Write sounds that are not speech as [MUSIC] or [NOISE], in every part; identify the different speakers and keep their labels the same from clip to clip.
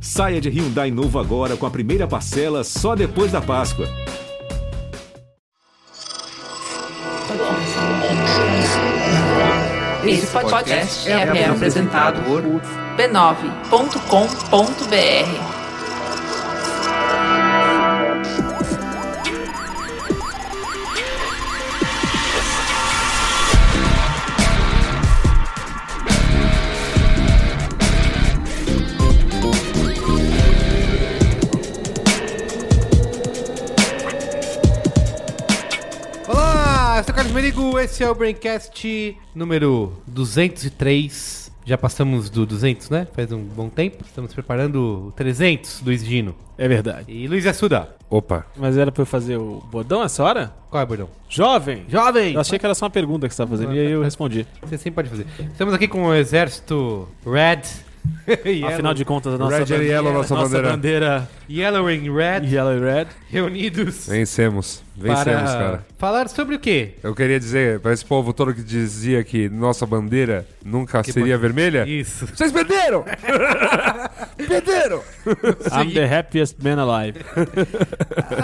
Speaker 1: Saia de Hyundai novo agora com a primeira parcela só depois da Páscoa.
Speaker 2: Esse podcast é, é apresentado por b9.com.br.
Speaker 3: Olá, eu sou o Carlos Merigo, esse é o Braincast número 203. Já passamos do 200, né? Faz um bom tempo. Estamos preparando o 300, Luiz Gino.
Speaker 4: É verdade.
Speaker 3: E Luiz Assuda.
Speaker 5: Opa,
Speaker 4: Mas era pra eu fazer o bodão essa hora?
Speaker 3: Qual é, bordão?
Speaker 4: Jovem!
Speaker 3: Jovem!
Speaker 4: Eu achei que era só uma pergunta que você tava fazendo e aí eu respondi.
Speaker 3: Você sempre pode fazer. Estamos aqui com o exército Red. [LAUGHS] Yellow-
Speaker 4: Afinal de contas, a nossa,
Speaker 5: Red and Yellow, nossa bandeira.
Speaker 4: bandeira
Speaker 3: Yellow and Red
Speaker 4: Yellow e é Red.
Speaker 3: reunidos
Speaker 5: vencemos. Vencemos,
Speaker 3: para
Speaker 5: cara.
Speaker 3: falar sobre o quê?
Speaker 5: Eu queria dizer pra esse povo todo que dizia que nossa bandeira nunca seria vermelha.
Speaker 4: É. [LAUGHS]
Speaker 3: Isso.
Speaker 5: Vocês
Speaker 3: [LAUGHS]
Speaker 5: perderam! perderam!
Speaker 4: I'm the happiest man alive.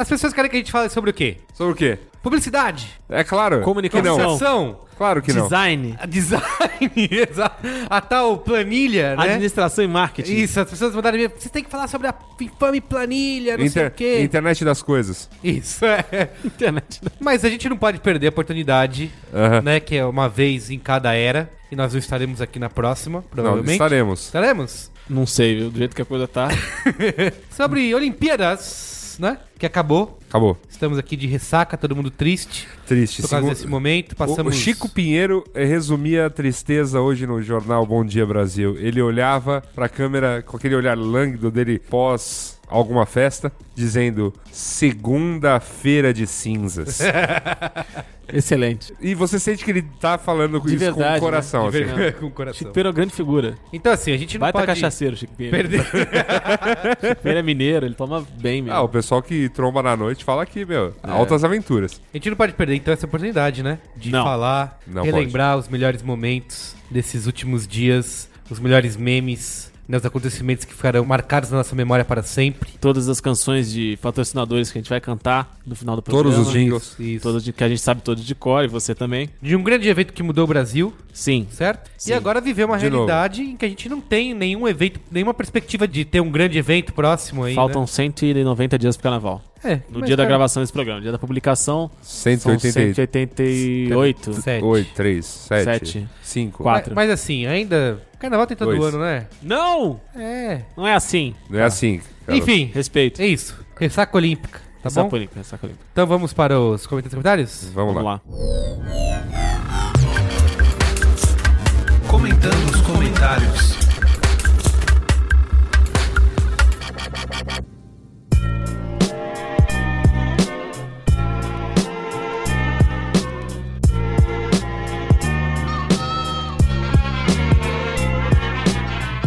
Speaker 3: As pessoas querem que a gente fale sobre o quê?
Speaker 5: Sobre o quê?
Speaker 3: Publicidade,
Speaker 5: É claro.
Speaker 4: Comunicação.
Speaker 5: Que não.
Speaker 3: ação,
Speaker 5: Claro que não.
Speaker 4: Design,
Speaker 3: [LAUGHS] a design, [LAUGHS] exa- a tal
Speaker 5: É,
Speaker 3: planilha, né?
Speaker 4: administração e marketing.
Speaker 3: Isso, as pessoas mandaram e-mail. Você tem que falar sobre a infame planilha, não sei o
Speaker 5: Inter-
Speaker 3: quê.
Speaker 5: Internet das coisas.
Speaker 3: Isso, é.
Speaker 4: [LAUGHS] Internet. né?
Speaker 3: Mas a gente não pode perder a oportunidade,
Speaker 5: Aham.
Speaker 3: né? Que é uma vez em cada era. E nós não estaremos aqui na próxima,
Speaker 5: Não,
Speaker 3: provavelmente.
Speaker 5: estaremos.
Speaker 3: Estaremos?
Speaker 4: Não sei, viu? Do jeito que a coisa tá.
Speaker 3: Sobre Olimpíadas, né? Que acabou.
Speaker 5: Acabou.
Speaker 3: Estamos aqui de ressaca, todo mundo triste
Speaker 5: Triste.
Speaker 3: por causa
Speaker 5: Segundo-
Speaker 3: desse momento.
Speaker 5: O-
Speaker 3: Passamos.
Speaker 5: O Chico Pinheiro eh, resumia a tristeza hoje no jornal Bom Dia Brasil. Ele olhava pra câmera com aquele olhar lânguido dele pós alguma festa, dizendo segunda-feira de
Speaker 4: [LAUGHS]
Speaker 5: cinzas.
Speaker 4: [LAUGHS] Excelente.
Speaker 5: e você sente que ele tá falando
Speaker 4: De
Speaker 5: isso com
Speaker 4: verdade, né?
Speaker 5: o coração.
Speaker 3: de
Speaker 5: assim.
Speaker 3: ver- com o coração.
Speaker 4: Chico Pera é uma grande figura.
Speaker 3: Então, assim, a gente não
Speaker 4: Baita
Speaker 3: pode
Speaker 4: cachaceiro, Chico Pera.
Speaker 3: perder.
Speaker 4: Chico Pera é mineiro, ele toma bem mesmo.
Speaker 5: [LAUGHS] Ah, o pessoal que tromba na noite fala aqui, meu.
Speaker 4: É.
Speaker 5: Altas aventuras.
Speaker 3: A gente não pode perder, então, essa oportunidade, né? De
Speaker 4: Não.
Speaker 3: falar,
Speaker 5: Não
Speaker 3: relembrar os melhores momentos desses últimos dias, os melhores memes, né, os acontecimentos que ficarão marcados na nossa memória para sempre.
Speaker 4: Todas as canções de patrocinadores que a gente vai cantar no final do programa.
Speaker 5: Todos os jingles.
Speaker 3: Isso.
Speaker 4: Todos de, que a gente sabe todos de cor e você também.
Speaker 3: De um grande evento que mudou o Brasil,
Speaker 4: Sim.
Speaker 3: certo? E
Speaker 4: Sim.
Speaker 3: agora viver uma
Speaker 5: De novo.
Speaker 3: realidade em que a gente não tem nenhum evento, nenhuma perspectiva de ter um grande evento próximo aí.
Speaker 4: Faltam
Speaker 3: né?
Speaker 4: 190 dias pro carnaval.
Speaker 3: É,
Speaker 4: No
Speaker 3: mas,
Speaker 4: dia da
Speaker 3: cara,
Speaker 4: gravação desse programa, dia da publicação, são
Speaker 5: 188,
Speaker 4: 188.
Speaker 3: sete.
Speaker 5: 3, 7,
Speaker 4: Sete.
Speaker 5: 5.
Speaker 4: Quatro.
Speaker 3: Mas, mas assim, ainda. Carnaval tem todo
Speaker 5: Dois.
Speaker 3: ano, né?
Speaker 4: Não!
Speaker 3: É.
Speaker 4: Não é assim.
Speaker 5: Não é assim. cara.
Speaker 3: Enfim,
Speaker 4: Respeito.
Speaker 3: é isso. Ressaca olímpica, tá
Speaker 4: Essa
Speaker 3: bom?
Speaker 4: política, essa política.
Speaker 3: Então vamos para os comentários e comentários?
Speaker 5: Vamos,
Speaker 4: Vamos
Speaker 5: lá.
Speaker 4: lá.
Speaker 6: Comentando os comentários.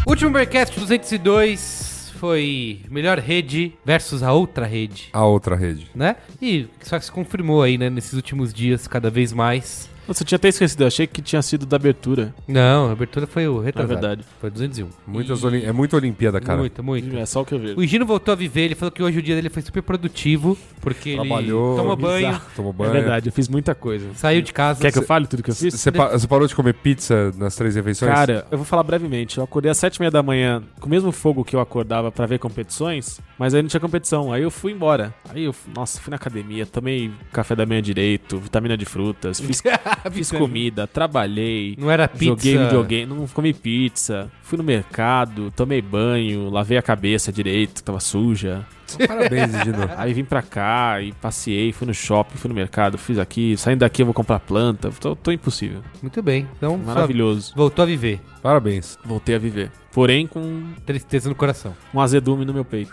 Speaker 3: Último Bearcast 202 foi melhor rede versus a outra rede,
Speaker 5: A outra rede.
Speaker 3: né? E só que se confirmou aí, né, nesses últimos dias, cada vez mais.
Speaker 4: Nossa, eu tinha até esquecido, eu achei que tinha sido da abertura.
Speaker 3: Não, a abertura foi o retrasado.
Speaker 4: É verdade.
Speaker 3: Foi 201.
Speaker 5: Muitas Olim- É muita Olimpíada, cara.
Speaker 3: Muito, muito.
Speaker 4: É só o que eu vejo.
Speaker 3: O Gino voltou a viver, ele falou que hoje o dia dele foi super produtivo, porque
Speaker 5: Trabalhou.
Speaker 3: ele tomou banho,
Speaker 4: Bizarro.
Speaker 5: Tomou banho.
Speaker 4: É verdade, eu fiz muita coisa.
Speaker 3: saiu de casa.
Speaker 4: Quer que eu fale tudo que eu fiz?
Speaker 5: Você pa- você parou de comer pizza nas três refeições?
Speaker 4: Cara, eu vou falar brevemente. Eu acordei às sete e meia da manhã com o mesmo fogo que eu acordava pra ver competições, mas aí não tinha competição. Aí eu fui embora. Aí eu, fu- nossa, fui na academia, tomei café da manhã direito, vitamina de frutas,
Speaker 3: [LAUGHS]
Speaker 4: fiz, fiz comida, trabalhei.
Speaker 3: Não era pizza.
Speaker 4: Joguei videogame, não comi pizza. Fui no mercado, tomei banho, lavei a cabeça direito, que tava suja.
Speaker 5: Parabéns,
Speaker 4: [LAUGHS]
Speaker 5: Dino.
Speaker 4: Aí vim pra cá e passeei, fui no shopping, fui no mercado, fiz aqui. Saindo daqui eu vou comprar planta. Tô, tô impossível.
Speaker 3: Muito bem. Então, só
Speaker 4: Maravilhoso.
Speaker 3: voltou a viver.
Speaker 5: Parabéns.
Speaker 4: Voltei a viver. Porém, com
Speaker 3: Tristeza no coração.
Speaker 4: um azedume no meu peito.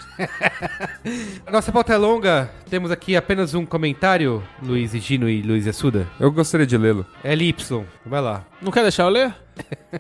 Speaker 3: A nossa pauta é longa. Temos aqui apenas um comentário, Luiz e Gino e Luiz e Assuda.
Speaker 5: Eu gostaria de lê-lo.
Speaker 3: LY, vai lá.
Speaker 4: Não quer deixar eu ler? [LAUGHS]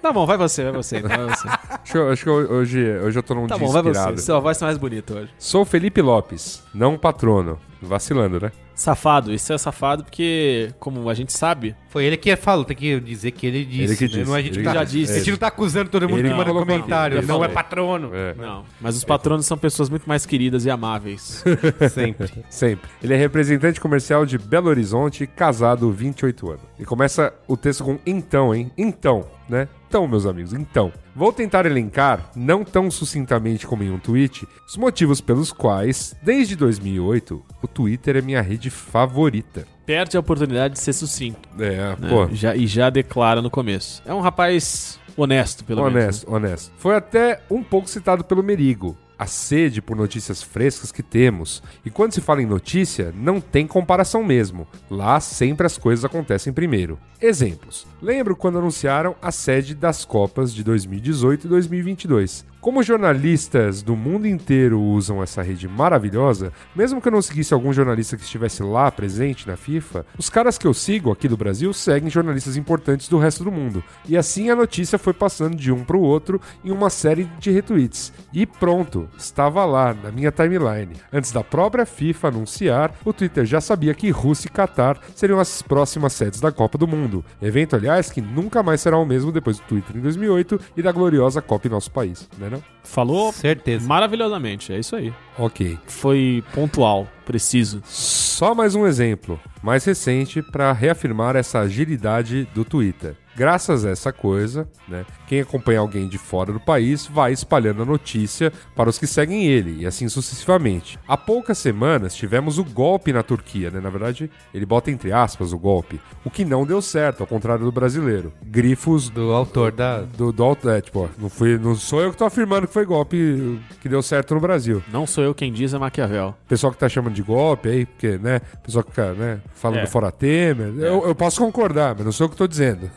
Speaker 4: Tá bom, vai você, vai você. Vai [LAUGHS] você.
Speaker 5: Acho, que eu- acho que eu- hoje, hoje eu tô num
Speaker 4: Tá
Speaker 5: dia
Speaker 4: bom, vai
Speaker 5: inspirado.
Speaker 4: você. Sua voz tá mais bonita hoje.
Speaker 5: Sou Felipe Lopes, não patrono. Vacilando, né?
Speaker 4: Safado, isso é safado porque, como a gente sabe,
Speaker 3: Foi ele que falou, tem que dizer que ele disse.
Speaker 5: Ele que
Speaker 3: né?
Speaker 5: disse,
Speaker 3: Não é a gente
Speaker 5: ele
Speaker 3: que
Speaker 5: que
Speaker 3: tá,
Speaker 4: disse.
Speaker 3: A gente não tá acusando todo mundo
Speaker 5: Ele
Speaker 3: que
Speaker 5: que
Speaker 3: manda
Speaker 5: colocou aqui.
Speaker 3: comentário.
Speaker 5: Ele
Speaker 3: Não é
Speaker 5: falou.
Speaker 3: patrono.
Speaker 5: É,
Speaker 4: não. Mas os patronos são pessoas muito mais queridas e amáveis.
Speaker 5: É.
Speaker 3: [LAUGHS] Sempre.
Speaker 5: sempre. Ele é representante comercial de Belo Horizonte, casado, 28 anos. E começa o texto com então, hein? Então, né? Então, meus amigos, então. Vou tentar elencar, não tão sucintamente como em um tweet, os motivos pelos quais, desde 2008, o Twitter é minha rede favorita.
Speaker 4: Perde a oportunidade de ser sucinto.
Speaker 5: É,
Speaker 4: né?
Speaker 5: pô.
Speaker 4: Já, e já declara no começo. É um rapaz honesto, pelo menos. né?
Speaker 5: honesto, honesto. Foi até um pouco citado pelo Merigo. A sede por notícias frescas que temos. E quando se fala em notícia, não tem comparação mesmo. Lá sempre as coisas acontecem primeiro. Exemplos. Lembro quando anunciaram a sede das Copas de 2018 e 2022. Como jornalistas do mundo inteiro usam essa rede maravilhosa, mesmo que eu não seguisse algum jornalista que estivesse lá presente na FIFA, os caras que eu sigo aqui do Brasil seguem jornalistas importantes do resto do mundo. E assim a notícia foi passando de um para o outro em uma série de retweets. E pronto, estava lá, na minha timeline. Antes da própria FIFA anunciar, o Twitter já sabia que Rússia e Catar seriam as próximas sedes da Copa do Mundo. Evento, aliás, que nunca mais será o mesmo depois do Twitter em 2008 e da gloriosa Copa em nosso país, né não?
Speaker 4: Falou
Speaker 3: Certeza.
Speaker 4: maravilhosamente, é isso aí.
Speaker 5: Ok.
Speaker 4: Foi pontual, preciso.
Speaker 5: Só mais um exemplo, mais recente, para reafirmar essa agilidade do Twitter. Graças a essa coisa, né, quem acompanha alguém de fora do país vai espalhando a notícia para os que seguem ele, e assim sucessivamente. Há poucas semanas tivemos o golpe na Turquia, né? Na verdade, ele bota entre aspas o golpe, o que não deu certo, ao contrário do brasileiro. Grifos do.
Speaker 3: Do autor da.
Speaker 5: Do, do alt- é, tipo, ó, não, fui, não sou eu que tô afirmando que foi golpe que deu certo no Brasil.
Speaker 4: Não sou eu quem diz, é Maquiavel.
Speaker 5: Pessoal que tá chamando de golpe aí, porque, né? Pessoal que fica, né? Falando
Speaker 4: É.
Speaker 5: fora Temer. Eu, eu posso concordar, mas não sei o que tô
Speaker 4: [LAUGHS]
Speaker 5: dizendo.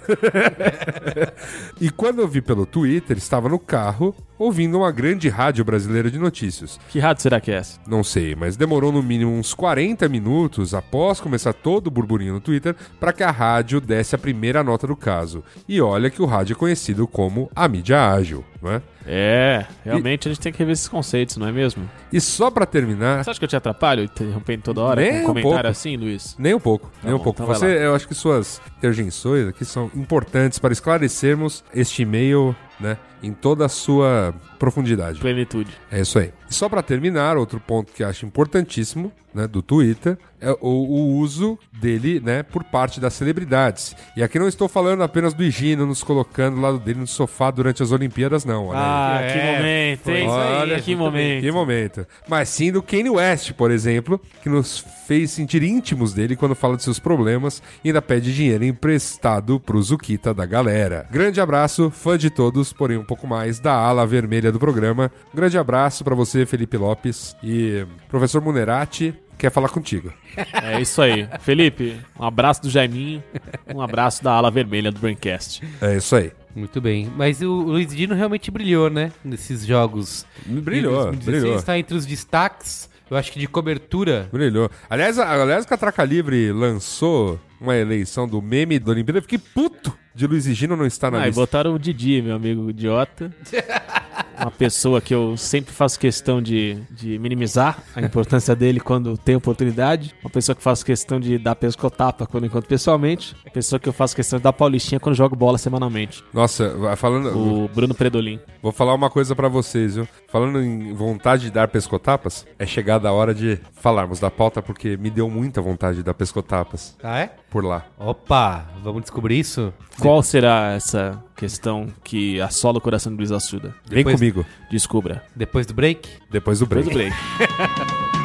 Speaker 5: e quando eu vi pelo Twitter, estava no carro ouvindo uma grande rádio brasileira de notícias.
Speaker 4: Que rádio será que é essa?
Speaker 5: Não sei, mas demorou no mínimo uns 40 minutos após começar todo o burburinho no Twitter para que a rádio desse a primeira nota do caso. E olha que o rádio é conhecido como a mídia ágil, né?
Speaker 4: É, realmente a gente tem que rever esses conceitos, não é mesmo?
Speaker 5: E só para terminar,
Speaker 4: Você acha que eu te atrapalho interrompendo toda hora
Speaker 5: Nem
Speaker 4: com um
Speaker 5: um
Speaker 4: comentário
Speaker 5: pouco.
Speaker 4: assim, Luiz?
Speaker 5: Nem um pouco, nem um
Speaker 4: bom,
Speaker 5: pouco.
Speaker 4: então vai
Speaker 5: Você, eu acho que suas interjeições aqui são importantes para esclarecermos este e-mail, né, em toda a sua profundidade.
Speaker 4: Plenitude.
Speaker 5: É isso aí. E só para terminar, outro ponto que eu acho importantíssimo, né, do Twitter, é o, o uso dele, né, por parte das celebridades. E aqui não estou falando apenas do Higino nos colocando do lado dele no sofá durante as Olimpíadas, não. Olha aí.
Speaker 4: Ah,
Speaker 3: É,
Speaker 4: que momento, hein?
Speaker 5: Olha,
Speaker 4: que momento.
Speaker 5: Que momento. Mas sim do Kanye West, por exemplo, que nos fez sentir íntimos dele quando fala de seus problemas e ainda pede dinheiro emprestado pro Zukita da galera. Grande abraço, fã de todos, porém um pouco mais da ala vermelha do programa. Grande abraço pra você, Felipe Lopes e professor Munerati. Quer falar contigo.
Speaker 4: É isso aí. Felipe, um abraço do Jaiminho, um abraço da ala vermelha do Braincast.
Speaker 5: É isso aí.
Speaker 3: Muito bem. Mas o Luiz Dino realmente brilhou, né? Nesses jogos.
Speaker 5: Brilhou,
Speaker 3: Em 2016,
Speaker 5: brilhou.
Speaker 3: Está tá entre os destaques, eu acho que de cobertura.
Speaker 5: Brilhou. Aliás, a, aliás, o Catraca Livre lançou uma eleição do meme da Olimpíada. Eu fiquei puto de Luiz e Gino não estar na
Speaker 4: Ah, e
Speaker 5: lista.
Speaker 4: botaram o Didi, meu amigo idiota.
Speaker 3: [LAUGHS]
Speaker 4: Uma pessoa que eu sempre faço questão de, de minimizar a importância dele quando tem oportunidade. Uma pessoa que faço questão de dar pescotapa quando encontro pessoalmente. Pessoa que eu faço questão de dar paulistinha quando jogo bola semanalmente.
Speaker 5: Nossa, vai falando,
Speaker 4: O Bruno Predolin.
Speaker 5: vou falar uma coisa pra vocês, viu? Falando em vontade de dar pescotapas, é chegada a hora de falarmos da pauta porque me deu muita vontade de dar pescotapas
Speaker 3: Ah, é?
Speaker 5: por lá.
Speaker 3: Opa, vamos descobrir isso?
Speaker 4: Qual será essa questão que assola o coração do Luiz Assuda?
Speaker 5: Vem
Speaker 3: Depois-
Speaker 5: comigo,
Speaker 4: Descubra.
Speaker 3: Depois do break?
Speaker 5: depois do
Speaker 4: Depois
Speaker 5: break.
Speaker 4: do break.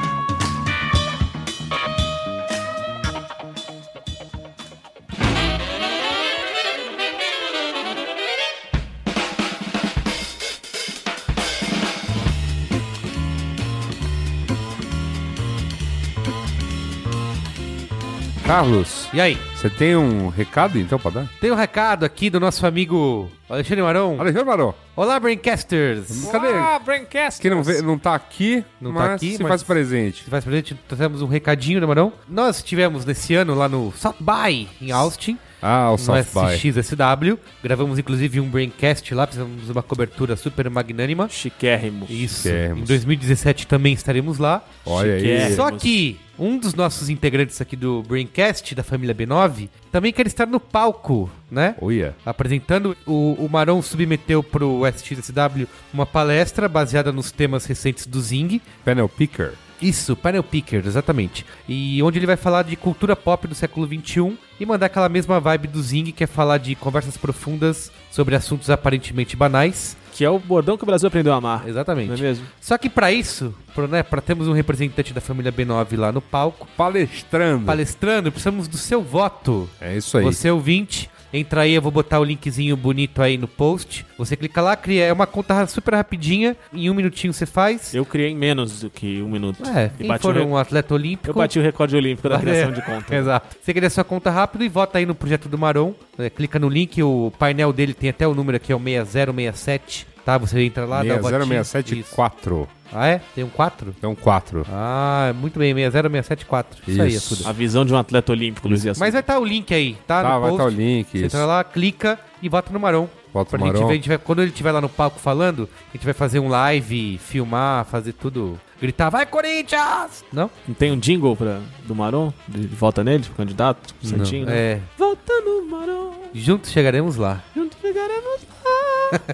Speaker 5: Carlos,
Speaker 3: E aí?
Speaker 5: você tem um recado então pra dar?
Speaker 3: Tem um recado aqui do nosso amigo Alexandre Maron.
Speaker 5: Alexandre Barão,
Speaker 3: Olá, Braincasters!
Speaker 5: cadê?
Speaker 4: Braincast!
Speaker 5: Quem não, vê, não tá aqui,
Speaker 3: Não tá
Speaker 5: mas
Speaker 3: aqui,
Speaker 5: se
Speaker 3: mas-
Speaker 5: faz presente.
Speaker 3: Se faz presente, trazemos um recadinho, né, Marão? Nós tivemos nesse ano lá no South By, em Austin,
Speaker 5: Ah, o
Speaker 3: no
Speaker 5: South by.
Speaker 3: SXSW. Gravamos inclusive um braincast lá, fizemos uma cobertura super magnânima.
Speaker 4: Chiquérrimo.
Speaker 3: Isso.
Speaker 5: Queremos.
Speaker 3: Em 2017 também estaremos lá.
Speaker 5: Olha aí.
Speaker 4: Chiquérrimo.
Speaker 3: Só que um dos nossos integrantes aqui do Braincast, da família B9, também quer estar no palco, né?
Speaker 5: Olha.
Speaker 3: Apresentando, o, o Maron submeteu pro SXSW uma palestra baseada nos temas recentes do Zing.
Speaker 5: Panel Picker.
Speaker 3: Isso, Panel Picker, exatamente. E onde ele vai falar de cultura pop do século XXI e mandar aquela mesma vibe do Zing, que é falar de conversas profundas sobre assuntos aparentemente banais.
Speaker 4: Que é o bordão que o Brasil aprendeu a amar. Não é
Speaker 3: Exatamente.
Speaker 4: mesmo?
Speaker 3: Só que pra isso, pro, né, pra termos um representante da família B9 lá no palco,
Speaker 5: Palestrando.
Speaker 3: palestrando, precisamos do seu voto.
Speaker 5: É isso aí.
Speaker 3: Você ouvinte, entra aí, eu vou botar o linkzinho bonito aí no post. Você clica lá, cria é uma conta super rapidinha, em um minutinho você faz.
Speaker 4: Eu criei em menos do que um minuto.
Speaker 3: É,
Speaker 4: E
Speaker 3: quem
Speaker 4: bati o
Speaker 3: for
Speaker 4: re-
Speaker 3: um atleta olímpico.
Speaker 4: Eu bati o recorde
Speaker 3: [LAUGHS]
Speaker 4: olímpico da
Speaker 3: É.
Speaker 4: criação de conta.
Speaker 3: Exato. Você cria sua conta rápido e vota aí no projeto do Maron. É, clica no link, o painel dele tem até o número aqui, é o 6067. Tá, você entra lá, dá o votinho.
Speaker 5: 6067
Speaker 3: Isso.
Speaker 5: 4.
Speaker 3: Ah, é? Tem um 4?
Speaker 5: Então 4.
Speaker 3: Ah, muito bem, 60774. Isso, aí,
Speaker 5: Isso.
Speaker 3: Assuda.
Speaker 4: A visão de um atleta olímpico, Luiz Assunção.
Speaker 3: Mas vai estar o link aí, tá?
Speaker 5: Tá,
Speaker 3: no
Speaker 5: vai
Speaker 3: post.
Speaker 5: estar o link.
Speaker 3: Você
Speaker 5: Isso.
Speaker 3: entra lá, clica e vota no Maron.
Speaker 5: Vota
Speaker 3: Pra
Speaker 5: no
Speaker 3: gente
Speaker 5: Maron.
Speaker 3: ver, a gente vai- quando ele estiver lá no palco falando, a gente vai fazer um live, filmar, fazer tudo. Gritar, vai Corinthians! Não?
Speaker 4: Não tem um jingle pra, do Maron? De de volta nele, pro candidato? Certinho? né?
Speaker 3: É.
Speaker 4: Volta no Maron,
Speaker 3: Juntos chegaremos lá. [LAUGHS]
Speaker 4: juntos chegaremos lá.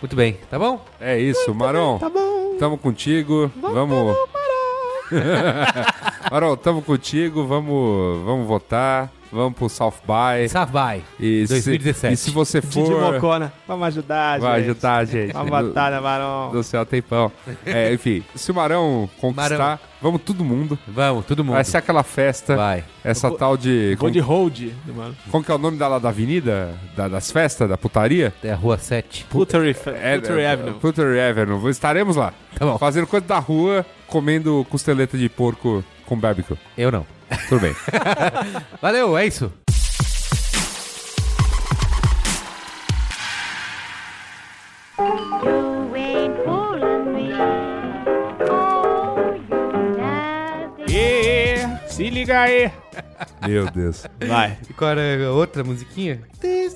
Speaker 3: Muito bem, tá bom?
Speaker 5: É isso, Maron.
Speaker 4: Tá bom.
Speaker 5: Tamo contigo. vamos. [LAUGHS] Maron, tamo contigo. Vamos, vamos votar. Vamos pro South by.
Speaker 3: Sá vai.
Speaker 5: E Se,
Speaker 3: 2017.
Speaker 5: e se você
Speaker 4: Didi
Speaker 5: for.
Speaker 4: Mocona, vamos ajudar,
Speaker 5: Vai
Speaker 4: gente. né,
Speaker 5: ajudar a gente.
Speaker 4: Uma
Speaker 5: Do-
Speaker 4: batalha, Maron.
Speaker 5: do céu tempão. É, enfim, se o Marão conquistar,
Speaker 3: Marão.
Speaker 5: vamos todo mundo.
Speaker 3: Vamos, todo mundo.
Speaker 5: Vai ser aquela festa.
Speaker 3: Vai.
Speaker 5: Essa tal de.
Speaker 4: Vou
Speaker 5: Como,
Speaker 4: de hold. do Maron.
Speaker 5: como que é o nome da, lá da avenida? Da- das festas? Da putaria?
Speaker 3: É a rua 7.
Speaker 4: Puttery, Puttery Avenue.
Speaker 5: Puttery É, né? Avenue. Estaremos lá.
Speaker 3: Tá bom.
Speaker 5: Fazendo coisa da rua, comendo costeleta de porco com barbecue.
Speaker 3: Eu não. [LAUGHS]
Speaker 5: Tudo bem.
Speaker 3: Valeu, é isso.
Speaker 7: You ain't fooling me. Oh, you nasty.
Speaker 4: E se liga aí.
Speaker 5: Meu Deus.
Speaker 4: Vai.
Speaker 3: E qual era a outra musiquinha? [LAUGHS]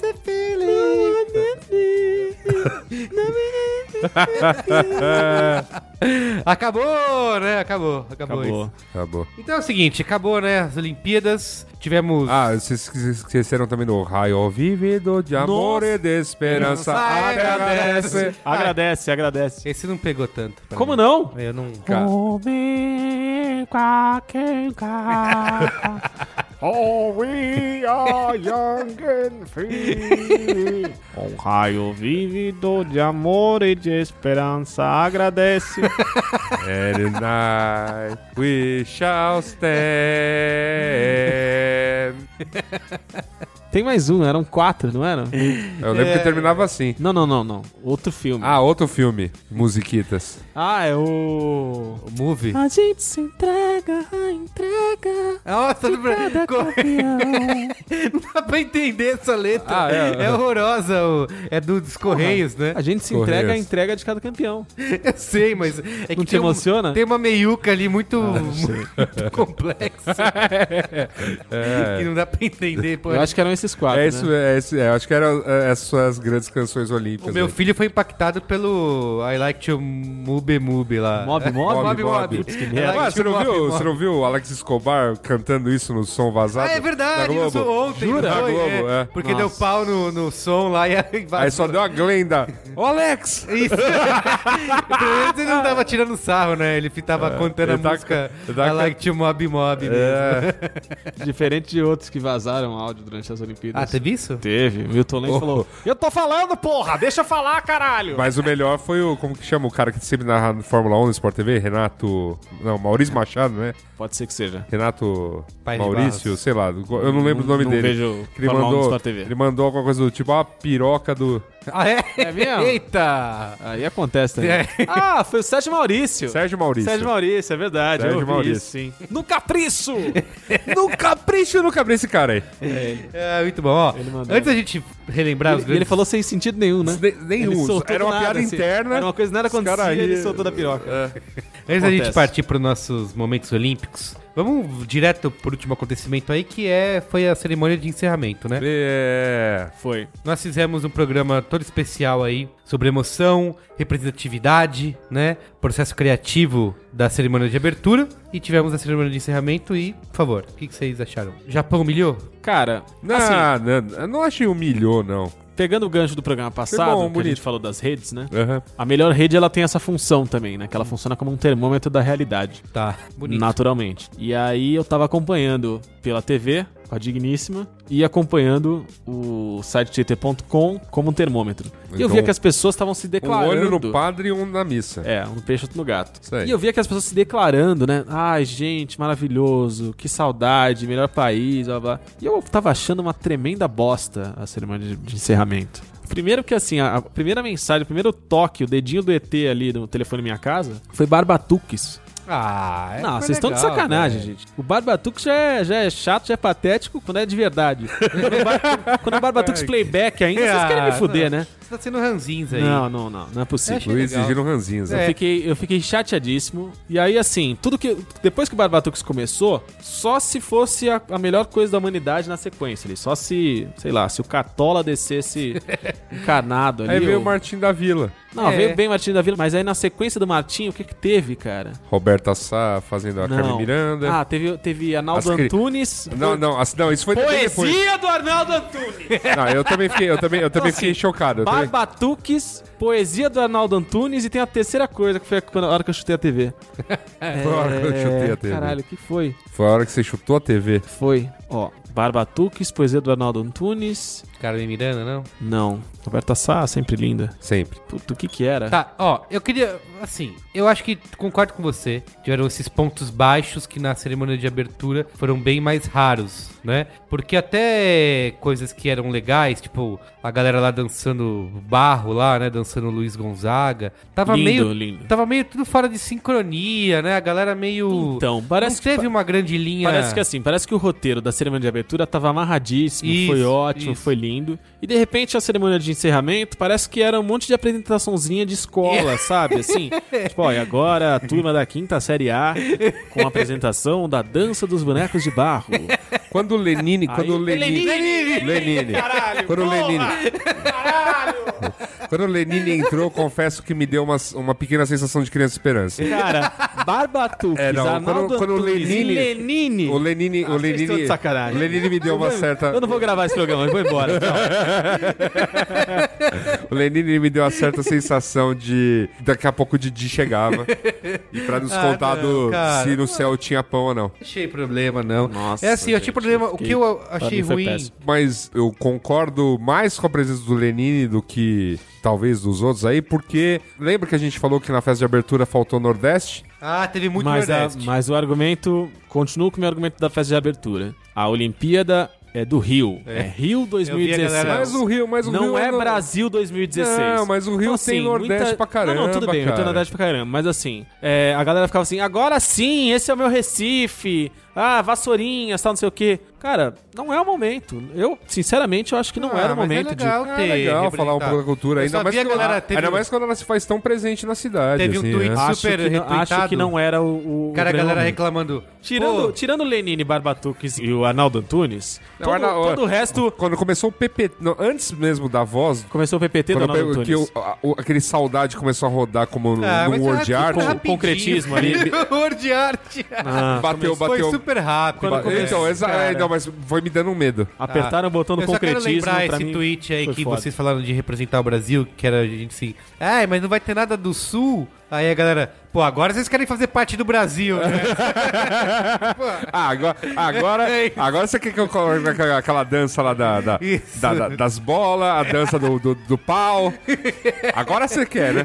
Speaker 3: Acabou, né? Acabou, acabou,
Speaker 4: Acabou.
Speaker 3: isso.
Speaker 5: Acabou.
Speaker 3: Então é o seguinte, acabou, né? As Olimpíadas. Tivemos.
Speaker 5: Ah, vocês esque- esqueceram também do raio vivido de amor e de esperança. Ah, né?
Speaker 3: Nossa, é.
Speaker 5: Agradece.
Speaker 4: Agradece, agradece.
Speaker 3: Ah, Esse não pegou tanto. pra
Speaker 4: Ah. Como
Speaker 3: mim.
Speaker 4: não?
Speaker 3: Eu não.
Speaker 5: Cara.
Speaker 4: Homem pra quem [LAUGHS] cata. Oh, we are young and [LAUGHS] free. Um raio vívido de amor e de esperança agradece.
Speaker 5: Every night we shall stand.
Speaker 4: Tem mais um, eram quatro, não eram?
Speaker 5: Eu lembro
Speaker 3: É.
Speaker 5: que terminava assim.
Speaker 4: Não, não, não, não. Outro filme.
Speaker 5: Ah, outro filme, Musiquitas.
Speaker 4: Ah, é o.
Speaker 3: O movie.
Speaker 4: A gente se entrega, a entrega.
Speaker 3: Nossa, não, pra...
Speaker 4: tá
Speaker 3: não [LAUGHS] dá pra entender essa letra.
Speaker 5: Ah, é.
Speaker 3: é. horrorosa. o- É do, dos Correios, né?
Speaker 4: A gente se
Speaker 5: Correios.
Speaker 4: entrega a entrega de cada campeão.
Speaker 3: Eu sei, mas. É
Speaker 4: Não te
Speaker 3: tem um-
Speaker 4: emociona?
Speaker 3: tem uma meiuca ali muito, muito [LAUGHS] complexa. Que não dá pra entender. pô.
Speaker 4: Eu acho que eram esses quatro.
Speaker 3: né?
Speaker 5: É isso, é isso. É, acho que eram é, essas grandes canções olímpicas.
Speaker 3: O meu
Speaker 5: né?
Speaker 3: filho foi impactado pelo I Like to Mube Mube lá.
Speaker 4: Mob, mob?
Speaker 3: Mob, mob.
Speaker 5: Putz, que
Speaker 3: I
Speaker 5: Ué,
Speaker 3: like to
Speaker 5: Ah, você, não
Speaker 3: mob,
Speaker 5: viu,
Speaker 3: mob.
Speaker 5: você não viu o Alex Escobar cantando isso no som vazado?
Speaker 3: Ah, é
Speaker 5: Da
Speaker 3: verdade,
Speaker 5: Globo?
Speaker 3: isso ontem. não
Speaker 5: Jura? Da
Speaker 3: foi?
Speaker 5: Globo, é.
Speaker 3: Porque
Speaker 4: Nossa.
Speaker 3: deu pau no, no som lá e [LAUGHS] aí
Speaker 5: Aí só deu a Glenda. Ô, Alex!
Speaker 3: Isso. Pelo menos ele não tava tirando sarro, né? Ele tava contando a
Speaker 5: ele tá-
Speaker 3: música
Speaker 5: ele tá-
Speaker 3: I Like to Mob Mob. mesmo.
Speaker 5: É.
Speaker 4: Diferente de outros que vazaram áudio durante as Olimpíadas.
Speaker 3: [LAUGHS] Ah, teve isso?
Speaker 5: [LAUGHS]
Speaker 4: Teve. Milton Lenz
Speaker 5: Oh.
Speaker 4: falou: Eu tô falando, porra! Deixa eu falar, caralho!
Speaker 5: Mas o melhor foi o. Como que chama o cara que sempre narra no Fórmula 1 no Sport TV? Renato. Não, Maurício Machado, né?
Speaker 4: Pode ser que seja.
Speaker 5: Renato
Speaker 3: Pai de
Speaker 5: Maurício,
Speaker 3: Barros.
Speaker 5: sei lá, eu não lembro o
Speaker 4: Não-
Speaker 5: nome
Speaker 4: não
Speaker 5: dele.
Speaker 4: vejo
Speaker 5: Que ele
Speaker 4: Fórmula 1 no
Speaker 5: mandou,
Speaker 4: Sport TV.
Speaker 5: ele mandou alguma coisa do tipo, ah, piroca do
Speaker 3: Ah, é?
Speaker 4: É mesmo?
Speaker 3: Eita!
Speaker 4: Aí acontece também.
Speaker 3: É.
Speaker 4: Ah, foi o Sérgio Maurício.
Speaker 5: Sérgio Maurício.
Speaker 4: Sérgio Maurício, é verdade.
Speaker 5: Sérgio
Speaker 4: eu ouvi
Speaker 5: Maurício.
Speaker 4: isso, sim. No capricho!
Speaker 5: No capricho, eu nunca abri esse cara aí.
Speaker 3: É, muito bom, ó.
Speaker 4: mandou.
Speaker 3: Antes da gente relembrar os
Speaker 4: ele,
Speaker 3: grandes...
Speaker 4: ele falou sem sentido nenhum, né?
Speaker 5: Ne- nenhum,
Speaker 4: Ele soltou
Speaker 5: era um
Speaker 4: do
Speaker 5: uma
Speaker 4: nada,
Speaker 5: piada
Speaker 4: assim.
Speaker 5: interna.
Speaker 4: Era uma coisa que nada
Speaker 5: Os cara É.
Speaker 4: acontecia, ele
Speaker 5: aí-
Speaker 4: soltou da piroca.
Speaker 3: Antes da gente
Speaker 4: Acontece.
Speaker 3: partir para os nossos momentos olímpicos, vamos direto pro último acontecimento aí, que é, foi a cerimônia de encerramento, né?
Speaker 5: É.
Speaker 4: Foi.
Speaker 3: Nós fizemos um programa todo especial aí sobre emoção, representatividade, né? Processo criativo da cerimônia de abertura e tivemos a cerimônia de encerramento e, por favor, o que, que vocês acharam? Japão humilhou?
Speaker 4: Cara,
Speaker 5: Não,
Speaker 4: assim,
Speaker 5: não, não achei humilhou, não.
Speaker 4: pegando o gancho do programa passado,
Speaker 5: bom,
Speaker 4: que a
Speaker 5: bonito.
Speaker 4: gente falou das redes, né?
Speaker 5: Aham.
Speaker 4: A melhor rede ela tem essa função também, né? Que ela funciona como um termômetro da realidade.
Speaker 3: Tá, bonito.
Speaker 4: Naturalmente. E aí eu tava acompanhando pela TV, com a Digníssima, e acompanhando o site tt.com como um termômetro. e eu
Speaker 5: Então,
Speaker 4: via que as pessoas estavam se
Speaker 5: Um
Speaker 4: declarando.
Speaker 5: olho no padre e um na missa.
Speaker 4: É, um peixe outro no gato.
Speaker 5: Isso aí.
Speaker 4: E eu via que as pessoas se declarando, né? Ai, gente, maravilhoso, que saudade, melhor país, blá blá. E eu tava achando uma tremenda bosta a cerimônia de, de encerramento. Primeiro que assim, a, a primeira mensagem, o primeiro toque, o dedinho do ET ali no telefone minha casa, foi barbatuques.
Speaker 3: Ah, é,
Speaker 4: Não,
Speaker 3: foi
Speaker 4: vocês estão de
Speaker 3: legal, né?
Speaker 4: sacanagem,
Speaker 3: velho.
Speaker 4: gente. O barbatuques já é, já é chato, já é patético quando é
Speaker 3: [LAUGHS]
Speaker 4: de verdade. quando é bar- quando é barbatuques playback ainda, vocês querem me
Speaker 3: Ah,
Speaker 4: fuder,
Speaker 3: não.
Speaker 4: né?
Speaker 3: Você tá sendo ranzinza aí.
Speaker 4: Não, não, não, não é possível.
Speaker 3: achei
Speaker 5: Não
Speaker 3: legal.
Speaker 5: exigiram ranzinhos.
Speaker 4: Eu
Speaker 5: né?
Speaker 4: fiquei, eu fiquei chateadíssimo. E aí, assim, tudo que. Depois que o Barbatux começou, só se fosse a, a melhor coisa da humanidade na sequência ali. Só se, sei lá, se o
Speaker 5: [LAUGHS]
Speaker 4: Catola descesse encarnado ali.
Speaker 5: Aí veio
Speaker 4: ou-
Speaker 5: o Martim da Vila.
Speaker 4: Não,
Speaker 3: É.
Speaker 4: veio bem o Martinho da Vila, mas aí na sequência do Martinho, o que que teve, cara?
Speaker 5: Roberta Sá fazendo a Carmen
Speaker 4: Não.
Speaker 5: Miranda.
Speaker 4: Ah, teve, teve Arnaldo
Speaker 5: As cri-
Speaker 4: Antunes.
Speaker 5: Não, não, assim, não, isso foi também depois.
Speaker 4: Poesia do Arnaldo Antunes!
Speaker 5: Não, eu também fiquei, eu também, eu também
Speaker 4: Então,
Speaker 5: fiquei
Speaker 4: assim,
Speaker 5: chocado. eu também-
Speaker 4: Barbatuques, poesia do Arnaldo Antunes e tem a terceira coisa que foi quando- a hora que eu chutei a TV.
Speaker 5: [LAUGHS] Foi a hora que eu chutei a
Speaker 4: É,
Speaker 5: TV.
Speaker 4: Caralho, que foi?
Speaker 5: Foi a hora que você chutou a TV.
Speaker 4: Foi, ó, Barbatuques, poesia do Arnaldo Antunes.
Speaker 3: Carmen Miranda, não?
Speaker 4: Não, Roberta Sá, sempre linda.
Speaker 5: Sempre.
Speaker 4: Puta, o que que era?
Speaker 3: Tá, ó, eu queria, assim, eu acho que concordo com você. Tiveram esses pontos baixos que na cerimônia de abertura foram bem mais raros, né? Porque até coisas que eram legais, tipo a galera lá dançando barro lá, né, dançando Luiz Gonzaga, tava
Speaker 4: lindo,
Speaker 3: meio
Speaker 4: lindo.
Speaker 3: tava meio tudo fora de sincronia, né? A galera meio
Speaker 4: Então, parece
Speaker 3: não
Speaker 4: que-
Speaker 3: teve uma grande linha.
Speaker 4: Parece que assim, parece que o roteiro da cerimônia de abertura tava amarradíssimo,
Speaker 3: Isso,
Speaker 4: foi ótimo,
Speaker 3: isso.
Speaker 4: foi lindo. E de repente a cerimônia de encerramento parece que era um monte de apresentaçãozinha de
Speaker 3: [LAUGHS]
Speaker 4: escola, sabe? Assim, tipo, olha, agora a turma da quinta série A com a apresentação da dança dos bonecos de barro.
Speaker 5: Quando o Lenine. Quando o Lenine.
Speaker 4: Lenine!
Speaker 5: Lenine. Quando o Lenine. Quando o Lenine entrou, eu confesso que me deu uma, uma pequena sensação de criança esperança.
Speaker 4: Cara, Barbatuques,
Speaker 5: É, não,
Speaker 4: Arnaldo
Speaker 5: quando- quando o
Speaker 4: Antunes e
Speaker 5: Lenine-
Speaker 4: Lenine.
Speaker 5: O Lenine. o
Speaker 4: Ah, vocês estão
Speaker 5: Lenine.
Speaker 4: de sacanagem.
Speaker 5: O Lenine me deu uma certa. É
Speaker 4: Eu não vou gravar esse programa, eu
Speaker 5: [LAUGHS]
Speaker 4: vou embora. tchau.
Speaker 5: O Lenine me deu uma certa sensação de. Daqui a pouco o Didi chegava. E pra nos contar
Speaker 3: Ah, não,
Speaker 5: do-
Speaker 3: cara.
Speaker 5: se no céu tinha pão ou não.
Speaker 3: Não achei problema não.
Speaker 4: Nossa,
Speaker 3: é assim, eu achei
Speaker 4: gente,
Speaker 3: problema, o
Speaker 4: fiquei-
Speaker 3: que eu
Speaker 4: pra
Speaker 3: achei
Speaker 4: mim foi
Speaker 3: ruim
Speaker 4: péssimo.
Speaker 5: Mas eu concordo mais com a presença do Lenine do que talvez dos outros aí, porque lembra que a gente falou que na festa de abertura faltou Nordeste?
Speaker 3: Ah, teve muito
Speaker 4: mas, a-
Speaker 3: Nordeste.
Speaker 4: mas o argumento. Continuo com o meu argumento da festa de abertura. A Olimpíada é do Rio. É, Rio
Speaker 3: Eu vi a
Speaker 4: 2016.
Speaker 3: galera-
Speaker 5: Mas o um Rio, mas o Rio
Speaker 4: não é
Speaker 5: no-
Speaker 4: Brasil 2016.
Speaker 5: Não, mas o Rio tem Nordeste pra caramba,
Speaker 4: Então, assim, Não, não, tudo bem, o Rio tem
Speaker 5: cara.
Speaker 4: Nordeste pra caramba. Mas assim, é, a galera ficava assim, agora sim, esse é o meu Recife. Ah, vassourinhas, tal, não sei o quê. Cara, não é o momento. Eu, sinceramente, eu acho que não
Speaker 3: Ah,
Speaker 4: era o
Speaker 3: mas é
Speaker 4: momento de.
Speaker 3: legal
Speaker 5: Ah,
Speaker 3: ter
Speaker 5: é legal
Speaker 3: representado.
Speaker 5: falar um pouco da cultura,
Speaker 3: tá. Eu
Speaker 5: ainda
Speaker 3: só
Speaker 5: mais,
Speaker 3: vi a
Speaker 5: quando,
Speaker 3: galera, teve
Speaker 5: ainda
Speaker 3: um-
Speaker 5: mais quando elas faz tão presente na cidade.
Speaker 3: Teve um
Speaker 5: assim,
Speaker 3: tweet
Speaker 5: né?
Speaker 4: Acho
Speaker 3: super
Speaker 4: que não-
Speaker 3: retweetado.
Speaker 4: acho que não era o. o- o
Speaker 3: Cara, a galera
Speaker 4: grande.
Speaker 3: reclamando.
Speaker 4: Tirando,
Speaker 3: "Pô, É,
Speaker 4: tirando o Lenine Barbatuques e o Arnaldo Antunes,
Speaker 5: Não,
Speaker 4: todo,
Speaker 5: Arnaldo-
Speaker 4: todo o resto
Speaker 5: Quando começou o PPT. não, antes mesmo da voz.
Speaker 4: começou o PPT do
Speaker 5: Quando
Speaker 4: Arnaldo
Speaker 5: eu,
Speaker 4: Antunes.
Speaker 5: que eu- a- o- aquele saudade começou a rodar como no,
Speaker 3: Ah,
Speaker 5: no
Speaker 3: mas foi
Speaker 5: Word
Speaker 3: tudo
Speaker 5: Art.
Speaker 4: com-
Speaker 3: rapidinho." [LAUGHS]
Speaker 4: concretismo ali.
Speaker 3: Word Art.
Speaker 4: Ah,
Speaker 5: Bateu,
Speaker 3: Foi
Speaker 5: bateu.
Speaker 3: super rápido.
Speaker 5: Ba- então, exa- é, não, mas foi me dando um medo.
Speaker 4: apertaram o botão do
Speaker 3: Ah, Eu só quero
Speaker 4: concretismo.
Speaker 3: lembrar
Speaker 4: pra
Speaker 3: esse
Speaker 4: mim,
Speaker 3: tweet aí
Speaker 4: foi
Speaker 3: que
Speaker 4: foda.
Speaker 3: vocês falaram de representar o Brasil, que era a gente assim, ai, mas não vai ter nada do Sul? Aí a galera, pô, agora vocês querem fazer parte do Brasil, né?
Speaker 4: [LAUGHS] É,
Speaker 5: Ah, agora, agora,
Speaker 3: É.
Speaker 5: agora você quer que eu coloque aquela- aquela dança lá da, da-
Speaker 3: Isso.
Speaker 5: da- da- das bolas, a dança do, do, do pau. Agora você quer,
Speaker 4: [LAUGHS]
Speaker 5: né?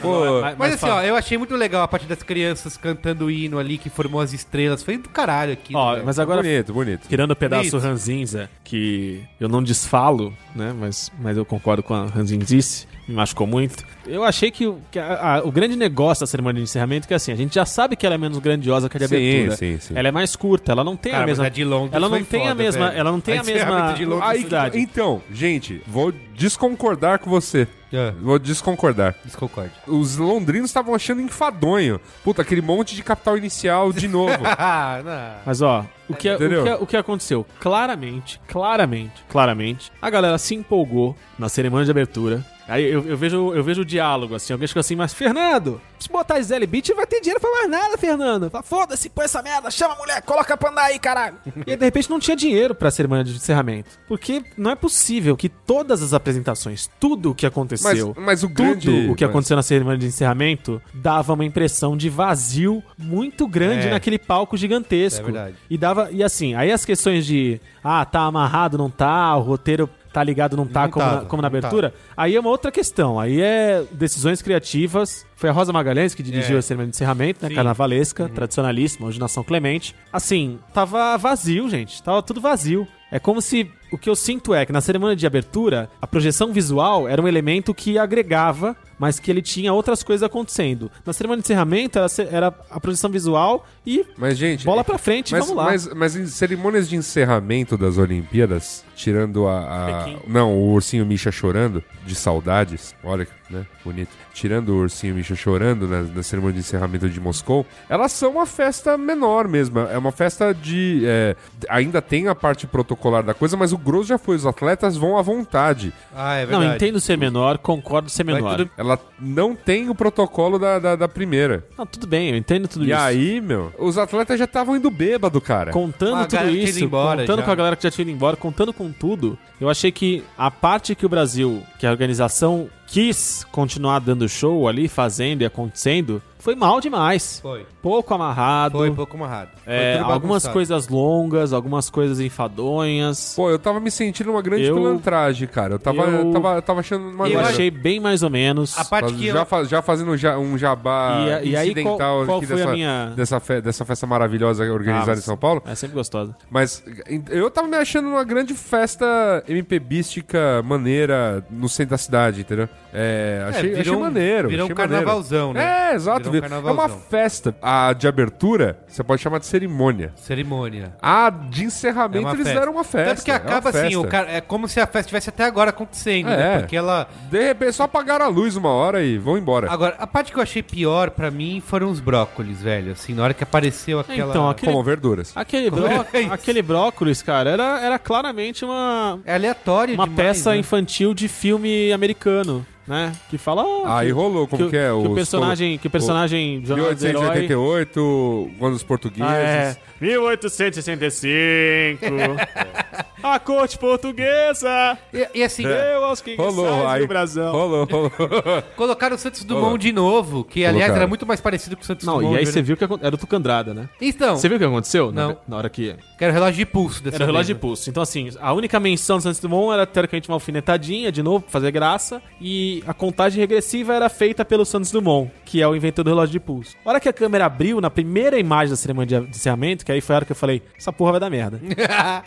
Speaker 5: Pô,
Speaker 4: Mas,
Speaker 3: Mas
Speaker 4: mas
Speaker 3: assim,
Speaker 4: fala.
Speaker 3: ó, eu achei muito legal a parte das crianças cantando o hino ali, que formou as estrelas. Foi do caralho aqui.
Speaker 4: Ó, mas agora,
Speaker 5: bonito, bonito.
Speaker 4: tirando o pedaço
Speaker 3: é Bonito.
Speaker 4: ranzinza, que eu não desfalo, né, mas, mas eu concordo com a ranzinzice, me machucou muito. Eu achei que, o- que a- a- o grande negócio da cerimônia de encerramento é que assim, a gente já sabe que ela é menos grandiosa que a de
Speaker 5: Sim,
Speaker 4: abertura.
Speaker 5: sim, sim.
Speaker 4: Ela é mais curta, ela não tem
Speaker 3: Cara,
Speaker 4: a
Speaker 3: mas
Speaker 4: mesma.
Speaker 3: a de Londres
Speaker 4: ela não
Speaker 3: foi
Speaker 4: tem a
Speaker 3: foda,
Speaker 4: mesma.
Speaker 3: velho.
Speaker 4: Ela não tem
Speaker 3: A
Speaker 4: a mesma.
Speaker 3: encerramento de Londres
Speaker 4: Ai,
Speaker 5: Aí,
Speaker 4: cidade.
Speaker 5: então, gente, vou desconcordar com você.
Speaker 3: É.
Speaker 5: Vou desconcordar.
Speaker 3: Desconcorde.
Speaker 5: Os londrinos estavam achando enfadonho. Puta, aquele monte de capital inicial de
Speaker 4: [LAUGHS]
Speaker 5: novo.
Speaker 3: Ah, não.
Speaker 4: Mas ó, o que, é- o,
Speaker 5: Entendeu?
Speaker 4: que, o que aconteceu? Claramente, claramente, claramente, a galera se empolgou na cerimônia de abertura. Aí eu, eu vejo, eu vejo o diálogo, assim, alguém ficou assim, mas Fernando, se botar Sally Beach não vai ter dinheiro pra mais nada, Fernando. Fala, Foda-se, põe essa merda, chama a mulher, coloca pra andar aí, caralho. [LAUGHS] e aí, de repente não tinha dinheiro pra cerimônia de encerramento. Porque não é possível que todas as apresentações, tudo o que
Speaker 5: Mas,
Speaker 4: aconteceu,
Speaker 5: mas o
Speaker 4: tudo
Speaker 5: grande...
Speaker 4: o que
Speaker 5: mas-
Speaker 4: aconteceu na cerimônia de encerramento dava uma impressão de vazio muito grande
Speaker 3: É.
Speaker 4: naquele palco gigantesco.
Speaker 3: É verdade.
Speaker 4: E dava e assim, aí as questões de ah, tá amarrado, não tá, o roteiro tá ligado, não tá,
Speaker 3: Não
Speaker 4: como,
Speaker 3: tava,
Speaker 4: na, como na
Speaker 3: não
Speaker 4: abertura, aí é uma outra questão. Aí é decisões criativas. Foi a Rosa Magalhães que dirigiu
Speaker 3: É.
Speaker 4: a cerimônia de encerramento, né,
Speaker 3: Sim. Uhum.
Speaker 4: carnavalesca, tradicionalíssima, hoje nação Clemente. Assim, tava vazio, gente, tava tudo vazio. É como se o que eu sinto é que na cerimônia de abertura, a projeção visual era um elemento que agregava, mas que ele tinha outras coisas acontecendo. Na cerimônia de encerramento era, ce- era a projeção visual e
Speaker 5: Mas, gente... é,
Speaker 4: bola pra frente,
Speaker 5: mas,
Speaker 4: vamos lá.
Speaker 5: Mas, mas em cerimônias de encerramento das Olimpíadas, tirando a. a- não, o ursinho Misha chorando, de saudades. Olha, né? Bonito. Tirando o ursinho Misha chorando na, na cerimônia de encerramento de Moscou, elas são uma festa menor mesmo. É uma festa de. é, ainda tem a parte protocolar da coisa, mas o grosso já foi. Os atletas vão à vontade.
Speaker 3: Ah, é
Speaker 4: Não,
Speaker 3: verdade.
Speaker 4: entendo ser menor, concordo ser
Speaker 3: Vai
Speaker 4: menor.
Speaker 3: tudo-
Speaker 5: Ela não tem o protocolo da, da, da primeira.
Speaker 4: Não, tudo bem, eu entendo tudo
Speaker 5: E
Speaker 4: isso.
Speaker 5: aí, meu, os atletas já estavam indo bêbado, cara.
Speaker 4: Contando
Speaker 3: Ah, a
Speaker 4: tudo
Speaker 3: galera que tinha
Speaker 4: isso,
Speaker 3: ido embora
Speaker 4: contando
Speaker 3: já.
Speaker 4: com a galera que já tinha ido embora, contando com tudo, eu achei que a parte que o Brasil, que a organização quis continuar dando show ali, fazendo e acontecendo, foi mal demais.
Speaker 3: Foi.
Speaker 4: Pouco amarrado,
Speaker 3: Foi um pouco amarrado. Foi
Speaker 4: é,
Speaker 3: tudo
Speaker 4: algumas
Speaker 3: bagunçado.
Speaker 4: coisas longas, algumas coisas enfadonhas.
Speaker 5: Pô, eu tava me sentindo uma grande
Speaker 4: Eu-
Speaker 5: pilantragem, cara. Eu tava,
Speaker 4: eu-
Speaker 5: eu tava, tava achando uma
Speaker 4: eu
Speaker 5: merda.
Speaker 4: achei bem mais ou menos.
Speaker 3: A parte
Speaker 5: Faz-
Speaker 3: que
Speaker 5: já,
Speaker 3: eu...
Speaker 5: faz- já fazendo ja- um jabá
Speaker 4: E a- e aí,
Speaker 5: incidental
Speaker 4: qual- qual
Speaker 5: aqui
Speaker 4: foi a
Speaker 5: dessa,
Speaker 4: minha-
Speaker 5: dessa, fe- dessa festa maravilhosa organizada
Speaker 4: Ah, mas-
Speaker 5: em São Paulo.
Speaker 4: É sempre gostosa.
Speaker 5: Mas em- eu tava me achando uma grande festa MPBística maneira no centro da cidade, entendeu? É, achei,
Speaker 3: virou
Speaker 5: achei
Speaker 3: um-
Speaker 5: maneiro.
Speaker 3: virou um
Speaker 5: achei
Speaker 3: carnavalzão,
Speaker 5: maneiro.
Speaker 3: né?
Speaker 5: É, exato.
Speaker 3: Virou
Speaker 5: vir-
Speaker 3: um
Speaker 5: É uma
Speaker 3: carnavalzão.
Speaker 5: festa. A de abertura, você pode chamar de cerimônia.
Speaker 3: Cerimônia.
Speaker 5: A de
Speaker 3: É
Speaker 5: encerramento,
Speaker 3: uma
Speaker 5: eles
Speaker 3: festa.
Speaker 5: deram uma festa.
Speaker 3: Até porque
Speaker 5: é uma
Speaker 3: acaba assim,
Speaker 5: festa.
Speaker 3: o cara, é como se a festa tivesse até agora acontecendo,
Speaker 5: É.
Speaker 3: né? Porque ela...
Speaker 5: De repente, só apagaram a luz uma hora e vão embora.
Speaker 3: Agora, a parte que eu achei pior pra mim foram os brócolis, velho. Assim, na hora que apareceu aquela...
Speaker 4: Então, aquele,
Speaker 5: Como verduras.
Speaker 4: aquele, bró-
Speaker 3: é isso?
Speaker 4: aquele brócolis, cara, era, era claramente uma,
Speaker 3: É aleatório
Speaker 4: uma
Speaker 3: demais,
Speaker 4: peça
Speaker 3: né?
Speaker 4: infantil de filme americano, né? Que fala. ah,
Speaker 5: Aí
Speaker 4: que,
Speaker 5: rolou, como que, é?
Speaker 4: que o
Speaker 5: os-
Speaker 4: personagem, que o personagem de Jornal do Herói.
Speaker 5: 1888, quando os portugueses...
Speaker 4: Ah, é. 1865. [LAUGHS] a corte portuguesa
Speaker 3: E, e assim,
Speaker 4: deu aos
Speaker 5: É. Rolou,
Speaker 4: quinguiçais
Speaker 5: aí.
Speaker 4: do Brasil.
Speaker 5: Rolou, rolou.
Speaker 3: colocaram o Santos
Speaker 5: Olá.
Speaker 3: Dumont de novo, que aliás
Speaker 5: Colocaram.
Speaker 3: era muito mais parecido com o Santos
Speaker 4: Não,
Speaker 3: Dumont.
Speaker 4: e aí
Speaker 3: de
Speaker 4: você
Speaker 3: verdade.
Speaker 4: viu que acon- era o Tucandrada, né?
Speaker 3: Então,
Speaker 4: Você viu o que aconteceu? na-
Speaker 3: Não.
Speaker 4: Na hora que.
Speaker 3: que era o relógio de pulso dessa
Speaker 4: Era o relógio de
Speaker 3: vez,
Speaker 4: pulso. Então, assim, a única menção do Santos Dumont era teoricamente uma alfinetadinha, de novo, pra fazer graça. E a contagem regressiva era feita pelo Santos Dumont, que é o inventor do relógio de pulso. A hora que a câmera abriu, na primeira imagem da cerimônia de encerramento, que aí foi a hora que eu falei: essa porra vai dar merda.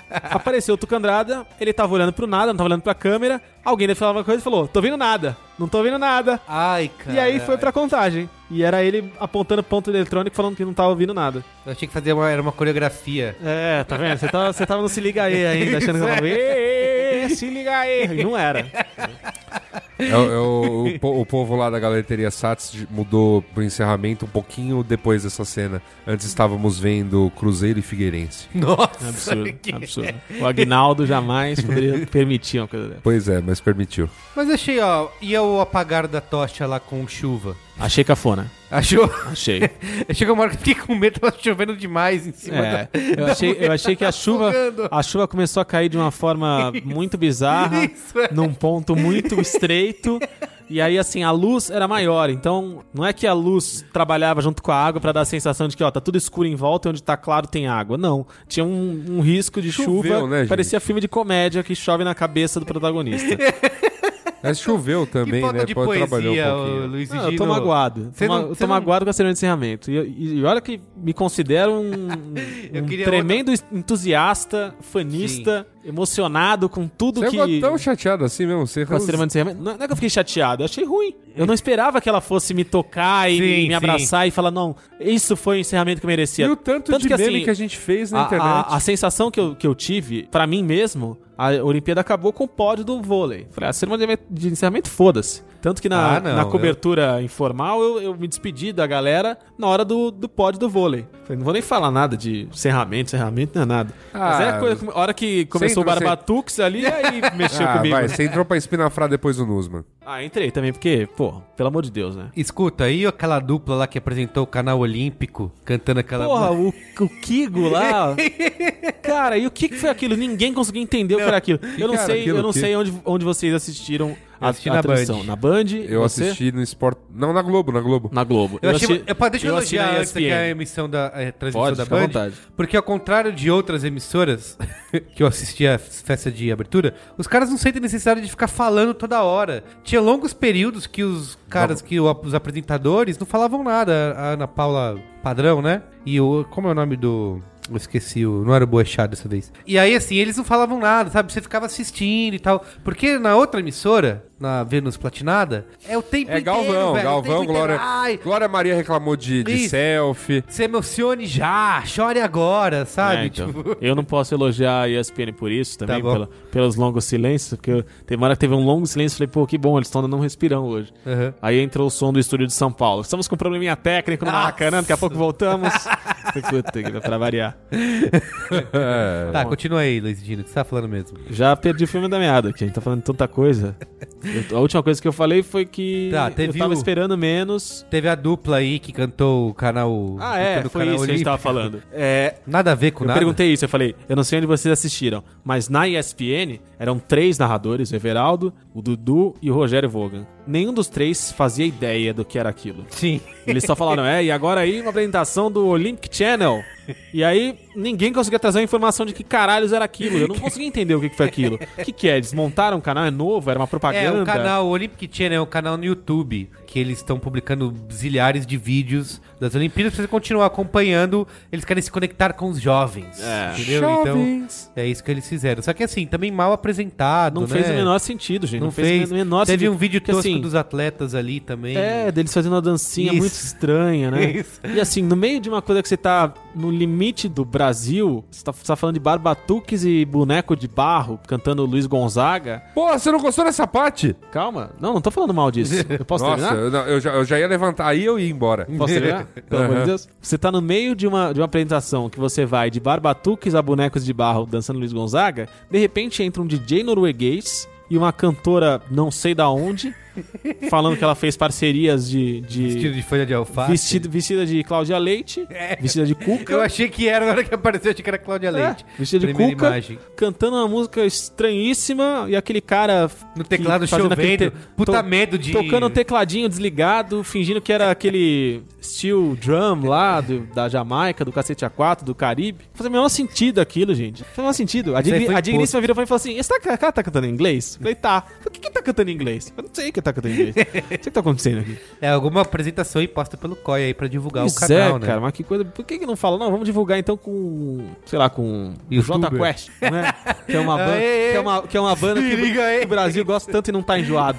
Speaker 4: Apareceu o Tucandrada, ele tava olhando pro nada, não tava olhando pra câmera. Alguém dele falava uma coisa e falou: tô vendo nada, não tô vendo nada.
Speaker 3: né? Ai, cara.
Speaker 4: E aí foi pra contagem. E era ele apontando ponto eletrônico falando que não tava ouvindo nada.
Speaker 3: Eu achei que fazer uma, era uma
Speaker 4: [LAUGHS]
Speaker 3: coreografia.
Speaker 4: É, tá vendo? Você tava, você tava no Se Liga aí [LAUGHS] ainda, achando que eu falava, "Ê, ê, ê, se liga aí. E Não era.
Speaker 5: É o- é o, o po- o povo lá da galeteria Sats de- mudou pro encerramento um pouquinho depois dessa cena. Antes estávamos vendo Cruzeiro e Figueirense.
Speaker 3: Nossa,
Speaker 4: [LAUGHS] Absurdo,
Speaker 3: que-
Speaker 4: absurdo. O Agnaldo jamais poderia permitir uma coisa dessa.
Speaker 5: Pois é, mas permitiu.
Speaker 3: Mas achei, ó, ia o apagar da tocha lá com chuva.
Speaker 4: Achei cafona.
Speaker 3: Achou? [LAUGHS]
Speaker 4: Achei. [LAUGHS]
Speaker 3: Chegou uma hora que eu fiquei com medo, tava chovendo demais em cima
Speaker 4: É,
Speaker 3: da.
Speaker 4: eu achei, eu achei que a chuva,
Speaker 3: afogando.
Speaker 4: a chuva começou a cair de uma forma muito bizarra,
Speaker 3: Isso, é.
Speaker 4: num ponto muito estreito. E aí, assim, a luz era maior. Então, não é que a luz trabalhava junto com a água pra dar a sensação de que, ó, tá tudo escuro em volta e onde tá claro tem água. Não. Tinha um, um risco de
Speaker 5: Choveu,
Speaker 4: chuva.
Speaker 5: né, gente?
Speaker 4: parecia filme de comédia que chove na cabeça do protagonista.
Speaker 5: Mas choveu também,
Speaker 3: que falta
Speaker 5: né?
Speaker 3: de
Speaker 5: Pô, trabalhou um
Speaker 3: poesia, o
Speaker 5: pouquinho.
Speaker 3: Luiz
Speaker 4: Não, eu
Speaker 3: Gino.
Speaker 4: tô magoado.
Speaker 3: Você
Speaker 4: Tô ma-
Speaker 3: não-
Speaker 4: eu
Speaker 3: você
Speaker 4: tô
Speaker 3: não-
Speaker 4: magoado com a cerimônia de encerramento. E, e- e
Speaker 5: [LAUGHS]
Speaker 4: olha que me considero um, um
Speaker 3: Eu queria
Speaker 4: tremendo entusiasta, fanista emocionado com tudo
Speaker 5: Você
Speaker 4: que.
Speaker 5: ficou tão chateado assim mesmo? Você
Speaker 4: com a cerimônia de encerramento. Não não é que eu fiquei chateado, eu achei ruim.
Speaker 5: É.
Speaker 4: Eu não esperava que ela fosse me tocar e
Speaker 3: Sim,
Speaker 4: me
Speaker 3: sim.
Speaker 4: abraçar e falar, não, isso foi o encerramento que assim, eu merecia.
Speaker 5: E o tanto, de meme que a gente fez na
Speaker 4: a,
Speaker 5: internet.
Speaker 4: a- a sensação que eu, que eu tive, pra mim mesmo, a Olimpíada acabou com o pódio do vôlei. Falei, a cerimônia de encerramento, foda-se. Tanto que na,
Speaker 3: Ah, não,
Speaker 4: na
Speaker 3: eu-
Speaker 4: cobertura informal eu, eu me despedi da galera na hora do, do pódio do vôlei. Falei, não vou nem falar nada de encerramento, encerramento, não é nada. Mas
Speaker 5: Ah,
Speaker 4: é a, coisa, a hora que começou o
Speaker 5: entrou- você-
Speaker 4: Barbatux ali, aí mexeu
Speaker 5: [LAUGHS] ah,
Speaker 4: comigo. né?
Speaker 5: vai, você entrou pra espinafrar depois do Nusman.
Speaker 4: Ah, entrei também, porque, pô, pelo amor de Deus, né?
Speaker 3: Escuta, e aquela dupla lá que apresentou o canal Olímpico cantando aquela.
Speaker 4: Porra, o, o
Speaker 3: [LAUGHS]
Speaker 4: Kigo lá. cara, e o que, que foi aquilo? Ninguém conseguiu entender o que era aquilo. Eu não
Speaker 5: Cara,
Speaker 4: sei,
Speaker 5: aquilo
Speaker 4: eu não
Speaker 5: que-
Speaker 4: sei onde, onde vocês assistiram a,
Speaker 3: assisti
Speaker 4: a
Speaker 3: na
Speaker 4: transmissão.
Speaker 3: Band.
Speaker 4: Na Band?
Speaker 5: Eu
Speaker 4: você?
Speaker 5: assisti no Sport. Não, na Globo, na Globo.
Speaker 4: Na Globo.
Speaker 3: Eu, achei, é eu, pá, deixa eu,
Speaker 4: assisti na
Speaker 3: elogiar antes
Speaker 4: ESPN.
Speaker 3: aqui a emissão da a transmissão
Speaker 4: Pode,
Speaker 3: da
Speaker 4: fica à
Speaker 3: Band,
Speaker 4: vontade.
Speaker 3: porque ao contrário de outras emissoras [LAUGHS] que eu assistia a festa de abertura, os caras não sentem necessidade de ficar falando toda hora. Tinha longos períodos que os caras, que o- os apresentadores não falavam nada. A Ana Paula Padrão, né? E o como é o nome do eu esqueci o. Não era o Boechat dessa vez. E aí, assim, eles não falavam nada, sabe? Você ficava assistindo e tal. Porque na outra emissora, na Vênus Platinada, é o tempo
Speaker 5: É
Speaker 3: inteiro.
Speaker 5: Galvão,
Speaker 3: velho, é o tempo
Speaker 5: Galvão,
Speaker 3: inteiro.
Speaker 5: Glória.
Speaker 3: Ai,
Speaker 5: Glória Maria reclamou de, de
Speaker 3: Isso.
Speaker 5: selfie.
Speaker 3: se emocione já, chore agora, sabe?
Speaker 4: É, então.
Speaker 3: Tipo,
Speaker 4: Eu não posso elogiar a ESPN por isso também,
Speaker 3: Tá bom.
Speaker 4: pela- pelos longos silêncios, porque eu, teve uma hora que teve um longo silêncio e falei, pô, que bom, eles estão dando um respirão hoje.
Speaker 3: Uhum.
Speaker 4: Aí entrou o som do estúdio de São Paulo. Estamos com um probleminha técnico no
Speaker 3: Nossa.
Speaker 4: Maracanã, daqui a pouco voltamos. [LAUGHS] Puta, que dá pra variar.
Speaker 3: tá, continua aí, Luiz Dino, que você tá falando mesmo.
Speaker 4: Já perdi o filme da meada, que a gente tá falando de tanta coisa. Eu- a última coisa que eu falei foi que
Speaker 3: Tá,
Speaker 4: eu
Speaker 3: teve
Speaker 4: tava
Speaker 3: o-
Speaker 4: esperando menos.
Speaker 3: Teve a dupla aí que cantou o canal.
Speaker 4: Ah, é,
Speaker 3: do
Speaker 4: foi
Speaker 3: canal
Speaker 4: isso que a
Speaker 3: Olímpico.
Speaker 4: gente tava falando.
Speaker 3: [LAUGHS]
Speaker 4: É,
Speaker 3: Nada a ver com
Speaker 4: eu
Speaker 3: nada.
Speaker 4: perguntei isso, eu falei, eu não sei onde vocês assistiram, mas na ESPN eram três narradores, o Everaldo, o Dudu e o Rogério Vogan. Nenhum dos três fazia ideia do que era aquilo.
Speaker 3: Sim.
Speaker 4: Eles só falaram, é, e agora aí uma apresentação do Olympic Channel. E aí ninguém conseguia trazer a informação de que caralhos era aquilo. [LAUGHS] Eu não conseguia entender o que que foi aquilo. O que, que é? Eles montaram um canal? É novo? Era uma
Speaker 3: É,
Speaker 4: propaganda?
Speaker 3: o canal Olympic Channel é um canal no YouTube que eles estão publicando zilhares de vídeos das Olimpíadas pra você continuar acompanhando. Eles querem se conectar com os jovens.
Speaker 4: É.
Speaker 3: Entendeu?
Speaker 5: Jovens.
Speaker 3: Então, é isso que eles fizeram. Só que assim, também mal apresentado. né?
Speaker 4: Não fez o menor sentido, gente.
Speaker 3: Não, fez.
Speaker 4: o menor
Speaker 3: Teve
Speaker 4: sentido.
Speaker 3: um vídeo
Speaker 4: Porque,
Speaker 3: tosco
Speaker 4: assim,
Speaker 3: dos atletas ali também.
Speaker 4: É, deles fazendo uma dancinha
Speaker 3: Isso.
Speaker 4: muito estranha, né?
Speaker 3: Isso.
Speaker 4: E assim, no meio de uma coisa que você tá no limite do Brasil, você tá, você tá falando de barbatuques e boneco de barro cantando Luiz Gonzaga.
Speaker 5: Pô, você não gostou dessa parte?
Speaker 4: Calma. Não, não tô falando mal disso. Eu posso
Speaker 5: Nossa,
Speaker 4: terminar?
Speaker 5: eu, não, eu já, eu já ia levantar, aí eu ia embora.
Speaker 3: [LAUGHS]
Speaker 4: Posso terminar? Pelo amor de Deus. Você tá no meio de uma, de uma apresentação que você vai de barbatuques a bonecos de barro dançando Luiz Gonzaga, de repente entra um DJ norueguês e uma cantora não sei da onde, falando que ela fez parcerias de...
Speaker 3: Vestido
Speaker 4: de...
Speaker 3: de folha de alface.
Speaker 4: Vestida, vestida de Cláudia Leite, vestida de Cuca.
Speaker 3: Eu achei que era, na hora que apareceu, eu achei que era Cláudia Leite.
Speaker 4: É, vestida de
Speaker 3: Primeira
Speaker 4: Cuca,
Speaker 3: imagem.
Speaker 4: cantando uma música estranhíssima e aquele cara
Speaker 3: No teclado
Speaker 4: que fazendo aquele
Speaker 3: chovendo. Puta
Speaker 4: to-
Speaker 3: medo de.
Speaker 4: Tocando um tecladinho desligado, fingindo que era aquele steel drum lá do- da Jamaica, do cacete A4, do Caribe. Não Fazia o menor sentido aquilo, gente. Não Fazia o menor sentido. A,
Speaker 3: Isso aí
Speaker 4: digni-
Speaker 3: foi
Speaker 4: a digníssima virou pra mim e falou assim: Esse tá- cara tá cantando em inglês? Eu falei, tá. Eu falei, O que que tá cantando em inglês? Eu não sei que tá cantando em inglês. Não sei o que tá
Speaker 3: [LAUGHS]
Speaker 4: acontecendo aqui.
Speaker 3: É alguma apresentação imposta pelo COI aí pra divulgar o
Speaker 4: Pois
Speaker 3: canal,
Speaker 4: é,
Speaker 3: né?
Speaker 4: cara, mas que coisa. Por que, que não fala? Não, vamos divulgar então com. Sei lá, com.
Speaker 3: Youtuber.
Speaker 4: JQuest,
Speaker 3: [LAUGHS]
Speaker 4: né? Que é uma banda.
Speaker 3: Aê,
Speaker 4: Que é uma, que é uma banda
Speaker 3: se [LAUGHS]
Speaker 4: que,
Speaker 3: liga aí.
Speaker 4: que o Brasil gosta tanto e não tá enjoado.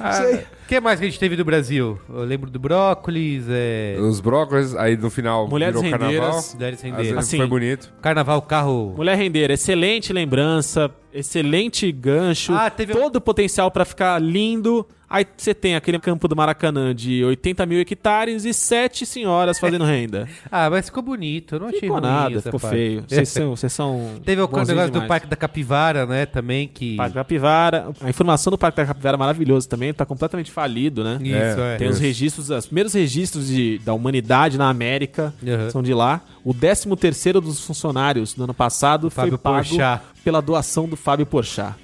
Speaker 3: O que mais que a gente teve do Brasil? Eu lembro do Brócolis, é.
Speaker 5: [LAUGHS] Os brócolis, aí no final
Speaker 4: Mulheres
Speaker 5: virou carnaval.
Speaker 4: rendeiras.
Speaker 3: Darius
Speaker 5: Às
Speaker 3: Rendeiro.
Speaker 5: vezes
Speaker 4: Assim,
Speaker 5: foi bonito.
Speaker 3: Carnaval, carro.
Speaker 4: [LAUGHS] Mulher Rendeira, excelente lembrança, excelente gancho,
Speaker 3: Ah, teve um-
Speaker 4: todo o potencial pra ficar lindo. Aí você tem aquele campo do Maracanã de 80 mil hectares e sete senhoras fazendo renda.
Speaker 3: Ah, mas ficou bonito. Eu não achei
Speaker 4: Ficou
Speaker 3: ruim
Speaker 4: nada,
Speaker 3: essa
Speaker 4: ficou
Speaker 3: parte.
Speaker 4: feio. Vocês são, vocês são.
Speaker 3: [LAUGHS] Teve o
Speaker 4: bonzinhos
Speaker 3: negócio do
Speaker 4: demais.
Speaker 3: Parque da Capivara, né? Também que.
Speaker 4: Parque da Capivara. A informação do Parque da Capivara é maravilhosa também, tá completamente falido, né?
Speaker 3: Isso, é.
Speaker 4: Tem os registros, os primeiros registros de, da humanidade na América
Speaker 3: Uhum.
Speaker 4: são de lá. O 13 terceiro dos funcionários no ano passado
Speaker 3: Fábio
Speaker 4: foi pago
Speaker 3: Porchat. [LAUGHS]
Speaker 4: pela doação do Fábio Porchat.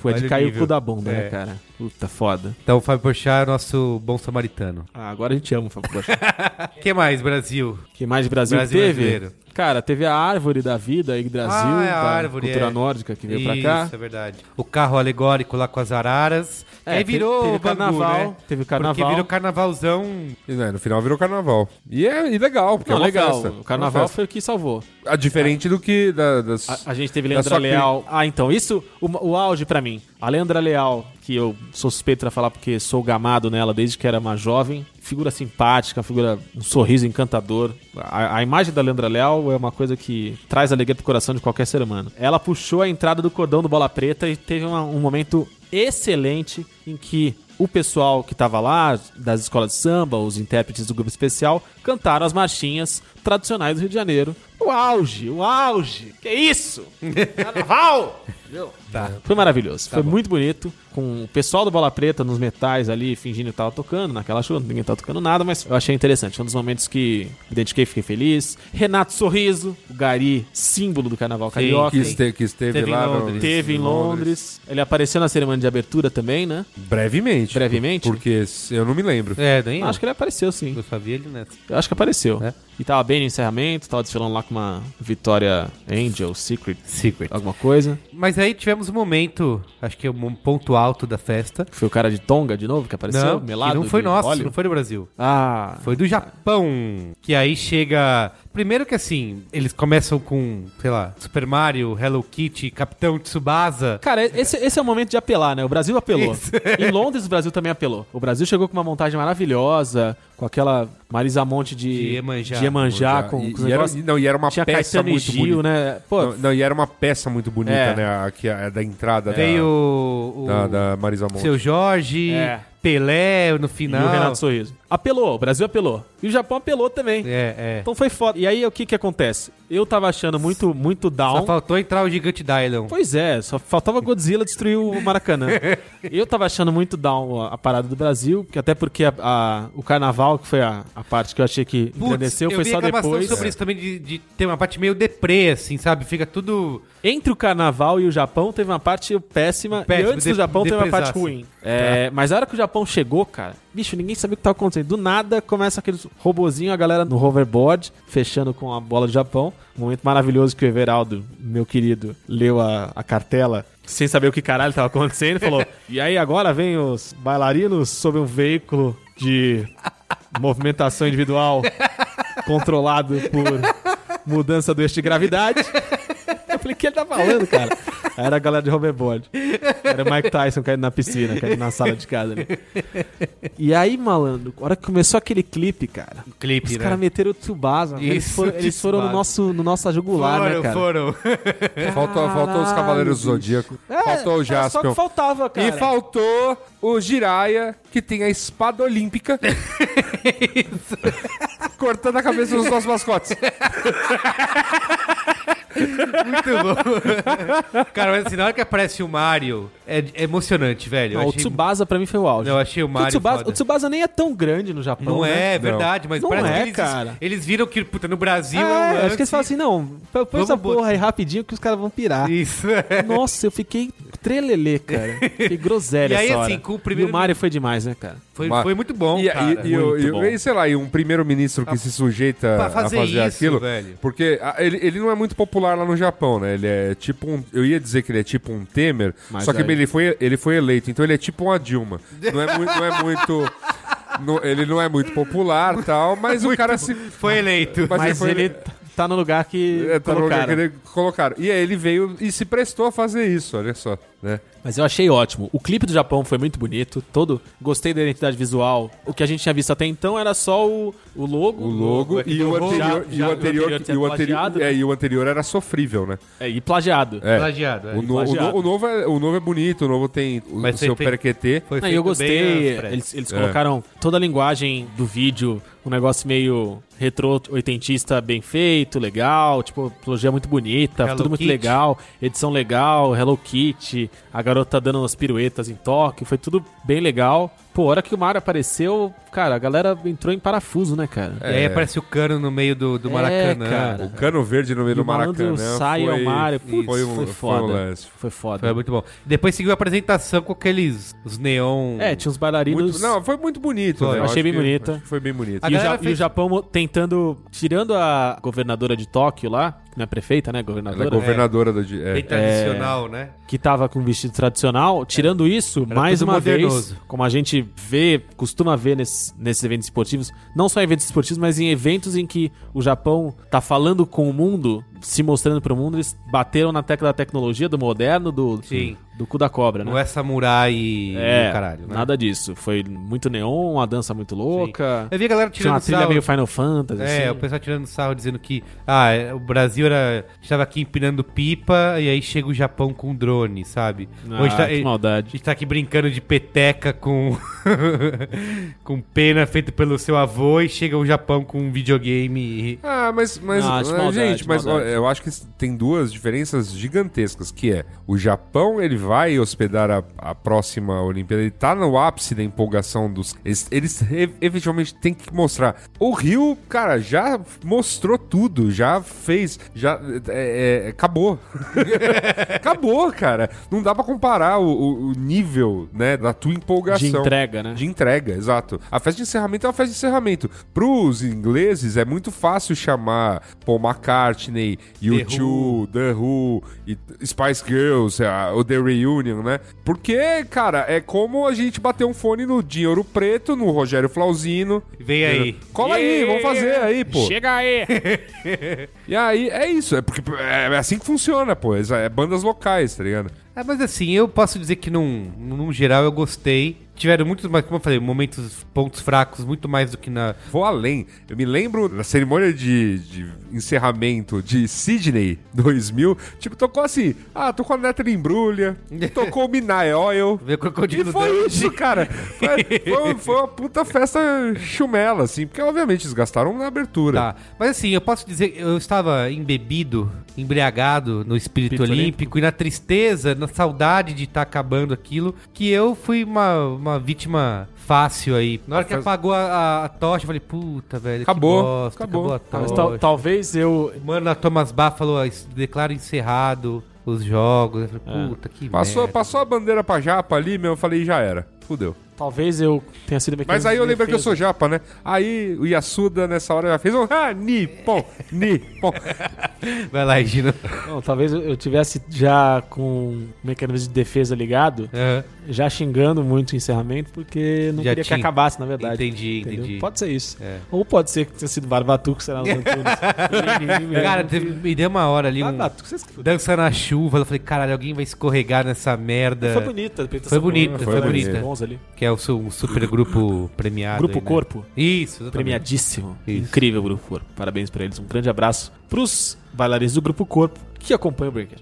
Speaker 4: Foi
Speaker 3: Olha
Speaker 4: de
Speaker 3: o
Speaker 4: cair o
Speaker 3: nível.
Speaker 4: cu da bunda, né,
Speaker 3: É.
Speaker 4: cara? Puta, foda.
Speaker 3: Então, o Fábio Porchat é o nosso bom samaritano. [LAUGHS]
Speaker 4: Ah, agora a gente ama o Fábio Porchat.
Speaker 3: O que mais, Brasil?
Speaker 4: que mais de Brasil,
Speaker 3: Brasil
Speaker 4: teve?
Speaker 3: brasileiro.
Speaker 4: Cara, teve a Árvore da Vida, Yggdrasil,
Speaker 3: Ah, é a
Speaker 4: da
Speaker 3: árvore,
Speaker 4: cultura
Speaker 3: é.
Speaker 4: nórdica que veio
Speaker 3: Isso,
Speaker 4: pra
Speaker 3: é
Speaker 4: cá.
Speaker 3: verdade. O carro alegórico lá com as araras.
Speaker 4: É,
Speaker 3: aí virou
Speaker 4: teve- teve
Speaker 3: o Bangu,
Speaker 4: carnaval,
Speaker 3: né?
Speaker 4: teve carnaval.
Speaker 3: Porque virou carnavalzão.
Speaker 5: E, né, no final virou carnaval. E é e legal, porque
Speaker 4: Não,
Speaker 5: é uma
Speaker 4: legal.
Speaker 5: festa.
Speaker 4: O carnaval
Speaker 5: Uma festa.
Speaker 4: foi o que salvou.
Speaker 5: Ah, diferente do que da, das...
Speaker 4: A, a gente teve
Speaker 3: É
Speaker 5: da
Speaker 4: Leandra
Speaker 5: sua cri-
Speaker 4: Leal. Ah, então, isso, o, o auge pra mim. A Leandra Leal, que eu sou suspeito pra falar porque sou gamado nela desde que era uma jovem. Figura simpática, figura, um sorriso encantador. A, a imagem da Leandra Leal é uma coisa que traz alegria pro coração de qualquer ser humano. Ela puxou a entrada do cordão do Bola Preta e teve uma- um momento excelente em que o pessoal que tava lá, das escolas de samba, os intérpretes do grupo especial, cantaram as marchinhas tradicionais do Rio de Janeiro. O auge, o auge! Que isso? Carnaval! Foi maravilhoso. foi muito bonito. Com o pessoal do Bola Preta nos metais ali, fingindo que tava tocando. Naquela chuva, ninguém tava tocando nada, mas eu achei interessante. Foi um dos momentos que me identifiquei, fiquei feliz. Renato Sorriso, o Gari, símbolo do carnaval carioca.
Speaker 5: que, este- que esteve
Speaker 3: Teve em
Speaker 5: lá... no-
Speaker 3: Londres.
Speaker 4: Teve em Londres. Ele apareceu na cerimônia de abertura também, né?
Speaker 5: Brevemente.
Speaker 4: Brevemente.
Speaker 5: Porque se- eu não me lembro.
Speaker 3: É, nem
Speaker 4: Acho que ele apareceu, sim.
Speaker 3: eu só vi ele né? nessa.
Speaker 4: Eu acho que apareceu.
Speaker 3: É.
Speaker 4: E tava bem no encerramento, tava desfilando lá com uma Vitória Angel, Secret,
Speaker 3: Secret.
Speaker 4: alguma coisa.
Speaker 3: Mas aí tivemos um momento, acho que é um ponto alto da festa.
Speaker 4: Foi o cara de Tonga de novo que apareceu,
Speaker 3: Não, que
Speaker 4: melado.
Speaker 3: não foi
Speaker 4: de
Speaker 3: nosso,
Speaker 4: óleo.
Speaker 3: não foi do Brasil.
Speaker 4: Ah,
Speaker 3: Foi do Japão. Que aí chega. Primeiro que assim, eles começam com, sei lá, Super Mario, Hello Kitty, Capitão Tsubasa.
Speaker 4: Cara, esse, esse é o momento de apelar, né? O Brasil apelou.
Speaker 3: Isso. é.
Speaker 4: em Londres, o Brasil também apelou. O Brasil chegou com uma montagem maravilhosa, com aquela Marisa Monte de,
Speaker 3: De Iemanjá.
Speaker 4: de Iemanjá,
Speaker 5: Já-
Speaker 4: Tá com,
Speaker 5: e,
Speaker 4: com os
Speaker 5: e era,
Speaker 4: negócios.
Speaker 5: e não, e era uma
Speaker 4: Tinha
Speaker 5: peça
Speaker 4: Caetano e
Speaker 5: muito
Speaker 4: Gil,
Speaker 5: bonita.
Speaker 4: né? Pô,
Speaker 5: Não, não, e era uma peça muito bonita,
Speaker 4: É.
Speaker 5: né? A, que a, da entrada da-
Speaker 3: Veio o,
Speaker 5: da, da Marisa Monte.
Speaker 3: seu Jorge,
Speaker 4: É.
Speaker 3: Pelé no
Speaker 4: e
Speaker 3: final.
Speaker 4: o Renato Sorriso. Apelou, o Brasil apelou. E o Japão apelou também.
Speaker 3: É, é.
Speaker 4: Então foi foda. E aí, o que que acontece? Eu tava achando muito, muito down.
Speaker 3: Só faltou entrar o Gigante Dylon.
Speaker 4: Então, Pois é, só faltava Godzilla destruir o
Speaker 3: [LAUGHS]
Speaker 4: Maracanã. Eu tava achando muito down a, a parada do Brasil, que até porque a- a- o carnaval, que foi a, a parte que eu achei que engrandeceu,
Speaker 3: eu
Speaker 4: foi
Speaker 3: vi
Speaker 4: só
Speaker 3: reclamação
Speaker 4: depois.
Speaker 3: sobre isso também, de, de ter uma parte meio deprê, assim, sabe? Fica tudo...
Speaker 4: Entre o carnaval e o Japão teve uma parte péssima,
Speaker 3: Péssimo,
Speaker 4: e antes do
Speaker 3: de-
Speaker 4: Japão teve uma parte
Speaker 3: depresaço.
Speaker 4: ruim. É, Mas a hora que o Japão chegou, cara, bicho, ninguém sabia o que tava acontecendo. Do nada começa aqueles robozinho, a galera no hoverboard, fechando com a bola do Japão. Um momento maravilhoso que o Everaldo, meu querido, leu a, a cartela sem saber o que caralho tava acontecendo, falou: E aí agora vem os bailarinos sob um veículo de movimentação individual controlado por mudança do eixo de gravidade. Eu falei, o que ele tá falando, cara? Aí Era a galera de hoverboard. Era o Mike Tyson caindo na piscina, caindo na sala de casa ali. E aí, malandro, a hora que começou aquele clipe, cara,
Speaker 3: Clipe,
Speaker 4: os
Speaker 3: né?
Speaker 4: caras meteram o Tsubasa. mano. eles
Speaker 3: Isso,
Speaker 4: foram, eles foram no
Speaker 3: Tsubasa.
Speaker 4: nosso, no nosso jugular, né, cara?
Speaker 3: foram.
Speaker 4: [LAUGHS]
Speaker 5: Faltou, faltou os Cavaleiros do Zodíaco. faltou o
Speaker 4: É, Era só
Speaker 5: Jaspion.
Speaker 4: que faltava, cara.
Speaker 5: E faltou o Jiraya, que tem a espada
Speaker 4: [LAUGHS]
Speaker 5: olímpica. Cortando a cabeça dos nossos mascotes.
Speaker 3: Cara, mas assim, na hora que aparece o Mario, é, é emocionante, velho. Eu
Speaker 4: Não, O
Speaker 3: achei-
Speaker 4: Tsubasa pra mim foi o auge.
Speaker 3: Não, eu achei o
Speaker 4: Porque
Speaker 3: Mario
Speaker 4: Tsubasa,
Speaker 3: foda.
Speaker 4: o Tsubasa nem é tão grande no Japão,
Speaker 3: Não
Speaker 4: né?
Speaker 3: é, é
Speaker 5: Não.
Speaker 3: verdade, mas
Speaker 4: Não
Speaker 3: parece
Speaker 4: é,
Speaker 3: que eles,
Speaker 4: cara.
Speaker 3: eles viram que, puta, no Brasil...
Speaker 4: Ah,
Speaker 3: é um
Speaker 4: acho que eles
Speaker 3: lance-
Speaker 4: falam assim, não, põe
Speaker 3: Vamos
Speaker 4: essa
Speaker 3: botar-
Speaker 4: porra aí rapidinho que os caras vão pirar.
Speaker 3: Isso,
Speaker 4: "Ah,
Speaker 3: é.
Speaker 4: Nossa, eu fiquei trelelê, cara. Fiquei groselha
Speaker 3: [LAUGHS] E aí,
Speaker 4: essa
Speaker 3: assim,
Speaker 4: hora.
Speaker 3: com o primeiro-
Speaker 4: E o Mario foi demais, né, cara?
Speaker 3: Foi,
Speaker 5: Mas-
Speaker 3: foi muito bom,
Speaker 5: e,
Speaker 3: cara.
Speaker 5: e, e, o-
Speaker 4: Muito
Speaker 5: e,
Speaker 4: bom.
Speaker 5: e, sei lá, e um primeiro-ministro que se sujeita
Speaker 3: pra
Speaker 5: a
Speaker 3: fazer
Speaker 5: fazer,
Speaker 3: isso,
Speaker 5: aquilo.
Speaker 3: velho.
Speaker 5: Porque a- ele, ele não é muito popular lá no Japão, né? Ele é tipo um. Eu ia dizer que ele é tipo um Temer,
Speaker 4: Mas
Speaker 5: só que
Speaker 4: aí-
Speaker 5: ele foi, ele foi eleito, então ele é tipo uma Dilma. Não é, mui- não é muito. não- ele não é muito popular tal, mas o cara se.
Speaker 3: Foi eleito.
Speaker 5: Mas,
Speaker 4: Mas
Speaker 5: ele foi
Speaker 4: ele t- tá no lugar que
Speaker 5: É, tá no lugar
Speaker 4: colocaram.
Speaker 5: que ele colocaram. E aí ele veio e se prestou a fazer isso, olha só, né?
Speaker 4: Mas eu achei ótimo. O clipe do Japão foi muito bonito, todo. Gostei da identidade visual. O que a gente tinha visto até então era só o, o logo. é
Speaker 5: O logo e o
Speaker 4: já-
Speaker 5: anterior e
Speaker 4: já-
Speaker 5: o anterior
Speaker 4: que tinha
Speaker 5: e o
Speaker 4: plagiado, né?
Speaker 5: anterior é, e o anterior era sofrível, né?
Speaker 4: é, e plagiado.
Speaker 5: É.
Speaker 3: Plagiado, é.
Speaker 5: O, no- o
Speaker 4: plagiado.
Speaker 5: no- o novo é, o novo é bonito, o novo tem o
Speaker 3: Mas
Speaker 5: seu
Speaker 3: foi feito-
Speaker 5: perquetê.
Speaker 3: Foi
Speaker 4: Não, e
Speaker 3: feito bem,
Speaker 4: eu gostei,
Speaker 3: Fred.
Speaker 4: eles, eles
Speaker 5: É.
Speaker 4: colocaram toda a linguagem do vídeo, um negócio meio retrô oitentista bem feito, legal, tipo, trilogia muito bonita,
Speaker 3: Hello
Speaker 4: tudo muito
Speaker 3: Kitty.
Speaker 4: legal, edição legal, Hello Kitty, a garota dando umas piruetas em Tóquio, foi tudo bem legal. Pô, a hora que o Mario apareceu, cara, a galera entrou em parafuso, né, cara?
Speaker 5: É,
Speaker 3: E aí aparece o cano no meio do, do
Speaker 4: É,
Speaker 3: Maracanã.
Speaker 4: cara.
Speaker 5: O cano verde no meio
Speaker 4: E
Speaker 5: do
Speaker 4: o malandro
Speaker 5: Maracanã.
Speaker 4: sai ao
Speaker 5: foi-
Speaker 4: Mario. Putz,
Speaker 5: Foi um
Speaker 4: foi
Speaker 5: foi um
Speaker 4: foda.
Speaker 5: lance.
Speaker 4: Foi foda.
Speaker 3: Foi é muito bom. Depois seguiu a apresentação com aqueles os neon.
Speaker 4: É, tinha uns bailarinos.
Speaker 5: Muito- não, foi muito bonito.
Speaker 3: Foi.
Speaker 5: né? Eu
Speaker 4: Achei
Speaker 5: acho
Speaker 4: bem
Speaker 5: que-
Speaker 4: bonita.
Speaker 5: acho que Foi bem bonito. é
Speaker 3: A
Speaker 4: E o,
Speaker 3: galera
Speaker 4: Ja- e
Speaker 3: fez-
Speaker 4: o Japão mo- tentando, tirando a governadora de Tóquio lá, que não é prefeita,
Speaker 5: Ela
Speaker 4: né?
Speaker 5: é
Speaker 4: Governadora.
Speaker 5: governadora do. di-
Speaker 3: bem
Speaker 5: É.
Speaker 3: tradicional, né?
Speaker 4: Que tava com vestido tradicional. Tirando isso, mais
Speaker 3: É. tudo
Speaker 4: uma
Speaker 3: modernoso.
Speaker 4: vez, como a gente vê, costuma ver nesses, nesses eventos esportivos, não só em eventos esportivos, mas em eventos em que o Japão tá falando com o mundo, se mostrando pro mundo, eles bateram na tecla da tecnologia, do moderno, do,
Speaker 3: Sim.
Speaker 4: do cu da cobra, né? É,
Speaker 3: Não é samurai e e o caralho, né?
Speaker 4: nada disso. Foi muito neon, uma dança muito louca.
Speaker 3: Eu vi a galera
Speaker 4: Tinha uma
Speaker 3: tirando
Speaker 4: trilha
Speaker 3: sarro.
Speaker 4: meio Final Fantasy,
Speaker 3: É, o
Speaker 4: assim.
Speaker 3: pessoal tirando sarro dizendo que ah, é, o Brasil era estava aqui empinando pipa e aí chega o Japão com drone, sabe?
Speaker 4: Ah,
Speaker 3: Hoje tá-
Speaker 4: que maldade.
Speaker 3: A gente tá aqui brincando de peteca com [LAUGHS] com pena feito pelo seu avô e chega o Japão com um videogame e
Speaker 5: Ah, mas, mas
Speaker 4: Ah, acho
Speaker 5: ah,
Speaker 4: maldade,
Speaker 5: gente, mas
Speaker 4: maldade.
Speaker 5: ó, eu acho que tem duas diferenças gigantescas, que é o Japão ele vai hospedar a, a próxima Olimpíada, ele tá no ápice da empolgação dos, eles, eles e- efetivamente têm que mostrar. O Rio, cara, já mostrou tudo, já fez, já é, é, acabou, [LAUGHS] acabou, cara. Não dá pra comparar o, o- o nível, né, da tua empolgação.
Speaker 4: de entrega, né?
Speaker 5: De entrega, exato. A festa de encerramento é uma festa de encerramento. Pros ingleses é muito fácil chamar Paul McCartney, U2, The Who, e Spice Girls, é, a- o The Reunion, né? Porque, cara, é como a gente bater um fone no Dinheiro Preto, no Rogério Flauzino.
Speaker 3: vem aí.
Speaker 5: Cola aí, vamos fazer aí, pô.
Speaker 4: Chega aí!
Speaker 5: E aí, é isso. É, porque, é é assim que funciona, pô. É bandas locais, tá ligado?
Speaker 3: [LAUGHS] É, mas assim, eu posso dizer que num, num geral eu gostei. Tiveram muitos mais, como eu falei, momentos, pontos fracos, muito mais do que na. [LAUGHS]
Speaker 5: Vou além. Eu me lembro na cerimônia de, de encerramento de Sydney 2000. Tipo, tocou assim. Ah, tocou a Natalie
Speaker 4: [LAUGHS]
Speaker 5: Embrulha. Tocou o Minai Oil.
Speaker 3: Ver o crocodilo
Speaker 5: E foi
Speaker 3: dando-
Speaker 5: isso, cara. Foi, foi- um, foi uma puta festa chumela, assim. Porque, obviamente, eles gastaram na abertura.
Speaker 3: Tá. Mas assim, eu posso dizer, eu estava embebido, embriagado no espírito
Speaker 4: Espírito
Speaker 3: olímpico,
Speaker 4: olímpico.
Speaker 3: e na tristeza, na saudade de estar acabando aquilo, que eu fui uma, uma vítima fácil aí. Na hora que
Speaker 5: faz-
Speaker 3: apagou a, a- a tocha, eu falei, puta, velho,
Speaker 5: Acabou,
Speaker 3: que bosta,
Speaker 5: acabou.
Speaker 3: acabou, a
Speaker 4: Mas
Speaker 3: tocha.
Speaker 4: tal- talvez eu.
Speaker 3: O Mano, a Thomas Bach falou, "Ah, isso- declaro encerrado os jogos. Eu falei, puta, que
Speaker 5: Passou,
Speaker 3: merda.
Speaker 5: passou a bandeira pra japa ali, meu. Eu falei, já era. Fudeu.
Speaker 4: Talvez eu tenha sido mecanismo
Speaker 5: Mas aí eu
Speaker 4: de
Speaker 5: lembrei que eu
Speaker 4: defesa.
Speaker 5: sou japa, né? Aí o Yasuda, nessa hora, já fez um. Ah, Nippon,
Speaker 4: [LAUGHS]
Speaker 5: Nippon.
Speaker 3: Vai lá, Gino.
Speaker 4: Não, talvez eu- eu tivesse já com o mecanismo de defesa ligado,
Speaker 3: Aham.
Speaker 4: já xingando muito o encerramento, porque não
Speaker 3: Já
Speaker 4: queria
Speaker 3: tinha.
Speaker 4: que acabasse, na verdade.
Speaker 3: Entendi,
Speaker 4: Entendeu?
Speaker 3: entendi.
Speaker 4: Pode ser isso.
Speaker 3: É.
Speaker 4: Ou pode ser que tenha sido Barbatuco, sei lá, os
Speaker 3: [LAUGHS]
Speaker 4: Antunes.
Speaker 3: Cara, teve- me deu uma hora ali, um
Speaker 4: Barbatuco, vocês que fuderam.
Speaker 3: dança na chuva. Eu falei, caralho, alguém vai escorregar nessa merda.
Speaker 4: Foi bonita a apresentação.
Speaker 3: Foi bonita,
Speaker 5: foi
Speaker 4: Foi
Speaker 5: bonita.
Speaker 4: bonita. Bons ali.
Speaker 3: Que é o seu, um super grupo premiado.
Speaker 4: Grupo
Speaker 3: aí, né?
Speaker 4: Corpo.
Speaker 3: Isso, exatamente.
Speaker 4: Premiadíssimo.
Speaker 3: Isso.
Speaker 4: Incrível grupo corpo. Parabéns pra eles. Um grande abraço pros bailarinos do grupo corpo que acompanham o Breaker.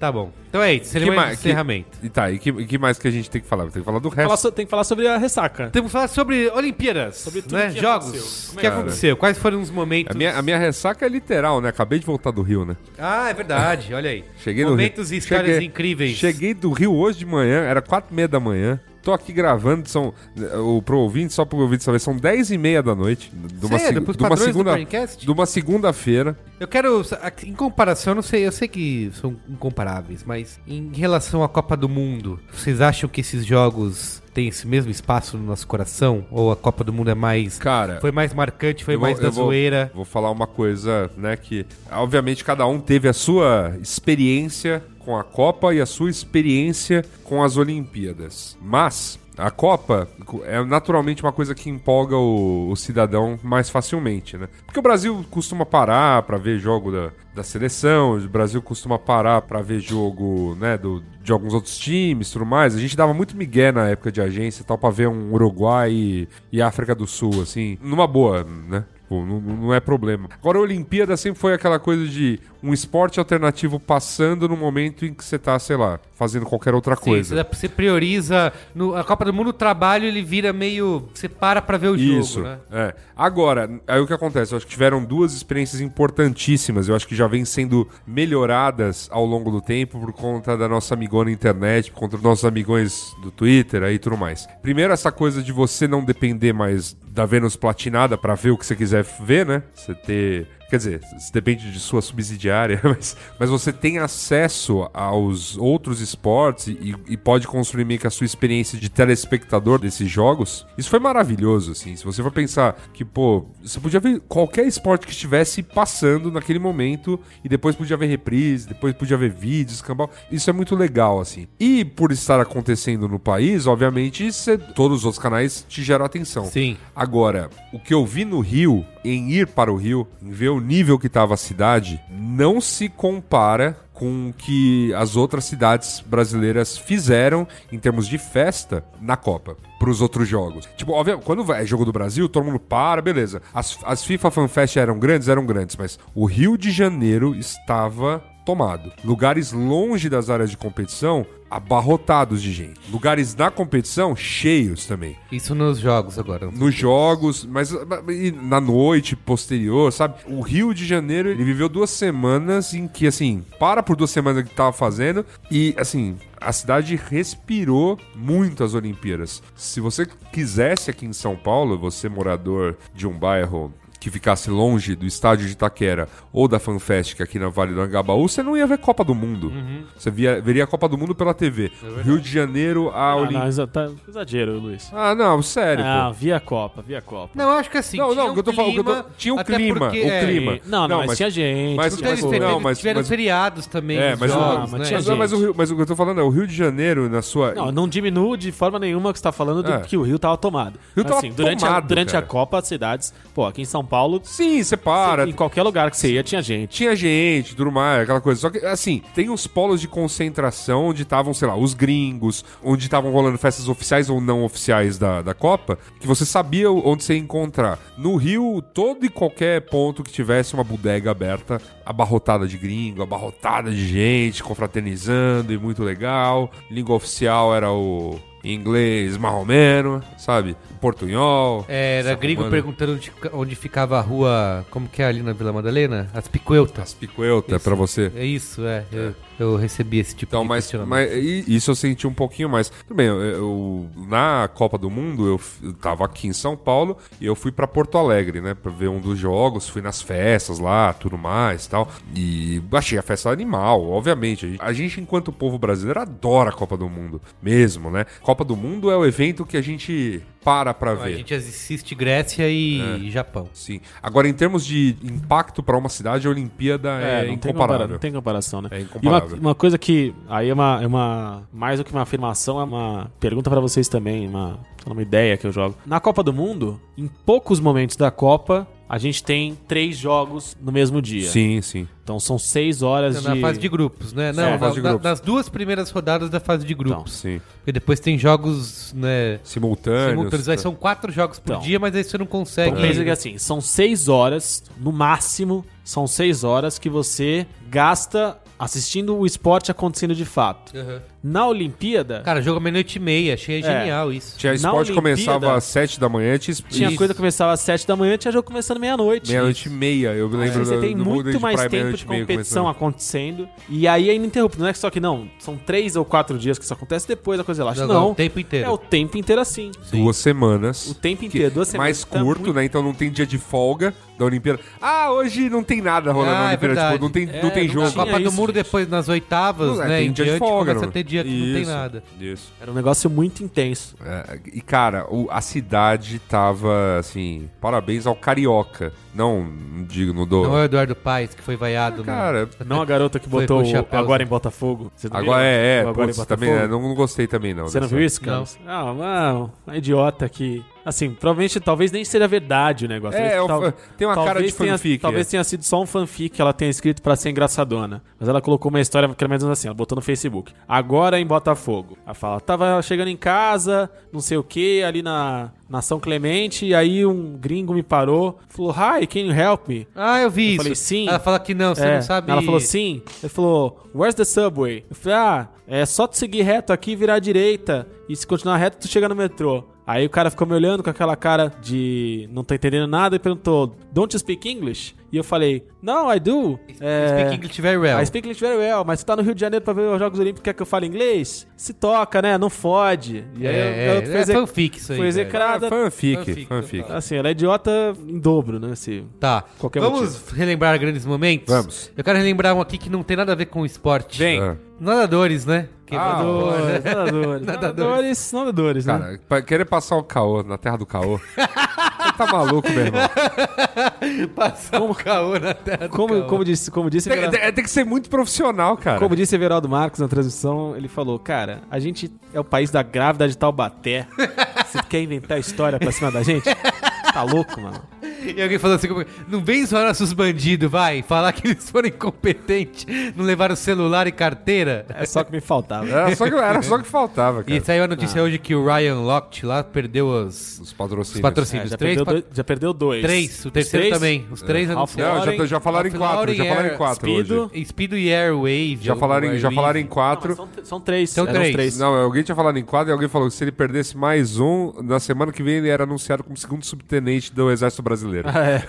Speaker 3: Tá bom. Então é isso,
Speaker 5: Que
Speaker 3: cerimônia
Speaker 5: ma-
Speaker 3: de
Speaker 5: que-
Speaker 3: encerramento.
Speaker 5: E tá, e que, e que mais que a gente tem que falar? Tem que falar do resto.
Speaker 4: Falar so- tem que falar sobre a ressaca.
Speaker 3: Temos que falar sobre Olimpíadas,
Speaker 4: Sobre tudo
Speaker 3: né?
Speaker 4: que
Speaker 3: Jogos.
Speaker 4: aconteceu.
Speaker 3: O que
Speaker 4: Como é que-
Speaker 3: aconteceu? Quais foram os momentos?
Speaker 5: A minha, a minha ressaca é literal, né? Acabei de voltar do Rio, né?
Speaker 3: Ah, é verdade, olha aí.
Speaker 5: Cheguei no
Speaker 3: momentos
Speaker 5: Rio.
Speaker 3: e histórias
Speaker 5: Cheguei-
Speaker 3: incríveis.
Speaker 5: Cheguei do Rio hoje de manhã, era quatro e meia da manhã. Tô aqui gravando, são. O, pro ouvinte, só pro ouvinte saber, são dez e meia da noite. De uma,
Speaker 3: Sério?
Speaker 5: seg-
Speaker 3: Pros
Speaker 5: de uma
Speaker 3: padrões do
Speaker 5: segunda.
Speaker 3: Braincast?
Speaker 5: de uma segunda-feira.
Speaker 3: Eu quero, em comparação, eu não sei, eu sei que são incomparáveis, mas em relação à Copa do Mundo, vocês acham que esses jogos têm esse mesmo espaço no nosso coração? Ou a Copa do Mundo é mais...
Speaker 5: Cara.
Speaker 3: Foi mais marcante, foi
Speaker 5: eu
Speaker 3: mais
Speaker 5: vou-
Speaker 3: da
Speaker 5: eu vou-
Speaker 3: zoeira?
Speaker 5: Vou falar uma coisa, né? Que obviamente cada um teve a sua experiência com a Copa e a sua experiência com as Olimpíadas. Mas a Copa é naturalmente uma coisa que empolga o, o cidadão mais facilmente, né? Porque o Brasil costuma parar pra ver jogo da, da seleção, o Brasil costuma parar pra ver jogo, né, do, de alguns outros times, tudo mais. A gente dava muito migué na época de agência, e tal pra ver um Uruguai e, e África do Sul assim, numa boa, né? Tipo, não, não é problema. Agora, a Olimpíada sempre foi aquela coisa de um esporte alternativo passando no momento em que você tá, sei lá, fazendo qualquer outra
Speaker 3: Sim,
Speaker 5: coisa.
Speaker 3: você- é Você prioriza. No, a Copa do Mundo, o trabalho ele vira meio. Você para pra ver o jogo,
Speaker 5: Isso.
Speaker 3: né?
Speaker 5: é. Agora, aí o que acontece? Eu acho que tiveram duas experiências importantíssimas. Eu acho que já vêm sendo melhoradas ao longo do tempo por conta da nossa amigona internet, por conta dos nossos amigões do Twitter aí e tudo mais. Primeiro, essa coisa de você não depender mais da Vênus platinada pra ver o que você quiser ver, né? Você ter. Quer dizer, isso depende de sua subsidiária, [LAUGHS] mas, mas você tem acesso aos outros esportes e, e pode construir meio que a sua experiência de telespectador desses jogos. Isso foi maravilhoso, assim. Se você for pensar que, pô, você podia ver qualquer esporte que estivesse passando naquele momento e depois podia ver reprise, depois podia ver vídeos, cambal. Isso é muito legal, assim. E por estar acontecendo no país, obviamente, cê- todos os outros canais te geram atenção.
Speaker 3: Sim.
Speaker 5: Agora, o que eu vi no Rio, em ir para o Rio, em ver o nível que estava a cidade, não se compara com o que as outras cidades brasileiras fizeram em termos de festa na Copa para os outros jogos. Tipo, óbvio, quando vai é jogo do Brasil, todo mundo para, beleza. As, as FIFA Fan Fest eram grandes, eram grandes, mas o Rio de Janeiro estava tomado. Lugares longe das áreas de competição, abarrotados de gente. Lugares na competição, cheios também
Speaker 3: Isso nos jogos agora.
Speaker 5: nos jogos, mas e na noite posterior, sabe? O Rio de Janeiro, ele viveu duas semanas em que, assim, para por duas semanas que tava fazendo e, assim, a cidade respirou muito as Olimpíadas. Se você quisesse aqui em São Paulo, você morador de um bairro que ficasse longe do estádio de Itaquera ou da FanFest, que é aqui na Vale do Angabaú, você não ia ver Copa do Mundo. Você via- veria a Copa do Mundo pela TV. Rio de Janeiro, a
Speaker 4: Ah,
Speaker 5: Olimpíada...
Speaker 4: não, exa- tá- exagero, Luiz.
Speaker 5: Ah, não, sério, pô.
Speaker 4: Ah, via Copa, via Copa.
Speaker 3: Não, eu acho que assim.
Speaker 5: Não,
Speaker 3: tinha
Speaker 5: não, o que eu tô falando, o que eu tô-
Speaker 3: clima,
Speaker 5: tinha um
Speaker 3: até
Speaker 5: clima,
Speaker 3: porque-
Speaker 5: o
Speaker 3: é,
Speaker 5: clima.
Speaker 4: Não, não,
Speaker 5: Não,
Speaker 4: mas,
Speaker 5: mas-
Speaker 4: tinha gente.
Speaker 5: mas-
Speaker 4: tinha
Speaker 3: Então eles
Speaker 5: Não,
Speaker 4: coisa.
Speaker 3: tiveram,
Speaker 5: mas-
Speaker 3: tiveram
Speaker 5: mas-
Speaker 3: feriados também.
Speaker 5: É,
Speaker 3: nos
Speaker 5: mas o-
Speaker 3: jogos,
Speaker 4: mas
Speaker 3: né?
Speaker 4: tinha
Speaker 5: Mas, mas o Rio, mas o que eu tô falando é, o Rio de Janeiro, na sua.
Speaker 4: Não, não diminuo de forma nenhuma que você tá falando do
Speaker 5: É.
Speaker 4: que o Rio tava tomado.
Speaker 5: Rio
Speaker 4: Mas, assim,
Speaker 5: tava
Speaker 4: durante a,
Speaker 5: tomado,
Speaker 4: durante a
Speaker 5: cara.
Speaker 4: Copa, as cidades, pô, aqui em São Paulo,
Speaker 5: Sim, você para.
Speaker 4: em qualquer lugar que você ia, tinha gente.
Speaker 5: Tinha gente, tudo mais, aquela coisa. Só que, assim, tem os polos de concentração onde estavam, sei lá, os gringos, onde estavam rolando festas oficiais ou não oficiais da, da Copa, que você sabia o- onde você ia encontrar. No Rio, todo e qualquer ponto que tivesse uma bodega aberta, abarrotada de gringo, abarrotada de gente, confraternizando e muito legal. Língua oficial era o inglês marromeno, sabe? Portunhol.
Speaker 3: É, Era gringo
Speaker 5: Mano.
Speaker 3: perguntando onde, fica- onde ficava a rua. Como que é ali na Vila Madalena? As Picueltas.
Speaker 5: As picueltas pra você.
Speaker 3: É isso, é. Eu, eu recebi esse tipo
Speaker 5: Então,
Speaker 3: de
Speaker 5: mas,
Speaker 3: questionamento.
Speaker 5: mas e- isso eu senti um pouquinho mais. Tudo bem, eu, eu- na Copa do Mundo, eu, f- eu tava aqui em São Paulo e eu fui pra Porto Alegre, né? Pra ver um dos jogos, fui nas festas lá, tudo mais tal. E achei a festa animal, obviamente. A gente- A gente, enquanto povo brasileiro, adora a Copa do Mundo, mesmo, né? Copa do Mundo é o evento que a gente para pra
Speaker 3: Então, A
Speaker 5: ver. É.
Speaker 3: gente assiste Grécia e Japão.
Speaker 5: Sim. Agora, em termos de impacto pra uma cidade, a Olimpíada é,
Speaker 4: não tem, compara-
Speaker 5: incomparável.
Speaker 4: não tem comparação, né?
Speaker 5: É
Speaker 4: E
Speaker 5: incomparável.
Speaker 4: uma, uma coisa que. Aí é uma, é uma. Mais do que uma afirmação, é uma pergunta pra vocês também, uma, sei lá, uma ideia que eu jogo. Na Copa do Mundo, em poucos momentos da Copa, a gente tem três jogos no mesmo dia.
Speaker 5: Sim, sim.
Speaker 4: Então são seis horas
Speaker 3: É Na
Speaker 4: de.
Speaker 3: fase de grupos, né? Não,
Speaker 5: na
Speaker 3: na-
Speaker 5: fase de
Speaker 3: na-
Speaker 5: grupos.
Speaker 3: nas duas primeiras rodadas da fase de
Speaker 4: então,
Speaker 3: grupos.
Speaker 5: Sim.
Speaker 3: Porque depois tem jogos, né?
Speaker 5: Simultâneos.
Speaker 3: Simultâneos. Aí são quatro jogos por
Speaker 4: Então.
Speaker 3: dia, mas aí você não consegue.
Speaker 4: Então pensa que assim, são seis horas, no máximo, são seis horas que você gasta assistindo o esporte acontecendo de fato.
Speaker 3: Aham.
Speaker 4: Na Olimpíada,
Speaker 3: Cara, jogo é meia-noite e meia. Achei genial isso.
Speaker 5: Tinha
Speaker 4: Na
Speaker 5: esporte que começava
Speaker 4: Olimpíada-
Speaker 5: às 7 da manhã, tinha,
Speaker 4: tinha coisa que começava às sete da manhã, tinha jogo começando meia-noite.
Speaker 5: Meia-noite e meia, eu
Speaker 4: Aí
Speaker 5: lembro
Speaker 4: assim, Você
Speaker 5: do-
Speaker 4: tem
Speaker 5: do Golden
Speaker 4: muito mais
Speaker 5: Prime,
Speaker 4: tempo
Speaker 5: meia-noite
Speaker 4: de
Speaker 5: e meia
Speaker 4: competição
Speaker 5: começando.
Speaker 4: acontecendo. E aí é ininterrupto. Não é que só que não, são três ou quatro dias que isso acontece, depois a coisa relaxa.
Speaker 3: Não,
Speaker 4: Não,
Speaker 3: não, o tempo inteiro.
Speaker 4: É o tempo inteiro assim.
Speaker 5: Duas semanas.
Speaker 4: O tempo inteiro, duas semanas.
Speaker 5: Mais
Speaker 4: Tá
Speaker 5: curto,
Speaker 4: muito-
Speaker 5: né? Então não tem dia de folga da Olimpíada. Ah, hoje não tem nada rolando na
Speaker 3: Ah, é
Speaker 5: Olimpíada.
Speaker 3: verdade.
Speaker 5: tipo, não tem, não
Speaker 4: É,
Speaker 5: tem
Speaker 4: não
Speaker 5: jogo.
Speaker 3: A Copa do
Speaker 4: isso,
Speaker 3: Mundo
Speaker 4: gente.
Speaker 3: depois nas oitavas,
Speaker 5: Não, é,
Speaker 3: né?
Speaker 5: tem
Speaker 3: Em
Speaker 5: dia de
Speaker 3: diante
Speaker 5: folga,
Speaker 3: começa
Speaker 5: não.
Speaker 3: a ter dia que não tem
Speaker 5: Isso.
Speaker 3: nada.
Speaker 5: Isso.
Speaker 4: Era um negócio muito intenso.
Speaker 5: É, e, cara, o- a cidade tava, assim... Parabéns ao Carioca. Não, não digo, não dou...
Speaker 3: Não é o Eduardo Paes que foi vaiado, né?
Speaker 5: Ah, Cara,
Speaker 4: Não a garota que
Speaker 3: Foi
Speaker 4: botou
Speaker 3: com
Speaker 4: o
Speaker 3: chapéu,
Speaker 4: agora
Speaker 3: né?
Speaker 4: em Botafogo. Você não
Speaker 5: agora
Speaker 4: viu?
Speaker 5: é,
Speaker 4: O
Speaker 5: é.
Speaker 4: agora
Speaker 5: putz,
Speaker 4: em Botafogo.
Speaker 5: também, é, não, não gostei também, não.
Speaker 4: Você não
Speaker 5: dessa-
Speaker 4: viu isso, cara? Ah, uma, uma idiota que Assim, provavelmente, talvez nem seja verdade o negócio.
Speaker 5: É, é um
Speaker 4: Tal-
Speaker 5: fan- tem uma cara
Speaker 4: talvez
Speaker 5: de
Speaker 4: tenha-
Speaker 5: fanfic,
Speaker 4: Talvez
Speaker 5: é.
Speaker 4: tenha sido só um fanfic que ela tenha escrito pra ser engraçadona. Mas ela colocou uma história, pelo menos assim, ela botou no Facebook. Agora em Botafogo. Ela fala, tava chegando em casa, não sei o que, ali na, na São Clemente, e aí um gringo me parou, falou, hi, can you help me?
Speaker 3: Ah, eu vi
Speaker 4: Eu
Speaker 3: isso.
Speaker 4: falei, sim.
Speaker 3: Ela fala que não, você
Speaker 4: É,
Speaker 3: não sabe.
Speaker 4: Ela falou sim. Ele falou, where's the subway? Eu falei, ah, é só tu seguir reto aqui e virar à direita. E se continuar reto, tu chega no metrô. Aí o cara ficou me olhando com aquela cara de não tô entendendo nada e perguntou, don't you speak English? E eu falei, no, I do. É,
Speaker 3: Speak English very well.
Speaker 4: I speak English very well, mas tu tá no Rio de Janeiro pra ver os Jogos Olímpicos, quer que eu fale inglês? Se toca, né? Não fode. E aí o
Speaker 3: é,
Speaker 4: garoto
Speaker 3: é, é
Speaker 4: foi exec-
Speaker 3: fanfic isso aí.
Speaker 4: foi
Speaker 3: velho. Ah,
Speaker 4: execrada.
Speaker 5: Fanfic,
Speaker 3: Fanfic,
Speaker 5: fanfic.
Speaker 4: Assim, ela é idiota em dobro, né? Se...
Speaker 3: Tá.
Speaker 4: Qualquer
Speaker 3: Vamos
Speaker 4: motivo.
Speaker 3: relembrar grandes momentos?
Speaker 5: Vamos.
Speaker 3: Eu quero relembrar um aqui que não tem nada a ver com esporte.
Speaker 4: Vem.
Speaker 5: Ah.
Speaker 3: Nadadores, né? Quebrador.
Speaker 4: Nadadores,
Speaker 3: [LAUGHS]
Speaker 4: nadadores, nadadores, nadadores, né?
Speaker 5: Cara, pra querer passar o caô na terra do
Speaker 4: [LAUGHS]
Speaker 5: caô. Você tá maluco, meu irmão.
Speaker 3: [LAUGHS] Passar um caô na terra do
Speaker 4: Como,
Speaker 3: caô.
Speaker 4: como disse, como disse,
Speaker 5: Tem,
Speaker 4: Evera-
Speaker 5: tem- tem que ser muito profissional, cara.
Speaker 4: como disse Everaldo Marques na transmissão, ele falou: Cara, a gente é o país da grávida de Taubaté. Você quer inventar história pra cima da gente?
Speaker 3: [LAUGHS]
Speaker 4: Tá louco, mano.
Speaker 3: E alguém falou assim, como, não vem zoar nossos bandidos, vai. Falar que eles foram incompetentes, não levaram celular e carteira.
Speaker 4: É só o que me faltava.
Speaker 5: Era É, só que, era só que faltava, cara.
Speaker 3: E saiu a
Speaker 4: tá.
Speaker 3: notícia hoje que o Ryan Lochte lá perdeu os,
Speaker 5: Os patrocínios.
Speaker 3: os
Speaker 4: É,
Speaker 3: patrocínios.
Speaker 4: já,
Speaker 3: três,
Speaker 4: perdeu
Speaker 3: pa-
Speaker 4: dois, já perdeu dois.
Speaker 3: três, o
Speaker 4: Os
Speaker 3: terceiro
Speaker 4: três, É,
Speaker 3: também. Os três
Speaker 4: Ralph
Speaker 3: anunciaram.
Speaker 5: Não, já,
Speaker 4: Lauren, é,
Speaker 5: já falaram em
Speaker 3: Ralph
Speaker 5: quatro. Já
Speaker 3: Lauren,
Speaker 5: falaram em
Speaker 3: Air-
Speaker 5: quatro
Speaker 4: Speedo.
Speaker 5: hoje.
Speaker 3: Speedo e Airwave.
Speaker 5: Já falaram, em, já falaram em quatro.
Speaker 4: Não, mas são, são três.
Speaker 3: São
Speaker 4: eram
Speaker 3: três.
Speaker 5: Não, é, alguém tinha falado em quadro e alguém falou que se ele perdesse mais um, na semana que vem ele era anunciado como segundo subtenente do Exército Brasileiro.
Speaker 4: Ah,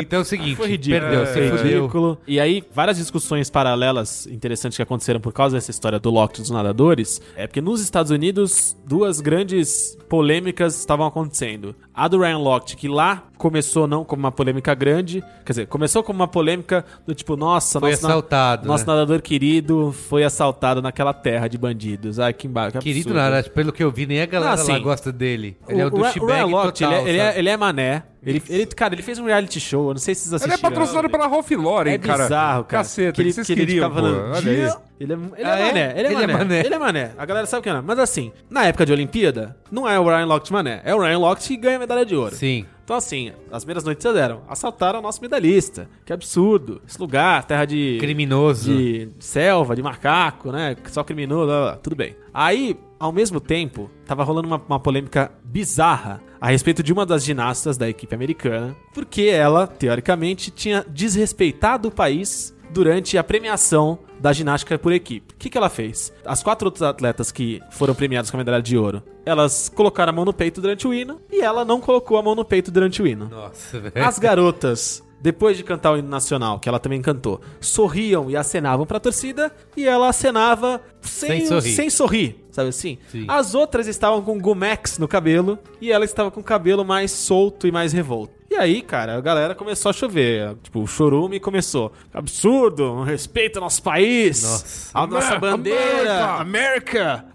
Speaker 3: Então é o seguinte,
Speaker 4: [LAUGHS] Foi ridículo.
Speaker 3: perdeu, se
Speaker 5: É.
Speaker 4: foi
Speaker 3: fudeu.
Speaker 4: ridículo. E aí, várias discussões paralelas interessantes que aconteceram por causa dessa história do lockdown dos nadadores é porque nos Estados Unidos, duas grandes polêmicas estavam acontecendo. A do Ryan Lochte, que lá começou não como uma polêmica grande, quer dizer, começou como uma polêmica do tipo, nossa,
Speaker 3: Foi
Speaker 4: nosso na-
Speaker 3: assaltado,
Speaker 4: nosso
Speaker 3: né?
Speaker 4: nadador querido foi assaltado naquela terra de bandidos. Ai, que embaixo.
Speaker 3: Querido nada, pelo que eu vi, nem a galera
Speaker 4: Ah,
Speaker 3: lá
Speaker 4: sim.
Speaker 3: gosta dele.
Speaker 4: O,
Speaker 3: Ele é um
Speaker 4: o Ra- o Ryan
Speaker 3: douchebag
Speaker 4: Lochte,
Speaker 3: total,
Speaker 4: ele, é, ele, é,
Speaker 3: sabe?
Speaker 4: ele é mané. Ele, ele- cara, ele fez um reality show, eu não sei se vocês
Speaker 5: Ele é
Speaker 4: assistiram.
Speaker 5: patrocinado pela Ralph Lauren,
Speaker 4: É
Speaker 5: cara.
Speaker 4: bizarro, cara.
Speaker 5: Caceta, que,
Speaker 4: ele-
Speaker 5: vocês
Speaker 4: ele
Speaker 5: queriam,
Speaker 4: ficava
Speaker 5: pô.
Speaker 4: falando,
Speaker 5: Olha
Speaker 4: "Dia".
Speaker 5: isso.
Speaker 4: Ele é, ele,
Speaker 3: Ah, é?
Speaker 4: é mané, ele é
Speaker 3: Ele é
Speaker 4: mané,
Speaker 3: mané.
Speaker 4: ele é mané. A galera sabe que não é. Mas assim, na época de Olimpíada, não é o Ryan Lochte mané. É o Ryan Lochte que ganha medalha de ouro.
Speaker 3: Sim.
Speaker 4: Então assim, as primeiras notícias eram, assaltaram o nosso medalhista. Que absurdo. Esse lugar, terra de...
Speaker 3: Criminoso.
Speaker 4: De selva, de macaco, né? Só criminoso, blá, blá, blá. tudo bem. Aí, ao mesmo tempo, tava rolando uma, uma polêmica bizarra a respeito de uma das ginastas da equipe americana, porque ela, teoricamente, tinha desrespeitado o país durante a premiação da ginástica por equipe. O que, que ela fez? As quatro outras atletas que foram premiadas com a medalha de ouro, elas colocaram a mão no peito durante o hino e ela não colocou a mão no peito durante o hino.
Speaker 3: Nossa, velho.
Speaker 4: [LAUGHS] As garotas, depois de cantar o hino nacional, que ela também cantou, sorriam e acenavam pra torcida e ela acenava sem,
Speaker 3: Sem sorrir.
Speaker 4: sem sorrir, sabe assim?
Speaker 3: Sim.
Speaker 4: As outras estavam com Gumex no cabelo e ela estava com o cabelo mais solto e mais revolto. E aí, cara, a galera começou a chover. Tipo, o chorume começou. Absurdo, não respeita nosso país,
Speaker 3: Nossa.
Speaker 4: a nossa
Speaker 5: Amer-
Speaker 4: bandeira, América.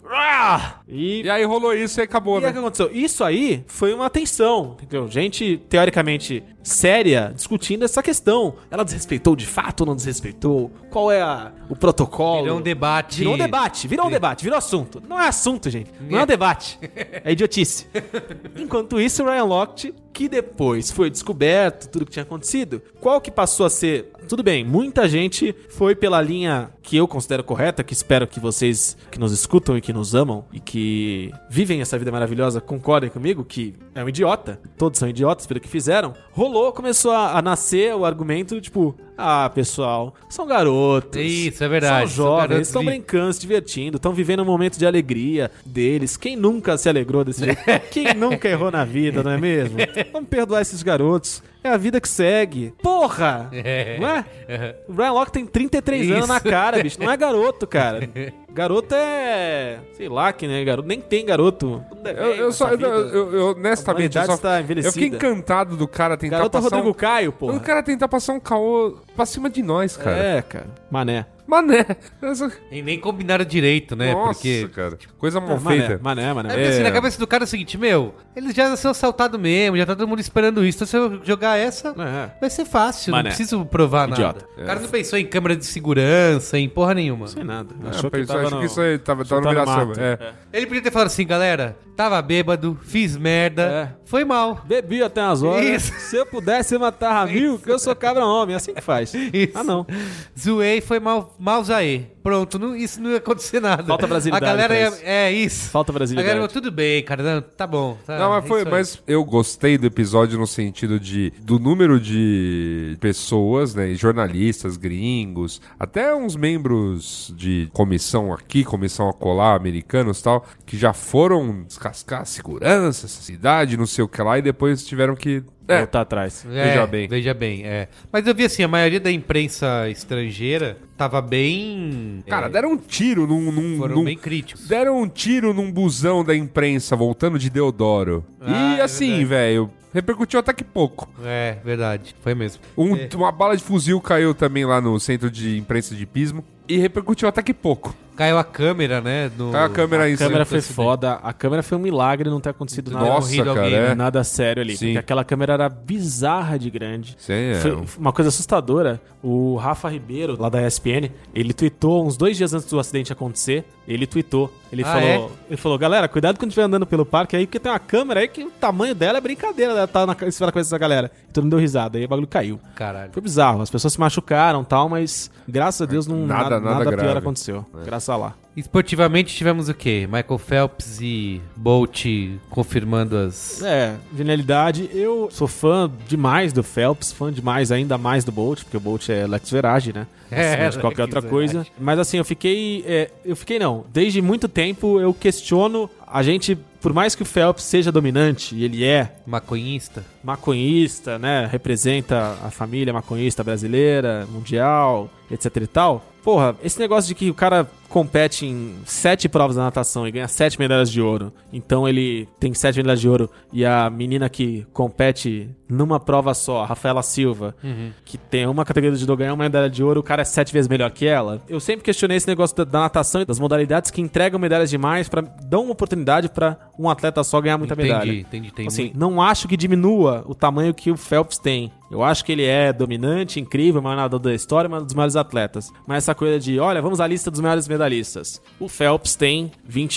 Speaker 4: E
Speaker 5: E aí rolou isso e acabou,
Speaker 4: e aí o
Speaker 5: né?
Speaker 4: que aconteceu? Isso aí foi uma tensão, entendeu? Gente, teoricamente, séria, discutindo essa questão. Ela desrespeitou de fato ou não desrespeitou? Qual é a- o protocolo?
Speaker 3: Virou um debate.
Speaker 4: Virou um debate, virou um debate, virou assunto. Não é assunto, gente. Não é
Speaker 3: [LAUGHS]
Speaker 4: um debate. É idiotice. Enquanto isso, o Ryan Lochte, que depois foi descoberto tudo que tinha acontecido, qual que passou a ser. Tudo bem, muita gente foi pela linha que eu considero correta, que espero que vocês que nos escutam e que nos amam e que vivem essa vida maravilhosa concordem comigo, que é um idiota. Todos são idiotas pelo que fizeram. Rolou, começou a, a nascer o argumento, tipo, ah, pessoal, são garotos.
Speaker 3: Isso, é verdade.
Speaker 4: São
Speaker 3: São
Speaker 4: jovens,
Speaker 3: garotos
Speaker 4: estão
Speaker 3: li-
Speaker 4: brincando, se divertindo, estão vivendo um momento de alegria deles. Quem nunca se alegrou
Speaker 5: [LAUGHS]
Speaker 4: desse jeito? Quem nunca errou na vida, não é mesmo? Vamos perdoar esses garotos. É a vida que segue. Porra!
Speaker 3: É.
Speaker 4: Não é? O Brian Locke tem 33 anos
Speaker 3: Isso.
Speaker 4: na cara, bicho. Não é
Speaker 5: [LAUGHS]
Speaker 4: garoto, cara. Garoto é. Sei lá que né, garoto. Nem tem garoto. É,
Speaker 5: Eu, eu só, eu, eu- eu- honestamente, eu,
Speaker 4: humanidade
Speaker 5: só,
Speaker 4: está
Speaker 5: eu fiquei
Speaker 4: envelhecida.
Speaker 5: encantado do cara tentar
Speaker 4: Garoto é
Speaker 5: passar
Speaker 4: Rodrigo
Speaker 5: um,
Speaker 4: Caio,
Speaker 5: do
Speaker 4: porra.
Speaker 5: cara tentar passar um caô pra cima de nós, cara.
Speaker 4: É, cara. Mané.
Speaker 5: Mané. Essa...
Speaker 4: É,
Speaker 3: E nem combinaram direito, né?
Speaker 5: Nossa,
Speaker 3: porque.
Speaker 5: cara. Coisa mal
Speaker 4: Mané,
Speaker 5: feita.
Speaker 4: mané, mané.
Speaker 3: Aí eu pensei,
Speaker 5: assim, né,
Speaker 3: na cabeça do cara é o seguinte, meu, eles já são assaltados mesmo, já tá todo mundo esperando isso. Então se eu jogar essa,
Speaker 4: É.
Speaker 3: vai ser fácil,
Speaker 4: Mané.
Speaker 3: não preciso provar
Speaker 4: Idiota.
Speaker 3: nada. O cara não pensou em câmera de segurança, em porra nenhuma.
Speaker 4: Sem nada.
Speaker 5: É,
Speaker 4: Achou que
Speaker 5: pensou,
Speaker 4: tava
Speaker 5: acho
Speaker 4: no-
Speaker 5: que isso aí tava, tava no
Speaker 4: tá no
Speaker 5: Mirassama.
Speaker 4: mato.
Speaker 5: É.
Speaker 3: Ele podia ter falado assim, galera, tava bêbado, fiz merda,
Speaker 4: É.
Speaker 3: foi mal.
Speaker 4: Bebi até umas horas.
Speaker 3: Isso.
Speaker 4: Se eu pudesse, eu matava mil, que eu sou cabra homem. É assim
Speaker 5: [LAUGHS]
Speaker 4: que faz.
Speaker 3: Isso.
Speaker 4: Ah, não.
Speaker 3: Zoei, foi mal, mal zaê. Pronto, não- isso não ia acontecer nada.
Speaker 4: Falta brasilidade
Speaker 3: A galera
Speaker 4: pra
Speaker 3: ia-
Speaker 4: isso.
Speaker 3: é isso.
Speaker 4: Falta
Speaker 3: A galera,
Speaker 4: brasileiro.
Speaker 3: falou, tudo bem, cara, não, tá bom. tá,
Speaker 5: Não, mas
Speaker 3: é
Speaker 5: foi,
Speaker 3: isso aí."
Speaker 5: mas eu gostei do episódio no sentido de do número de pessoas, né, e jornalistas, gringos, até uns membros de comissão aqui, comissão acolá, americanos, e tal, que já foram descascar a segurança, essa cidade, não sei o que lá, e depois tiveram que é,
Speaker 4: Voltar atrás.
Speaker 3: É,
Speaker 5: Veja bem.
Speaker 3: Veja bem, é. Mas eu vi assim, a maioria da imprensa estrangeira tava bem.
Speaker 5: Cara,
Speaker 3: é,
Speaker 5: deram um tiro num. num-
Speaker 3: foram
Speaker 5: num-
Speaker 3: bem críticos.
Speaker 5: Deram um tiro num busão da imprensa voltando de Deodoro.
Speaker 3: Ah,
Speaker 5: e
Speaker 3: é
Speaker 5: assim,
Speaker 3: verdade.
Speaker 5: velho, repercutiu até que pouco.
Speaker 3: É, verdade. Foi mesmo.
Speaker 5: Um- Uma bala de fuzil caiu também lá no centro de imprensa de Pismo. E repercutiu até que pouco.
Speaker 3: Caiu a câmera, né? No...
Speaker 5: Tá a câmera aí.
Speaker 4: A câmera
Speaker 5: sim.
Speaker 4: foi foda. A câmera foi um milagre não ter acontecido nada.
Speaker 5: Nossa,
Speaker 3: morrido
Speaker 5: cara,
Speaker 3: alguém,
Speaker 5: é.
Speaker 4: Nada sério ali.
Speaker 5: Sim.
Speaker 4: Porque aquela câmera era bizarra de grande.
Speaker 5: Sim, é.
Speaker 4: Foi foi uma coisa assustadora. O Rafa Ribeiro, lá da ESPN, ele tweetou uns dois dias antes do acidente acontecer. Ele tweetou. Ele,
Speaker 3: Ah,
Speaker 5: é?
Speaker 4: falou, ele falou: galera, cuidado quando estiver andando pelo parque aí, porque tem uma câmera aí que o tamanho dela é brincadeira. Ela tá na esfera com essa galera. E todo mundo deu risada. Aí o bagulho caiu.
Speaker 3: Caralho.
Speaker 4: Foi bizarro. As pessoas se machucaram e tal, mas graças a Deus não,
Speaker 5: Nada-
Speaker 4: nada,
Speaker 5: nada
Speaker 4: nada pior
Speaker 5: grave.
Speaker 4: aconteceu. Graças a lá.
Speaker 3: Esportivamente tivemos o quê? Michael Phelps e Bolt confirmando as.
Speaker 4: É, genialidade. Eu sou fã demais do Phelps, fã demais, ainda mais do Bolt, porque o Bolt é Lex Verage, né?
Speaker 3: É,
Speaker 4: Acima de qualquer
Speaker 3: Lex
Speaker 4: outra
Speaker 3: Verage.
Speaker 4: coisa. Mas assim, eu fiquei. é, eu fiquei não. Desde muito tempo eu questiono a gente, por mais que o Phelps seja dominante, e ele é
Speaker 3: Maconhista?
Speaker 4: maconhista, né? Representa a família maconhista brasileira, mundial, etc e tal. Porra, esse negócio de que o cara compete em sete provas da natação e ganha sete medalhas de ouro. Então ele tem sete medalhas de ouro e a menina que compete numa prova só, a Rafaela Silva, que tem uma categoria de judô ganhar uma medalha de ouro, o cara é sete vezes melhor que ela. Eu sempre questionei esse negócio da, da natação e das modalidades que entregam medalhas demais para dão uma oportunidade pra um atleta só ganhar muita
Speaker 3: entendi,
Speaker 4: medalha.
Speaker 3: entendi, tem
Speaker 4: Assim,
Speaker 3: muito-
Speaker 4: não acho que diminua o tamanho que o Phelps tem. Eu acho que ele é dominante, incrível, maior nadador da história, mas um dos maiores atletas. Mas essa coisa de, olha, vamos à lista dos maiores medalhistas. O Phelps tem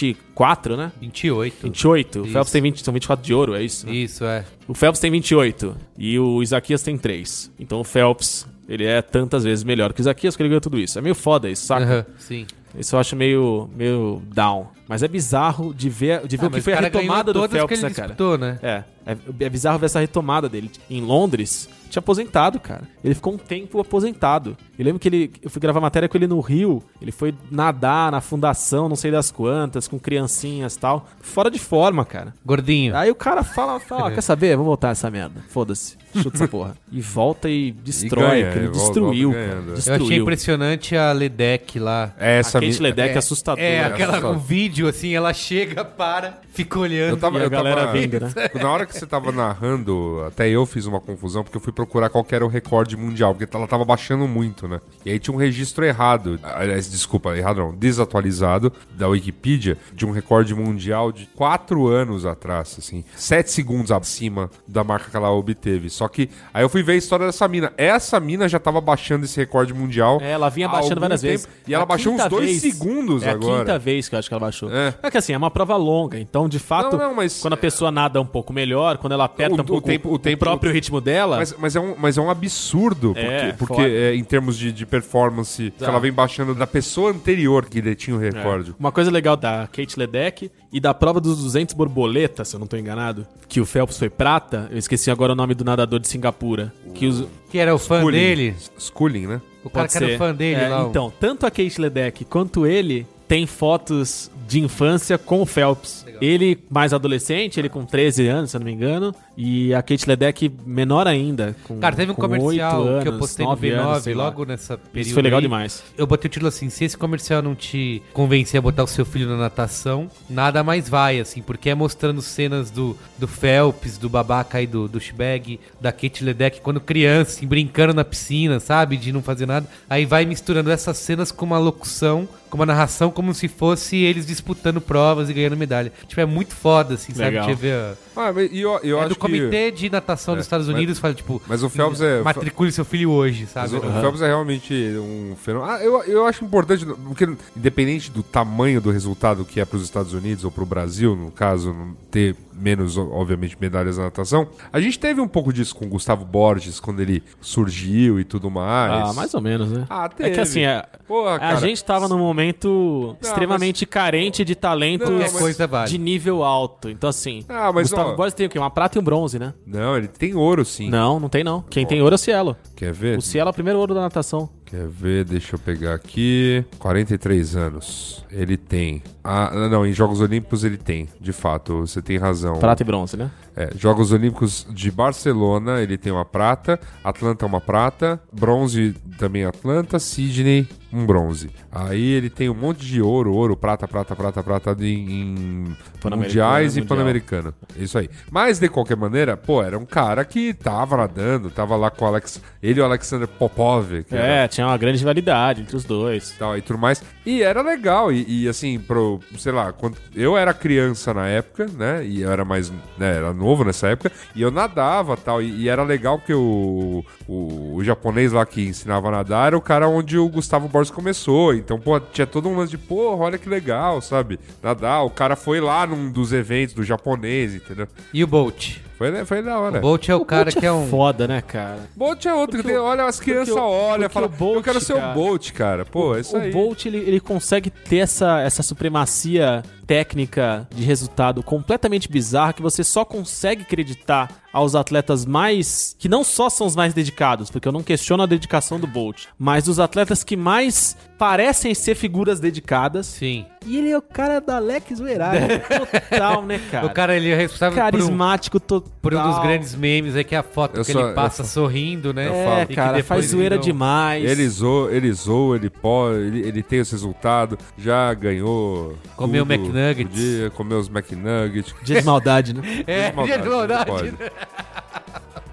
Speaker 4: 24, né?
Speaker 3: 28.
Speaker 4: 28. O
Speaker 3: Isso.
Speaker 4: Phelps tem 20, são 24 de ouro, é isso? né?
Speaker 3: Isso, é.
Speaker 4: O Phelps tem 28 e o Isaquias tem 3. Então o Phelps, ele é tantas vezes melhor que o Isaquias, porque ele ganhou tudo isso. É meio foda isso, saca?
Speaker 3: Aham, Sim. Ah,
Speaker 4: Isso eu acho meio, meio down. Mas é bizarro de ver, de ver
Speaker 3: Ah,
Speaker 4: o que
Speaker 3: mas
Speaker 4: foi
Speaker 3: o
Speaker 4: a
Speaker 3: cara ganhou
Speaker 4: retomada do
Speaker 3: todas que
Speaker 4: Phelps,
Speaker 3: ele
Speaker 4: né, cara?
Speaker 3: disputou, né?
Speaker 4: É, é, é bizarro ver essa retomada dele. Em Londres, tinha aposentado, cara. Ele ficou um tempo aposentado. Eu lembro que ele, eu fui gravar matéria com ele no Rio. Ele foi nadar na fundação, não sei das quantas, com criancinhas e tal. Fora de forma, cara.
Speaker 3: Gordinho.
Speaker 4: Aí o cara fala, fala, "Ah, quer saber? Vou voltar essa merda. Foda-se. Chuta
Speaker 5: [LAUGHS]
Speaker 4: essa porra. E volta e destrói,
Speaker 5: ganha,
Speaker 4: cara. Ele
Speaker 5: volta- volta
Speaker 4: destruiu, cara.
Speaker 5: ganhando. Eu
Speaker 3: Eu
Speaker 4: Destruiu.
Speaker 3: achei impressionante a Ledeck lá.
Speaker 5: É,
Speaker 4: A
Speaker 5: essa
Speaker 4: Kate
Speaker 5: mina-
Speaker 4: Ledeck é, assustadora.
Speaker 3: É, aquela
Speaker 5: só.
Speaker 3: com vídeo, assim, ela chega, para, fica olhando.
Speaker 5: Eu tava,
Speaker 4: E a
Speaker 5: eu
Speaker 4: galera
Speaker 5: tava,
Speaker 4: vindo, né?
Speaker 5: Na hora que você tava narrando, até eu fiz uma confusão, porque eu fui procurar qual que era o recorde mundial, porque ela tava baixando muito, né? E aí tinha um registro errado, aliás, desculpa, errado não, desatualizado, da Wikipedia, de um recorde mundial de quatro anos atrás, assim, sete segundos acima da marca que ela obteve. Só que, aí eu fui ver a história dessa mina. Essa mina já tava baixando esse recorde mundial.
Speaker 4: É, ela vinha
Speaker 5: há
Speaker 4: baixando
Speaker 5: algum
Speaker 4: várias
Speaker 5: tempo,
Speaker 4: vezes. É
Speaker 5: E ela
Speaker 4: A
Speaker 5: baixou uns
Speaker 4: quinta
Speaker 5: dois
Speaker 4: vez-
Speaker 5: segundos
Speaker 4: é
Speaker 5: agora.
Speaker 4: a quinta vez que eu acho que ela baixou.
Speaker 5: É.
Speaker 4: É, que assim, é uma prova longa. Então, de fato,
Speaker 5: Não, não, mas-
Speaker 4: quando a pessoa nada um pouco melhor, quando ela aperta
Speaker 5: O-
Speaker 4: um
Speaker 5: o
Speaker 4: pouco
Speaker 5: tempo- o tempo-
Speaker 4: próprio ritmo dela...
Speaker 5: Mas, mas é, um, mas é um absurdo, porque,
Speaker 4: É,
Speaker 5: porque
Speaker 4: foda.
Speaker 5: é, em termos de, de performance, que
Speaker 4: Tá.
Speaker 5: ela vem baixando da pessoa anterior que detinha o
Speaker 4: é.
Speaker 5: recorde.
Speaker 4: Uma coisa legal da Kate Ledeck e da prova dos 200 borboletas, se eu não tô enganado, que o Phelps foi prata, eu esqueci agora o nome do nadador de Singapura, que os,
Speaker 3: Que era o fã
Speaker 5: Schooling.
Speaker 3: dele.
Speaker 5: Schooling, né?
Speaker 3: O cara
Speaker 4: Pode
Speaker 3: que era
Speaker 4: ser.
Speaker 3: fã dele
Speaker 4: É,
Speaker 3: lá. o-
Speaker 4: Então, tanto a Kate Ledeck quanto ele tem fotos de infância com o Phelps. Ele mais adolescente, ele com 13 anos, se eu não me engano, e a Kate Ledeck menor ainda, com
Speaker 3: Cara, teve um
Speaker 4: com
Speaker 3: comercial
Speaker 4: oito
Speaker 3: que eu
Speaker 4: anos,
Speaker 3: postei no
Speaker 4: nove
Speaker 3: V9
Speaker 4: anos, sei lá.
Speaker 3: logo nessa período.
Speaker 4: Isso foi legal
Speaker 3: aí.
Speaker 4: demais.
Speaker 3: Eu botei o título assim: se esse comercial não te convencer a botar o seu filho na natação, nada mais vai, assim, porque é mostrando cenas do, do Phelps, do babaca aí do, do Shbag, da Kate Ledeck quando criança, assim, brincando na piscina, sabe? De não fazer nada. Aí vai misturando essas cenas com uma locução, com uma narração, como se fosse eles disputando provas e ganhando medalha. Tipo, é muito foda, assim,
Speaker 4: Legal.
Speaker 3: sabe? Deixa eu ver. ó.
Speaker 5: Ah, mas e eu, eu
Speaker 3: É
Speaker 5: acho
Speaker 3: do
Speaker 5: que... É,
Speaker 3: comitê de natação dos Estados
Speaker 5: mas-
Speaker 3: Unidos, fala, tipo,
Speaker 5: Mas o Phelps é...
Speaker 3: matricule seu filho hoje,
Speaker 5: Mas
Speaker 3: sabe?
Speaker 5: o, o Phelps é realmente um fenômeno. Ah, eu, eu acho importante, porque independente do tamanho do resultado que é para os Estados Unidos ou para o Brasil, no caso, não ter menos, o- obviamente, medalhas na natação, a gente teve um pouco disso com o Gustavo Borges, quando ele surgiu e tudo mais.
Speaker 4: Ah, mais ou menos, né?
Speaker 5: Ah,
Speaker 4: É
Speaker 5: teve.
Speaker 4: que assim, a,
Speaker 5: Porra,
Speaker 4: a
Speaker 5: cara.
Speaker 4: gente tava num momento extremamente carente de talentos
Speaker 5: Não,
Speaker 3: Qualquer
Speaker 5: mas-
Speaker 3: coisa vale.
Speaker 4: de nível alto. Então, assim,
Speaker 5: Ah, mas,
Speaker 4: Gustavo
Speaker 5: ó-
Speaker 4: Borges tem o quê? Uma prata e um bronze, né?
Speaker 5: Não, ele tem ouro, sim.
Speaker 4: Não, não tem não. Quem tem ouro é o Cielo.
Speaker 5: Quer ver?
Speaker 4: O Cielo é o primeiro ouro da natação.
Speaker 5: Quer ver? Deixa eu pegar aqui. 43 anos. Ele tem. Ah, não, em Jogos Olímpicos ele tem, de fato. Você tem razão.
Speaker 4: Prata e bronze, né?
Speaker 5: É, Jogos Olímpicos de Barcelona, ele tem uma prata, Atlanta uma prata, bronze também Atlanta, Sydney um bronze. Aí ele tem um monte de ouro, ouro, prata, prata, prata, prata em, em
Speaker 4: Pan-Americano,
Speaker 5: mundiais e
Speaker 4: mundial.
Speaker 5: pan-americano. Isso aí. Mas de qualquer maneira, pô, era um cara que tava nadando, tava lá com o Alex, ele e o Alexander Popov, que era
Speaker 4: É, tinha uma grande rivalidade entre os dois.
Speaker 5: tal e tudo mais. E era legal, e, e, assim, pro, sei lá, quando eu era criança na época, né? E eu era mais, né, era novo nessa época, e eu nadava tal, e, e era legal que o, o, o japonês lá que ensinava a nadar era o cara onde o Gustavo Borges começou, então, pô, tinha todo um lance de, porra, olha que legal, sabe? Nadar, o cara foi lá num dos eventos do japonês, entendeu?
Speaker 3: E o Bolt?
Speaker 5: Foi, né, foi da hora.
Speaker 3: O Bolt é o, cara que é um.
Speaker 4: Foda, né, cara?
Speaker 5: Bolt é outro, que tem, olha, as crianças
Speaker 4: porque o-
Speaker 5: olham,
Speaker 4: porque
Speaker 5: falam,
Speaker 4: o Bolt,
Speaker 5: eu quero ser o
Speaker 4: cara.
Speaker 5: Bolt, cara. Pô, é isso
Speaker 4: o
Speaker 5: aí.
Speaker 4: Bolt, ele, ele consegue ter essa, essa supremacia técnica de resultado completamente bizarra que você só consegue acreditar aos atletas mais... que não só são os mais dedicados, porque eu não questiono a dedicação do Bolt, mas os atletas que mais parecem ser figuras dedicadas.
Speaker 3: Sim.
Speaker 4: E ele é o cara da Alex Verari. [LAUGHS] total, né,
Speaker 3: [LAUGHS]
Speaker 4: cara?
Speaker 3: O cara ele é responsável por um,
Speaker 4: Carismático total.
Speaker 3: por um dos grandes memes aí, que é a foto
Speaker 5: Eu
Speaker 3: que
Speaker 5: só-
Speaker 3: ele passa sorrindo, né?
Speaker 5: eu falo.
Speaker 4: É,
Speaker 5: E
Speaker 3: que
Speaker 4: cara,
Speaker 3: depois
Speaker 4: faz
Speaker 3: ele
Speaker 4: zoeira
Speaker 3: não-
Speaker 4: demais.
Speaker 5: Ele zoa, ele zoa, ele pó, ele, ele tem esse resultado, já ganhou.
Speaker 3: Comeu
Speaker 5: tudo
Speaker 3: McNuggets.
Speaker 5: o Dia, comeu os McNuggets.
Speaker 4: Dia
Speaker 5: [LAUGHS]
Speaker 4: de maldade, né?
Speaker 3: É,
Speaker 5: Maldade,
Speaker 3: de maldade.
Speaker 5: não pode.
Speaker 3: né?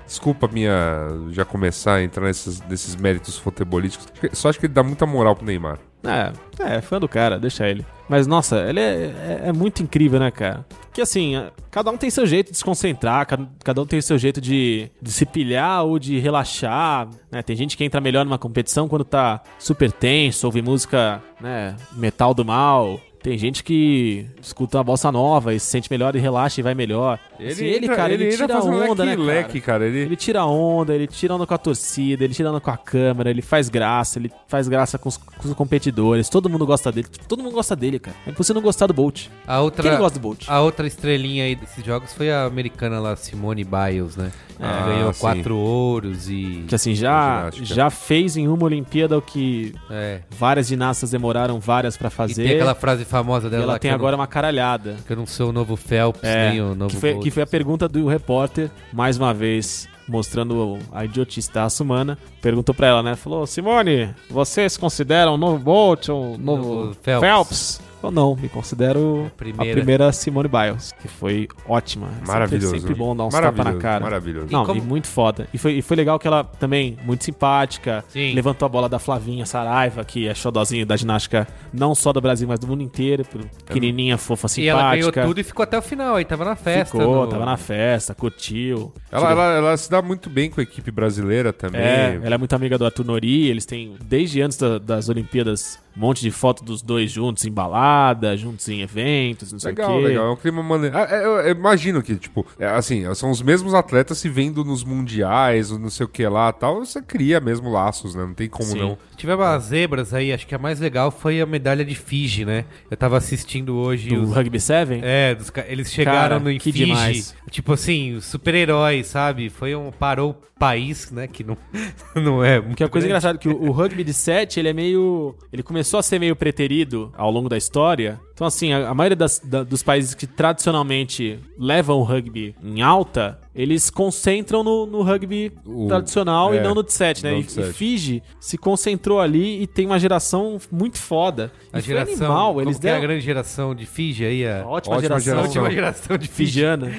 Speaker 5: Desculpa minha já começar a entrar nesses, nesses méritos futebolísticos. Só acho que ele dá muita moral pro Neymar.
Speaker 4: [LAUGHS] É, é fã do cara, deixa ele. Mas, nossa, ele é, é- é muito incrível, né, cara? Porque, assim, a- cada um tem seu jeito de se concentrar, cada, cada um tem seu jeito de, de se pilhar ou de relaxar, né? Tem gente que entra melhor numa competição quando tá super tenso, ouve música, né, metal do mal. Tem gente que escuta uma bossa nova e se sente melhor e relaxa e vai melhor. Assim,
Speaker 5: entra- entra fazendo
Speaker 4: né,
Speaker 5: leque,
Speaker 3: né,
Speaker 5: leque, cara. Ele,
Speaker 4: Ele tira onda, ele tira onda com a torcida, ele tira onda com a câmera, ele faz graça, ele faz graça com os, com os competidores. Todo mundo gosta dele. Tipo, Todo mundo gosta dele, cara. É impossível não gostar do Bolt.
Speaker 3: A
Speaker 4: Quem não
Speaker 3: outra,
Speaker 4: gosta do Bolt?
Speaker 3: a outra estrelinha aí desses jogos foi a americana lá, Simone Biles, né?
Speaker 5: Ah,
Speaker 3: Ganhou
Speaker 5: sim.
Speaker 3: quatro ouros e.
Speaker 4: Que assim, já,
Speaker 5: Ginástica.
Speaker 4: já fez em uma Olimpíada o que
Speaker 3: É.
Speaker 4: várias ginastas demoraram várias pra
Speaker 3: E
Speaker 4: fazer.
Speaker 3: tem aquela frase famosa
Speaker 4: e
Speaker 3: dela
Speaker 4: ela
Speaker 3: lá,
Speaker 4: tem
Speaker 3: que é
Speaker 4: agora
Speaker 3: eu
Speaker 4: uma caralhada.
Speaker 3: não, que eu não sou o novo Phelps,
Speaker 4: É,
Speaker 3: nem o novo
Speaker 4: que, foi,
Speaker 3: Bolt.
Speaker 4: que foi a pergunta do repórter, mais uma vez, mostrando a idiotistaça humana. Perguntou pra ela, né? Falou, Simone, você se considera um novo Bolt, um novo,
Speaker 3: Novo Phelps."
Speaker 4: Phelps? Ou não, me considero a primeira.
Speaker 3: primeira.
Speaker 4: Simone Biles, que foi ótima. Sempre-
Speaker 5: Maravilhoso.
Speaker 4: Sempre, bom dar uns
Speaker 5: maravilhoso,
Speaker 4: tapas na cara.
Speaker 5: Maravilhoso.
Speaker 4: Não,
Speaker 3: E como-
Speaker 4: e muito foda. E foi, e foi legal que ela também, muito simpática,
Speaker 3: Sim.
Speaker 4: levantou a bola da Flavinha Saraiva, que é xodozinho da ginástica, não só do Brasil, mas do mundo inteiro. por- Pequenininha, fofa,
Speaker 3: E ela
Speaker 4: simpática.
Speaker 3: ganhou tudo e ficou até o final aí, tava na festa.
Speaker 4: Ficou,
Speaker 3: no- É
Speaker 4: tava na festa, curtiu.
Speaker 5: Ela, ela, ela se dá muito bem com a equipe brasileira também.
Speaker 4: É, ela é muito amiga do Arthur Nori, eles têm, desde antes da- das Olimpíadas, um monte de foto dos dois juntos em balada, juntos em eventos, não sei
Speaker 5: Legal,
Speaker 4: o quê.
Speaker 5: legal. É um clima maneiro. Ah, é, Eu, eu imagino que, tipo, é, assim, são os mesmos atletas se vendo nos mundiais, ou não sei o que lá tal. Você cria mesmo laços, né? Não tem como
Speaker 4: Sim.
Speaker 3: Então,
Speaker 5: não.
Speaker 3: Tivemos umas zebras aí, acho que a mais legal foi a medalha de Fiji, né? Eu tava assistindo hoje
Speaker 4: Do
Speaker 3: os.
Speaker 4: Rugby 7?
Speaker 3: É, dos ca- eles chegaram
Speaker 4: Cara,
Speaker 3: no em
Speaker 4: que
Speaker 3: Fiji.
Speaker 4: demais.
Speaker 3: Tipo assim, os super-heróis, sabe? Foi um. Parou o país, né? Que não, [LAUGHS] não é.
Speaker 4: Porque a coisa engraçada é que o, o rugby de 7, ele é meio. Ele começou a ser meio preterido ao longo da história. Então, assim, a, a maioria das- da- dos países que tradicionalmente levam o rugby em alta, eles concentram no, no rugby
Speaker 5: O-
Speaker 4: tradicional
Speaker 5: é,
Speaker 4: e não no de 7, né?
Speaker 5: não
Speaker 4: E,
Speaker 5: de sete.
Speaker 4: e Fiji se concentrou ali e tem uma geração muito foda.
Speaker 3: A
Speaker 4: e
Speaker 3: geração.
Speaker 4: foi animal,
Speaker 3: como
Speaker 4: eles
Speaker 3: que é a
Speaker 4: deram...
Speaker 3: grande geração de Fiji aí? A
Speaker 4: Ótima,
Speaker 5: Ótima
Speaker 4: geração.
Speaker 3: a
Speaker 5: geração.
Speaker 3: última geração de Fiji.
Speaker 4: Fijiana.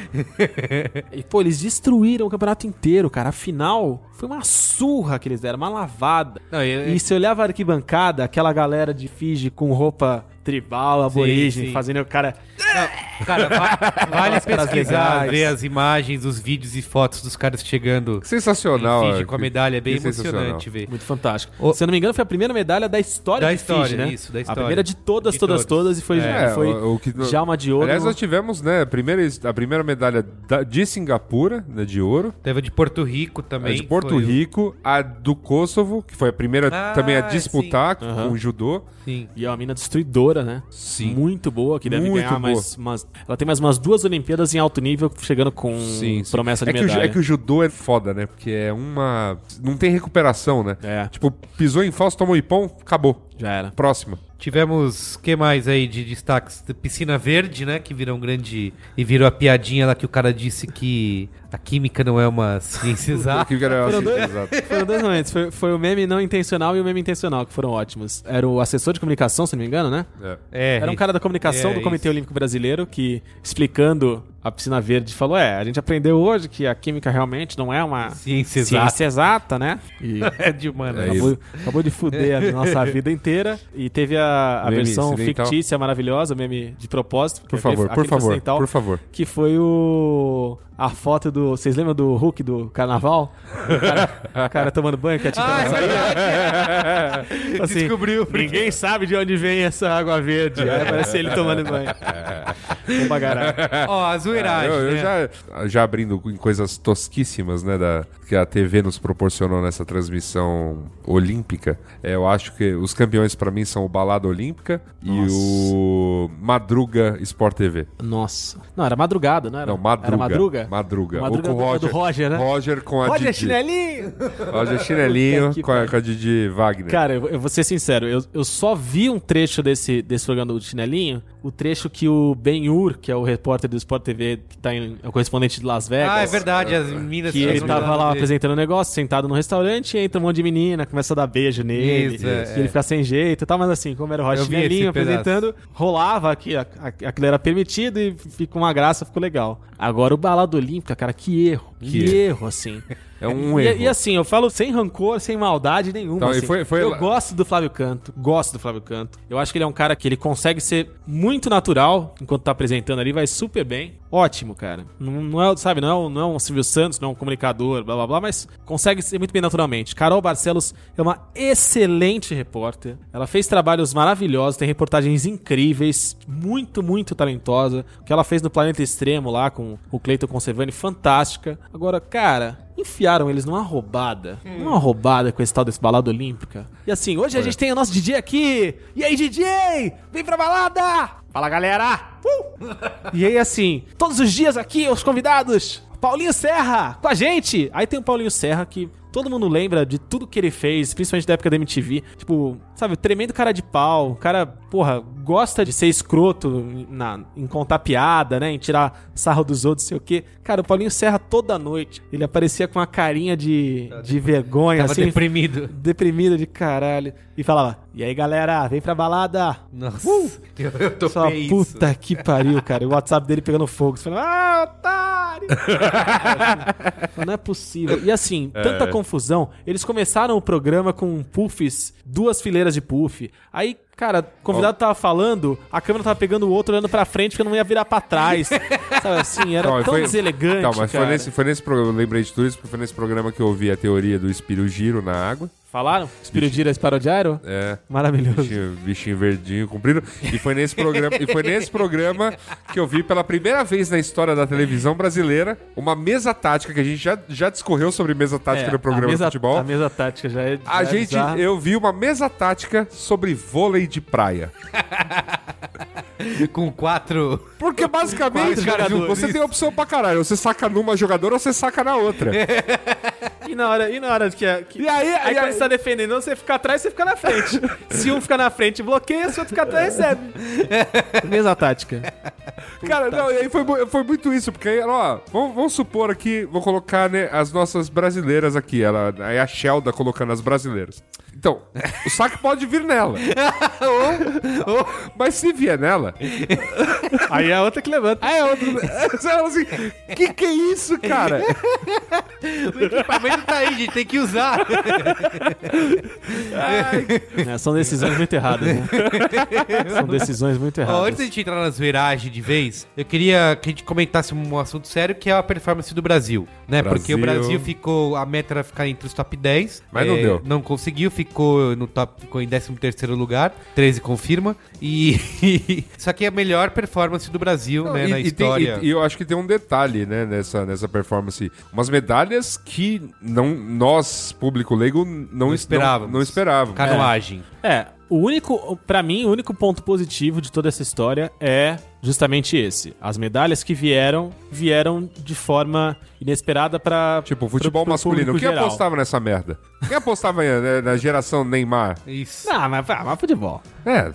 Speaker 4: [LAUGHS] e, pô, eles destruíram o campeonato inteiro, cara. A final foi uma surra que eles deram, uma lavada.
Speaker 3: Não, e-
Speaker 4: E se olhava a arquibancada, aquela galera de Fiji com roupa tribal, aborígene,
Speaker 3: sim.
Speaker 4: fazendo o cara.
Speaker 3: Cara,
Speaker 4: [LAUGHS]
Speaker 3: va- vale
Speaker 4: Os caras
Speaker 3: pesquisar,
Speaker 4: legais.
Speaker 3: ver as imagens, os vídeos e fotos dos caras chegando
Speaker 5: Sensacional.
Speaker 3: em Fiji
Speaker 5: é.
Speaker 3: com a medalha. É bem
Speaker 5: Que sensacional.
Speaker 3: emocionante ver.
Speaker 4: Muito fantástico.
Speaker 3: O-
Speaker 4: Se eu não me engano, foi a primeira medalha da história
Speaker 3: Da
Speaker 4: de Fiji,
Speaker 3: história,
Speaker 4: né?
Speaker 3: isso, da
Speaker 4: A
Speaker 3: história.
Speaker 4: primeira de todas,
Speaker 3: De
Speaker 4: todas,
Speaker 3: todas.
Speaker 4: todas, e foi,
Speaker 5: É,
Speaker 4: foi
Speaker 5: o- o que-
Speaker 4: Jalma de Ouro.
Speaker 5: Aliás, nós tivemos, né, a primeira, a primeira medalha da- de Singapura, né, de ouro.
Speaker 3: Teve a de Porto Rico
Speaker 5: A
Speaker 3: também.
Speaker 5: de Porto
Speaker 3: foi um o-
Speaker 5: Rico, a do Kosovo, que foi a primeira
Speaker 3: Ah,
Speaker 5: também a
Speaker 3: sim.
Speaker 5: disputar com
Speaker 4: Aham.
Speaker 5: o judô.
Speaker 3: Sim.
Speaker 4: E é uma mina destruidora, né?
Speaker 5: Sim.
Speaker 4: Muito boa, que deve
Speaker 5: Muito
Speaker 4: ganhar mais, mais- Ela tem mais umas duas Olimpíadas em alto nível, chegando com promessa de
Speaker 5: é que, o, ju-
Speaker 4: medalha.
Speaker 5: é que o judô é foda, né? Porque é uma. Não tem recuperação, né?
Speaker 4: É.
Speaker 5: Tipo, pisou em falso, tomou ipom, acabou.
Speaker 4: Já era.
Speaker 5: Próxima.
Speaker 3: Tivemos, que mais aí de destaques? De Piscina Verde, né? Que virou um grande... E virou a piadinha lá que o cara disse que a química não é uma [LAUGHS] ciência exata.
Speaker 5: Que era-
Speaker 4: Foram dois?
Speaker 5: Exato.
Speaker 4: Foram dois momentos. [LAUGHS] Foi, foi o meme não intencional e o meme intencional, que foram ótimos. Era o assessor de comunicação, se não me engano, né?
Speaker 5: É.
Speaker 4: [LAUGHS]
Speaker 3: É,
Speaker 4: Era um cara da comunicação
Speaker 3: É,
Speaker 4: do Comitê
Speaker 3: isso.
Speaker 4: Olímpico Brasileiro que, explicando a piscina verde, falou: É, a gente aprendeu hoje que a química realmente não é uma
Speaker 3: Ciência
Speaker 4: ciência exata, né? E
Speaker 3: [LAUGHS] É de humana.
Speaker 5: É isso.
Speaker 4: acabou, acabou de fuder
Speaker 3: [LAUGHS]
Speaker 4: a nossa vida inteira. E teve a, a
Speaker 5: Meme
Speaker 4: versão
Speaker 5: incidental.
Speaker 4: fictícia maravilhosa, o meme de propósito. é
Speaker 5: Por
Speaker 4: aquele-
Speaker 5: favor, por
Speaker 4: aquele
Speaker 5: favor,
Speaker 4: incidental,
Speaker 5: por favor.
Speaker 4: que foi o. A foto do. Vocês lembram do Hulk do carnaval? O cara, o cara tomando banho que a
Speaker 3: Ah,
Speaker 4: tinta não
Speaker 3: é
Speaker 4: saiu. [LAUGHS] Assim,
Speaker 3: Descobriu porque-
Speaker 4: Ninguém sabe de onde vem essa água verde. Aí parece ele
Speaker 5: [LAUGHS]
Speaker 4: tomando banho. Bom pra caralho.
Speaker 3: Ó, a
Speaker 4: Ah,
Speaker 3: zoeiragem,
Speaker 5: eu,
Speaker 4: é.
Speaker 5: eu
Speaker 3: né?
Speaker 5: já, já abrindo em coisas tosquíssimas, né, da, que a TV nos proporcionou nessa transmissão olímpica. é, eu acho que os campeões pra mim são o Balada Olímpica e
Speaker 4: Nossa.
Speaker 5: o Madruga Sport TV.
Speaker 4: Nossa. Não, era madrugada, não era?
Speaker 5: Não, Madruga.
Speaker 4: Era madruga?
Speaker 5: Madruga.
Speaker 4: Madruga
Speaker 5: Ou com o
Speaker 4: do- do
Speaker 5: Roger.
Speaker 4: Roger, né?
Speaker 5: Roger com a
Speaker 4: Olha,
Speaker 5: Didi.
Speaker 4: chinelinho!
Speaker 5: Roger Chinelinho
Speaker 4: Puta que
Speaker 5: com, a, com a Didi Wagner.
Speaker 4: Cara, eu, eu vou ser sincero, eu, eu só vi um trecho desse, desse programa do Chinelinho, o trecho que o Ben Ur, que é o repórter do Sport TV, que tá em, é o correspondente de Las Vegas.
Speaker 3: Ah, é verdade, as minas...
Speaker 4: Que ele tava lá apresentando o negócio, sentado no restaurante, entra um monte de menina, começa a dar beijo nele.
Speaker 3: Isso,
Speaker 4: e
Speaker 3: é,
Speaker 4: ele
Speaker 3: é.
Speaker 4: fica sem jeito e tal, mas assim, como era o Rocha
Speaker 3: Eu vi esse
Speaker 4: Chinelinho
Speaker 3: pedaço.
Speaker 4: apresentando, rolava aqui, a- a- aquilo era permitido e ficou uma graça, ficou legal. Agora o Balado Olímpica, cara, que erro. Que,
Speaker 5: erro.
Speaker 3: [LAUGHS]
Speaker 4: erro, assim.
Speaker 5: É um
Speaker 4: E-
Speaker 5: erro.
Speaker 4: E, assim, eu falo sem rancor, sem maldade nenhuma.
Speaker 5: Então, e
Speaker 4: assim.
Speaker 5: foi- foi
Speaker 4: eu
Speaker 5: lá-
Speaker 4: gosto do Flávio Canto, gosto do Flávio Canto. Eu acho que ele é um cara que ele consegue ser muito natural enquanto tá apresentando ali, vai super bem. Ótimo, cara. Não, não é, sabe, não é, um- não é um Silvio Santos, não é um comunicador, blá blá blá, mas consegue ser muito bem naturalmente. Carol Barcelos é uma excelente repórter. Ela fez trabalhos maravilhosos, tem reportagens incríveis, muito, muito talentosa. O que ela fez no Planeta Extremo lá com o Cleiton Concevani, fantástica. Agora, cara, enfiaram eles numa roubada. Numa roubada com esse tal desse balada olímpica. E assim, hoje a gente tem o nosso DJ aqui. E aí, DJ? Vem pra balada! Fala, galera! Uh! e aí, assim, todos os dias aqui, os convidados. Paulinho Serra, com a gente! Aí tem o Paulinho Serra que todo mundo lembra de tudo que ele fez, principalmente da época da MTV. Tipo, sabe, tremendo cara de pau. O cara, porra, gosta de ser escroto em- na, em contar piada, né? Em tirar sarro dos outros, sei o quê. Cara, o Paulinho Serra toda noite, ele aparecia com uma carinha de, de vergonha,
Speaker 3: Tava
Speaker 4: assim,
Speaker 3: deprimido.
Speaker 4: deprimido de caralho. E falava, e aí galera, vem pra balada!
Speaker 3: Nossa, eu, [LAUGHS] eu
Speaker 4: Eu falava,
Speaker 3: topei isso.
Speaker 4: Uh! puta que pariu, cara. E O WhatsApp dele pegando fogo. Você falava, ah, otário! Mas não é possível. E assim,
Speaker 5: É.
Speaker 4: tanta confusão. Eles começaram o programa com puffs, duas fileiras de puff. Aí, cara, o convidado tava falando, a câmera tava pegando o outro olhando pra frente porque não ia virar
Speaker 5: [LAUGHS]
Speaker 4: pra trás. Sabe assim, era
Speaker 5: Calma,
Speaker 4: tão
Speaker 5: foi-
Speaker 4: deselegante,
Speaker 5: Calma, mas foi
Speaker 4: cara.
Speaker 5: nesse, foi nesse programa, eu lembrei de tudo isso, porque foi nesse programa que eu ouvi a teoria do espírito giro na água.
Speaker 4: Falaram? Espiridira Esparodiaro?
Speaker 5: É.
Speaker 4: Maravilhoso.
Speaker 5: [LAUGHS] Bichinho, bichinho verdinho, comprido. E foi, nesse programa, e foi nesse programa que eu vi pela primeira vez na história da televisão brasileira uma mesa tática, que a gente já, já discorreu sobre mesa tática
Speaker 4: É,
Speaker 5: no programa
Speaker 4: a mesa,
Speaker 5: de futebol.
Speaker 4: A mesa tática já é. já
Speaker 5: A
Speaker 4: é
Speaker 5: gente,
Speaker 4: bizarra.
Speaker 5: eu vi uma mesa tática sobre vôlei de praia.
Speaker 3: com quatro. [LAUGHS]
Speaker 5: Porque basicamente,
Speaker 3: Quatro jogadores.
Speaker 5: você tem opção pra caralho. Ou Você saca numa jogadora ou você saca na
Speaker 4: [LAUGHS]
Speaker 5: outra.
Speaker 4: E na hora, e na hora que, a- que-
Speaker 5: E aí-
Speaker 4: aí
Speaker 5: e
Speaker 4: quando
Speaker 5: aí-
Speaker 4: você tá defendendo, você fica atrás, você fica
Speaker 5: [LAUGHS]
Speaker 4: na frente. Se um fica na frente, bloqueia, se outro fica atrás, recebe.
Speaker 5: É.
Speaker 4: Mesma tática.
Speaker 5: Cara, não, e aí foi, mu- foi muito isso, porque aí, ó, vamos, vamos supor aqui, vou colocar, né, as nossas brasileiras aqui, ela, aí a Shelda colocando as brasileiras. Então, o saque pode vir nela. Mas se vier nela,
Speaker 4: Aí é a outra que levanta.
Speaker 5: aí é outro. Ela assim, que que é isso, cara?
Speaker 3: O equipamento tá aí, gente, tem que usar.
Speaker 4: É, são decisões muito
Speaker 5: [LAUGHS]
Speaker 4: erradas, né? São decisões muito
Speaker 3: Ó,
Speaker 4: erradas.
Speaker 3: antes da gente entrar nas viragens de vez, eu queria que a gente comentasse um assunto sério que é a performance do Brasil, né?
Speaker 5: Brasil.
Speaker 3: Porque o Brasil ficou, a meta era ficar entre os top 10,
Speaker 5: Mas não
Speaker 3: é,
Speaker 5: deu.
Speaker 3: Não conseguiu, ficou no top, ficou em 13 terceiro lugar, 13 confirma e [LAUGHS] só que é a melhor performance do Brasil, né,
Speaker 5: e,
Speaker 3: na
Speaker 5: e tem-
Speaker 3: história.
Speaker 5: e- e eu acho que tem um detalhe, né, nessa, nessa performance. Umas medalhas que não, nós, público leigo, não, não
Speaker 3: esperávamos.
Speaker 5: Não, esperávamos.
Speaker 3: Canoagem.
Speaker 4: É, o único, pra mim, o único ponto positivo de toda essa história é justamente esse. As medalhas que vieram, vieram de forma inesperada pra.
Speaker 5: Tipo, futebol
Speaker 4: pro- pro
Speaker 5: masculino.
Speaker 4: público
Speaker 5: Quem
Speaker 4: geral.
Speaker 5: apostava nessa merda? Quem apostava né, na geração Neymar?
Speaker 3: Isso.
Speaker 4: Ah, mas, ah, mas futebol.
Speaker 5: É.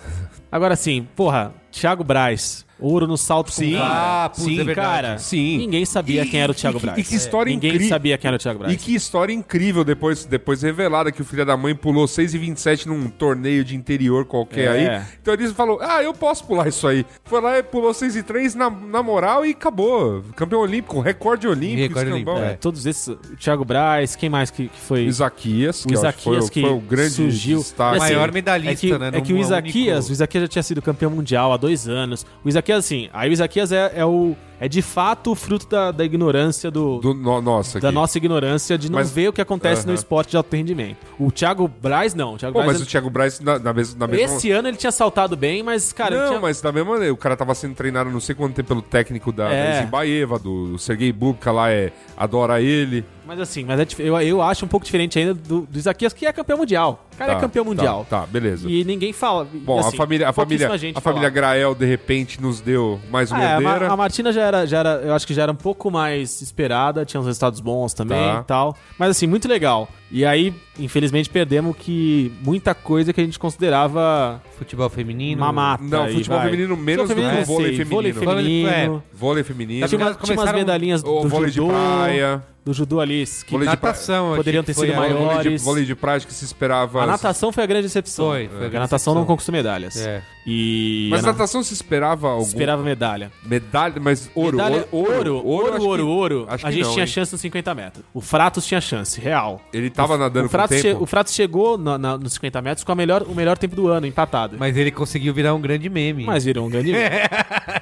Speaker 4: Agora sim, porra, Thiago Braz, ouro no salto
Speaker 5: Sim.
Speaker 4: com vara.
Speaker 3: Ah, putz,
Speaker 4: sim,
Speaker 3: é verdade.
Speaker 4: cara.
Speaker 5: Sim.
Speaker 4: Ninguém sabia
Speaker 5: E-
Speaker 4: quem era o
Speaker 5: e
Speaker 4: Thiago
Speaker 5: que-
Speaker 4: Braz.
Speaker 5: e que história
Speaker 4: Ninguém
Speaker 5: incrível.
Speaker 4: sabia quem era o Thiago Braz.
Speaker 5: E que história incrível depois, depois revelada que o filho da mãe pulou 6,27 num torneio de interior qualquer
Speaker 4: É.
Speaker 5: aí. Então ele falou: Ah, eu posso pular isso aí. Foi lá e pulou 6,3 na, na moral e acabou. Campeão olímpico, recorde olímpico,
Speaker 3: Recorde
Speaker 5: escambau.
Speaker 3: olímpico,
Speaker 4: É, todos esses, o Thiago Braz, quem mais que, que foi?
Speaker 5: Isaquias,
Speaker 4: o
Speaker 5: eu acho
Speaker 4: Isaquias
Speaker 5: foi,
Speaker 4: que
Speaker 5: foi o grande
Speaker 4: surgiu.
Speaker 5: destaque.
Speaker 4: E assim,
Speaker 3: Maior medalhista,
Speaker 4: é que,
Speaker 3: né,
Speaker 4: É
Speaker 3: não
Speaker 4: que o
Speaker 3: é o
Speaker 4: Isaquias,
Speaker 3: único.
Speaker 4: o Isaquias já tinha sido campeão mundial há dois anos. O Isaquias, assim, aí o Isaquias é, é o. É de fato o fruto da, da ignorância do.
Speaker 5: do no, nossa
Speaker 4: da
Speaker 5: aqui.
Speaker 4: nossa ignorância de não
Speaker 5: Mas-
Speaker 4: ver o que acontece no
Speaker 5: Aham.
Speaker 4: esporte de alto rendimento. O Thiago Braz, não. O Thiago
Speaker 5: Pô,
Speaker 4: Braz,
Speaker 5: mas o Thiago Braz na, na, mes- na mesma.
Speaker 4: esse ano ele tinha saltado bem, mas, cara, ele
Speaker 5: não,
Speaker 4: tinha-
Speaker 5: mas da mesma maneira, o cara tava sendo treinado não sei quanto tempo pelo técnico da,
Speaker 4: É.
Speaker 5: da Zimbaeva, do, do Sergei Bubka lá, é, adora ele.
Speaker 4: Mas assim, mas é dif- eu, eu acho um pouco diferente ainda do, do Isaquias, que é campeão mundial. O cara
Speaker 5: Tá,
Speaker 4: é campeão
Speaker 5: tá,
Speaker 4: mundial.
Speaker 5: Tá, beleza.
Speaker 4: E ninguém fala. e,
Speaker 5: Bom,
Speaker 4: assim,
Speaker 5: a família, a
Speaker 4: pouquíssima
Speaker 5: família,
Speaker 4: gente
Speaker 5: a família
Speaker 4: fala.
Speaker 5: Grael, de repente, nos deu mais uma
Speaker 4: Ah, é, a,
Speaker 5: bandeira.
Speaker 4: Ma- a Martina já era, já era, eu acho que já era um pouco mais esperada, tinha uns resultados bons também
Speaker 5: Tá.
Speaker 4: e tal. Mas assim, muito legal. E aí, infelizmente, perdemos que muita coisa que a gente considerava
Speaker 3: Futebol feminino.
Speaker 4: mamata.
Speaker 5: Não,
Speaker 4: e
Speaker 5: futebol
Speaker 4: vai.
Speaker 5: feminino menos
Speaker 4: Futebol
Speaker 5: do que o
Speaker 4: feminino,
Speaker 5: vôlei
Speaker 4: sei, Vôlei
Speaker 5: feminino.
Speaker 4: feminino.
Speaker 5: Vôlei é. feminino,
Speaker 4: Tinha, uma,
Speaker 3: Elas
Speaker 4: tinha umas
Speaker 3: começaram-
Speaker 4: medalhinhas
Speaker 5: ou
Speaker 4: Tá do
Speaker 5: vôlei
Speaker 4: judô,
Speaker 5: de praia,
Speaker 4: do judô ali, que
Speaker 5: vôlei de praia.
Speaker 3: Natação,
Speaker 4: Poderiam ter sido
Speaker 3: maiores.
Speaker 4: maior.
Speaker 5: Vôlei de,
Speaker 4: Flores.
Speaker 5: vôlei de praia acho que se esperava...
Speaker 4: A natação foi a grande decepção.
Speaker 3: Foi, foi a
Speaker 4: Porque
Speaker 3: grande
Speaker 4: a natação
Speaker 3: decepção.
Speaker 4: não conquistou medalhas.
Speaker 3: É.
Speaker 4: E
Speaker 5: Mas
Speaker 4: a
Speaker 5: na
Speaker 4: natação
Speaker 5: natação se esperava algum...
Speaker 4: né? esperava medalha.
Speaker 5: Medalha, mas ouro,
Speaker 4: medalha
Speaker 5: ouro,
Speaker 4: ouro, ouro,
Speaker 5: acho
Speaker 4: ouro.
Speaker 5: que-
Speaker 4: ouro.
Speaker 5: acho
Speaker 4: a
Speaker 5: que
Speaker 4: gente
Speaker 5: não,
Speaker 4: tinha
Speaker 5: hein?
Speaker 4: chance nos 50 metros. O Fratos tinha chance, real.
Speaker 5: Ele tava nadando
Speaker 4: O Fratos,
Speaker 5: com
Speaker 4: che-
Speaker 5: tempo.
Speaker 4: o Fratos chegou na- na- nos 50 metros com a melhor, o melhor tempo do ano, empatado. Mas,
Speaker 3: Mas ele conseguiu virar um grande meme.
Speaker 4: virou um grande.
Speaker 5: [LAUGHS]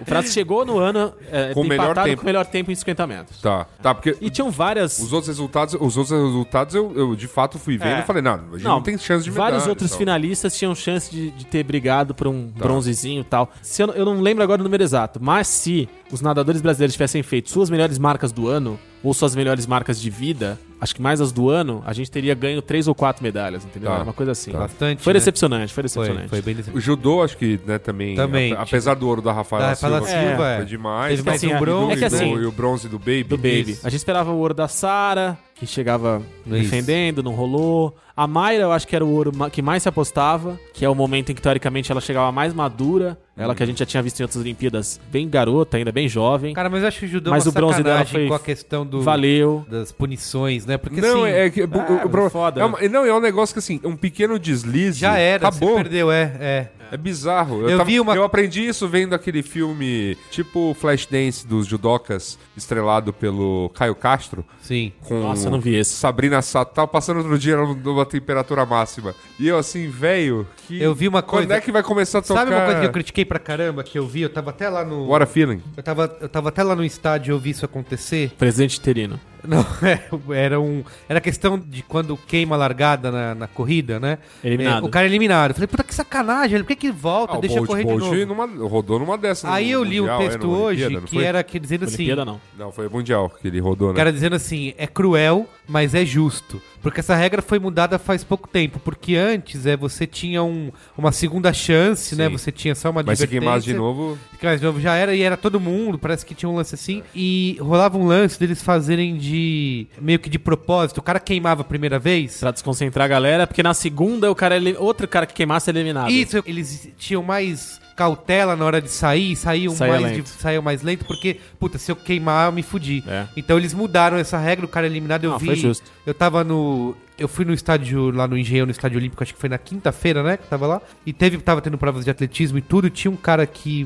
Speaker 4: o Fratos chegou no ano é,
Speaker 5: Com o melhor
Speaker 4: empatado
Speaker 5: tempo.
Speaker 4: com o melhor tempo em 50 metros.
Speaker 5: Tá, tá, porque
Speaker 4: E tinham várias.
Speaker 5: Os outros resultados, os outros resultados eu, eu, de fato fui vendo
Speaker 4: É.
Speaker 5: e falei, não, a gente não, tem chance de medalha.
Speaker 4: Vários outros
Speaker 5: e tal.
Speaker 4: finalistas tinham chance de, de ter brigado por um
Speaker 5: Tá.
Speaker 4: bronzezinho e tal. Se eu, não- eu não lembro agora o número exato, mas se os nadadores brasileiros tivessem feito suas melhores marcas do ano, ou suas melhores marcas de vida, acho que mais as do ano, a gente teria ganho três ou quatro medalhas, entendeu?
Speaker 5: Tá.
Speaker 4: Era Uma coisa assim.
Speaker 5: Tá.
Speaker 3: Bastante,
Speaker 4: Foi
Speaker 3: né?
Speaker 4: decepcionante,
Speaker 3: Foi,
Speaker 4: foi decepcionante.
Speaker 3: foi bem
Speaker 5: O
Speaker 3: decepcionante.
Speaker 5: judô, acho que, né, também.
Speaker 3: Também, tipo,
Speaker 5: ape- apesar do ouro da Rafaela
Speaker 3: da
Speaker 5: Silva,
Speaker 3: Rafaela Silva,
Speaker 5: que
Speaker 3: é.
Speaker 5: foi demais.
Speaker 3: Teve
Speaker 5: e
Speaker 3: mais
Speaker 5: tal,
Speaker 4: um
Speaker 5: e
Speaker 3: bronze,
Speaker 5: do-
Speaker 4: é que
Speaker 5: e
Speaker 4: assim-
Speaker 5: do- E o bronze do Baby.
Speaker 4: Do Baby.
Speaker 3: Isso.
Speaker 4: A gente esperava o ouro da Sara, que chegava
Speaker 3: Isso.
Speaker 4: defendendo, não rolou. A Mayra, eu acho que era o ouro ma- que mais se apostava, que é o momento em que, teoricamente, ela chegava mais madura. Ela que a gente já tinha visto em outras Olimpíadas, bem garota ainda, bem jovem.
Speaker 3: Cara, mas eu acho que o judô é
Speaker 4: Mas
Speaker 3: uma
Speaker 4: o bronze dela
Speaker 3: sacanagem
Speaker 4: foi-
Speaker 3: com a questão do...
Speaker 4: Valeu.
Speaker 3: das punições, né? Porque
Speaker 5: Não,
Speaker 3: assim,
Speaker 5: é que. o- o- o bro-
Speaker 4: Ah, foda.
Speaker 5: é uma- não, é um negócio que assim, um pequeno deslize.
Speaker 3: já era,
Speaker 5: Acabou.
Speaker 3: você perdeu, é, é.
Speaker 5: É bizarro. Eu,
Speaker 3: Eu
Speaker 5: tava-
Speaker 3: vi uma-
Speaker 5: eu aprendi isso vendo aquele filme tipo Flashdance dos judocas, estrelado pelo Caio Castro.
Speaker 3: Sim.
Speaker 5: Com
Speaker 4: Nossa, eu não vi esse.
Speaker 5: Sabrina Sato. Tava passando outro dia numa temperatura máxima. E eu assim, velho, que.
Speaker 3: Eu vi uma
Speaker 5: Quando
Speaker 3: coisa-
Speaker 5: é que vai começar a tocar?
Speaker 3: Sabe uma coisa que eu critiquei pra caramba que eu vi? Eu tava até lá no.
Speaker 5: What a feeling.
Speaker 3: Eu tava, eu tava até lá no estádio e eu vi isso acontecer. [LAUGHS]
Speaker 4: Presidente Terino.
Speaker 3: Não, é, era um. Era questão de quando queima a largada na, na corrida, né?
Speaker 4: Eliminado. Ah,
Speaker 3: É, o cara é eliminado. Eu falei, puta que sacanagem, por que, que volta?
Speaker 5: Ah, o
Speaker 3: Deixa eu
Speaker 5: Bolt-
Speaker 3: correr
Speaker 5: Bolt
Speaker 3: de novo.
Speaker 5: numa- rodou numa né? dessas.
Speaker 3: Aí eu li um
Speaker 5: é,
Speaker 3: texto hoje que
Speaker 5: foi?
Speaker 3: era que dizendo assim.
Speaker 4: Olimpíada não.
Speaker 5: Não, foi o Mundial que ele rodou,
Speaker 3: O
Speaker 5: né?
Speaker 3: cara dizendo assim, é cruel mas é justo. Porque essa regra foi mudada faz pouco tempo, porque antes é você tinha um, uma segunda chance, né? Você tinha só uma
Speaker 5: Mas se queimasse de
Speaker 3: advertência.
Speaker 5: novo,
Speaker 3: Que mais novo já era e era todo mundo, parece que tinha um lance assim. E rolava um lance deles fazerem de. meio que de propósito. O cara queimava a primeira vez.
Speaker 4: Pra desconcentrar a galera, porque na segunda o cara ele- outro cara que queimasse é eliminado.
Speaker 3: Isso, eles tinham mais cautela na hora de sair, saíam
Speaker 4: Saia
Speaker 3: mais,
Speaker 4: lento.
Speaker 3: de- saíam mais lento, porque, puta, se eu queimar, eu me fudi.
Speaker 4: É.
Speaker 3: Então eles mudaram essa regra, o cara eliminado, eu
Speaker 4: Ah,
Speaker 3: vi.
Speaker 4: foi justo.
Speaker 3: Eu tava no. Eu fui no estádio lá no Engenhão, no estádio olímpico, acho que foi na quinta-feira, né? Que tava lá. E teve, tava tendo provas de atletismo e tudo. e Tinha um cara que.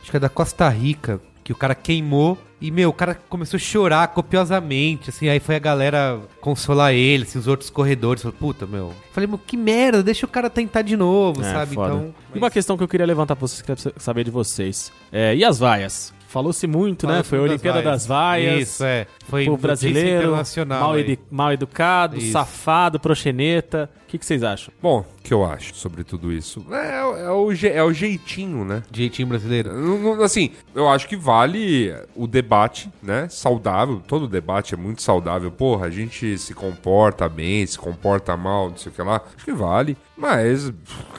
Speaker 3: Acho que é da Costa Rica. Que o cara queimou. E, meu, o cara começou a chorar copiosamente. Assim, aí foi a galera consolar ele, assim, os outros corredores. Falei, puta, meu. Falei, meu, que merda, deixa o cara tentar de novo,
Speaker 4: É,
Speaker 3: sabe?
Speaker 4: foda.
Speaker 3: Então.
Speaker 4: E uma questão que eu queria levantar pra vocês, queria saber de vocês. É, e as vaias? Falou-se muito, né?
Speaker 3: Falou-se
Speaker 4: Foi a
Speaker 3: muito
Speaker 4: Olimpíada
Speaker 3: das
Speaker 4: das Vaias.
Speaker 3: Isso, é. Foi
Speaker 4: o
Speaker 3: notícia
Speaker 4: brasileiro,
Speaker 3: internacional.
Speaker 4: mal,
Speaker 5: é.
Speaker 3: aí.
Speaker 4: edu- mal educado,
Speaker 3: Isso.
Speaker 4: safado, proxeneta. O que, que vocês acham?
Speaker 5: bom, o que eu acho sobre tudo isso? É, é o, je- é o jeitinho, né?
Speaker 3: Jeitinho brasileiro.
Speaker 5: Não- não- Assim, eu acho que vale o debate, né? Saudável, todo debate é muito saudável. Porra, a gente se comporta bem, se comporta mal, não sei o que lá. Acho que vale. Mas,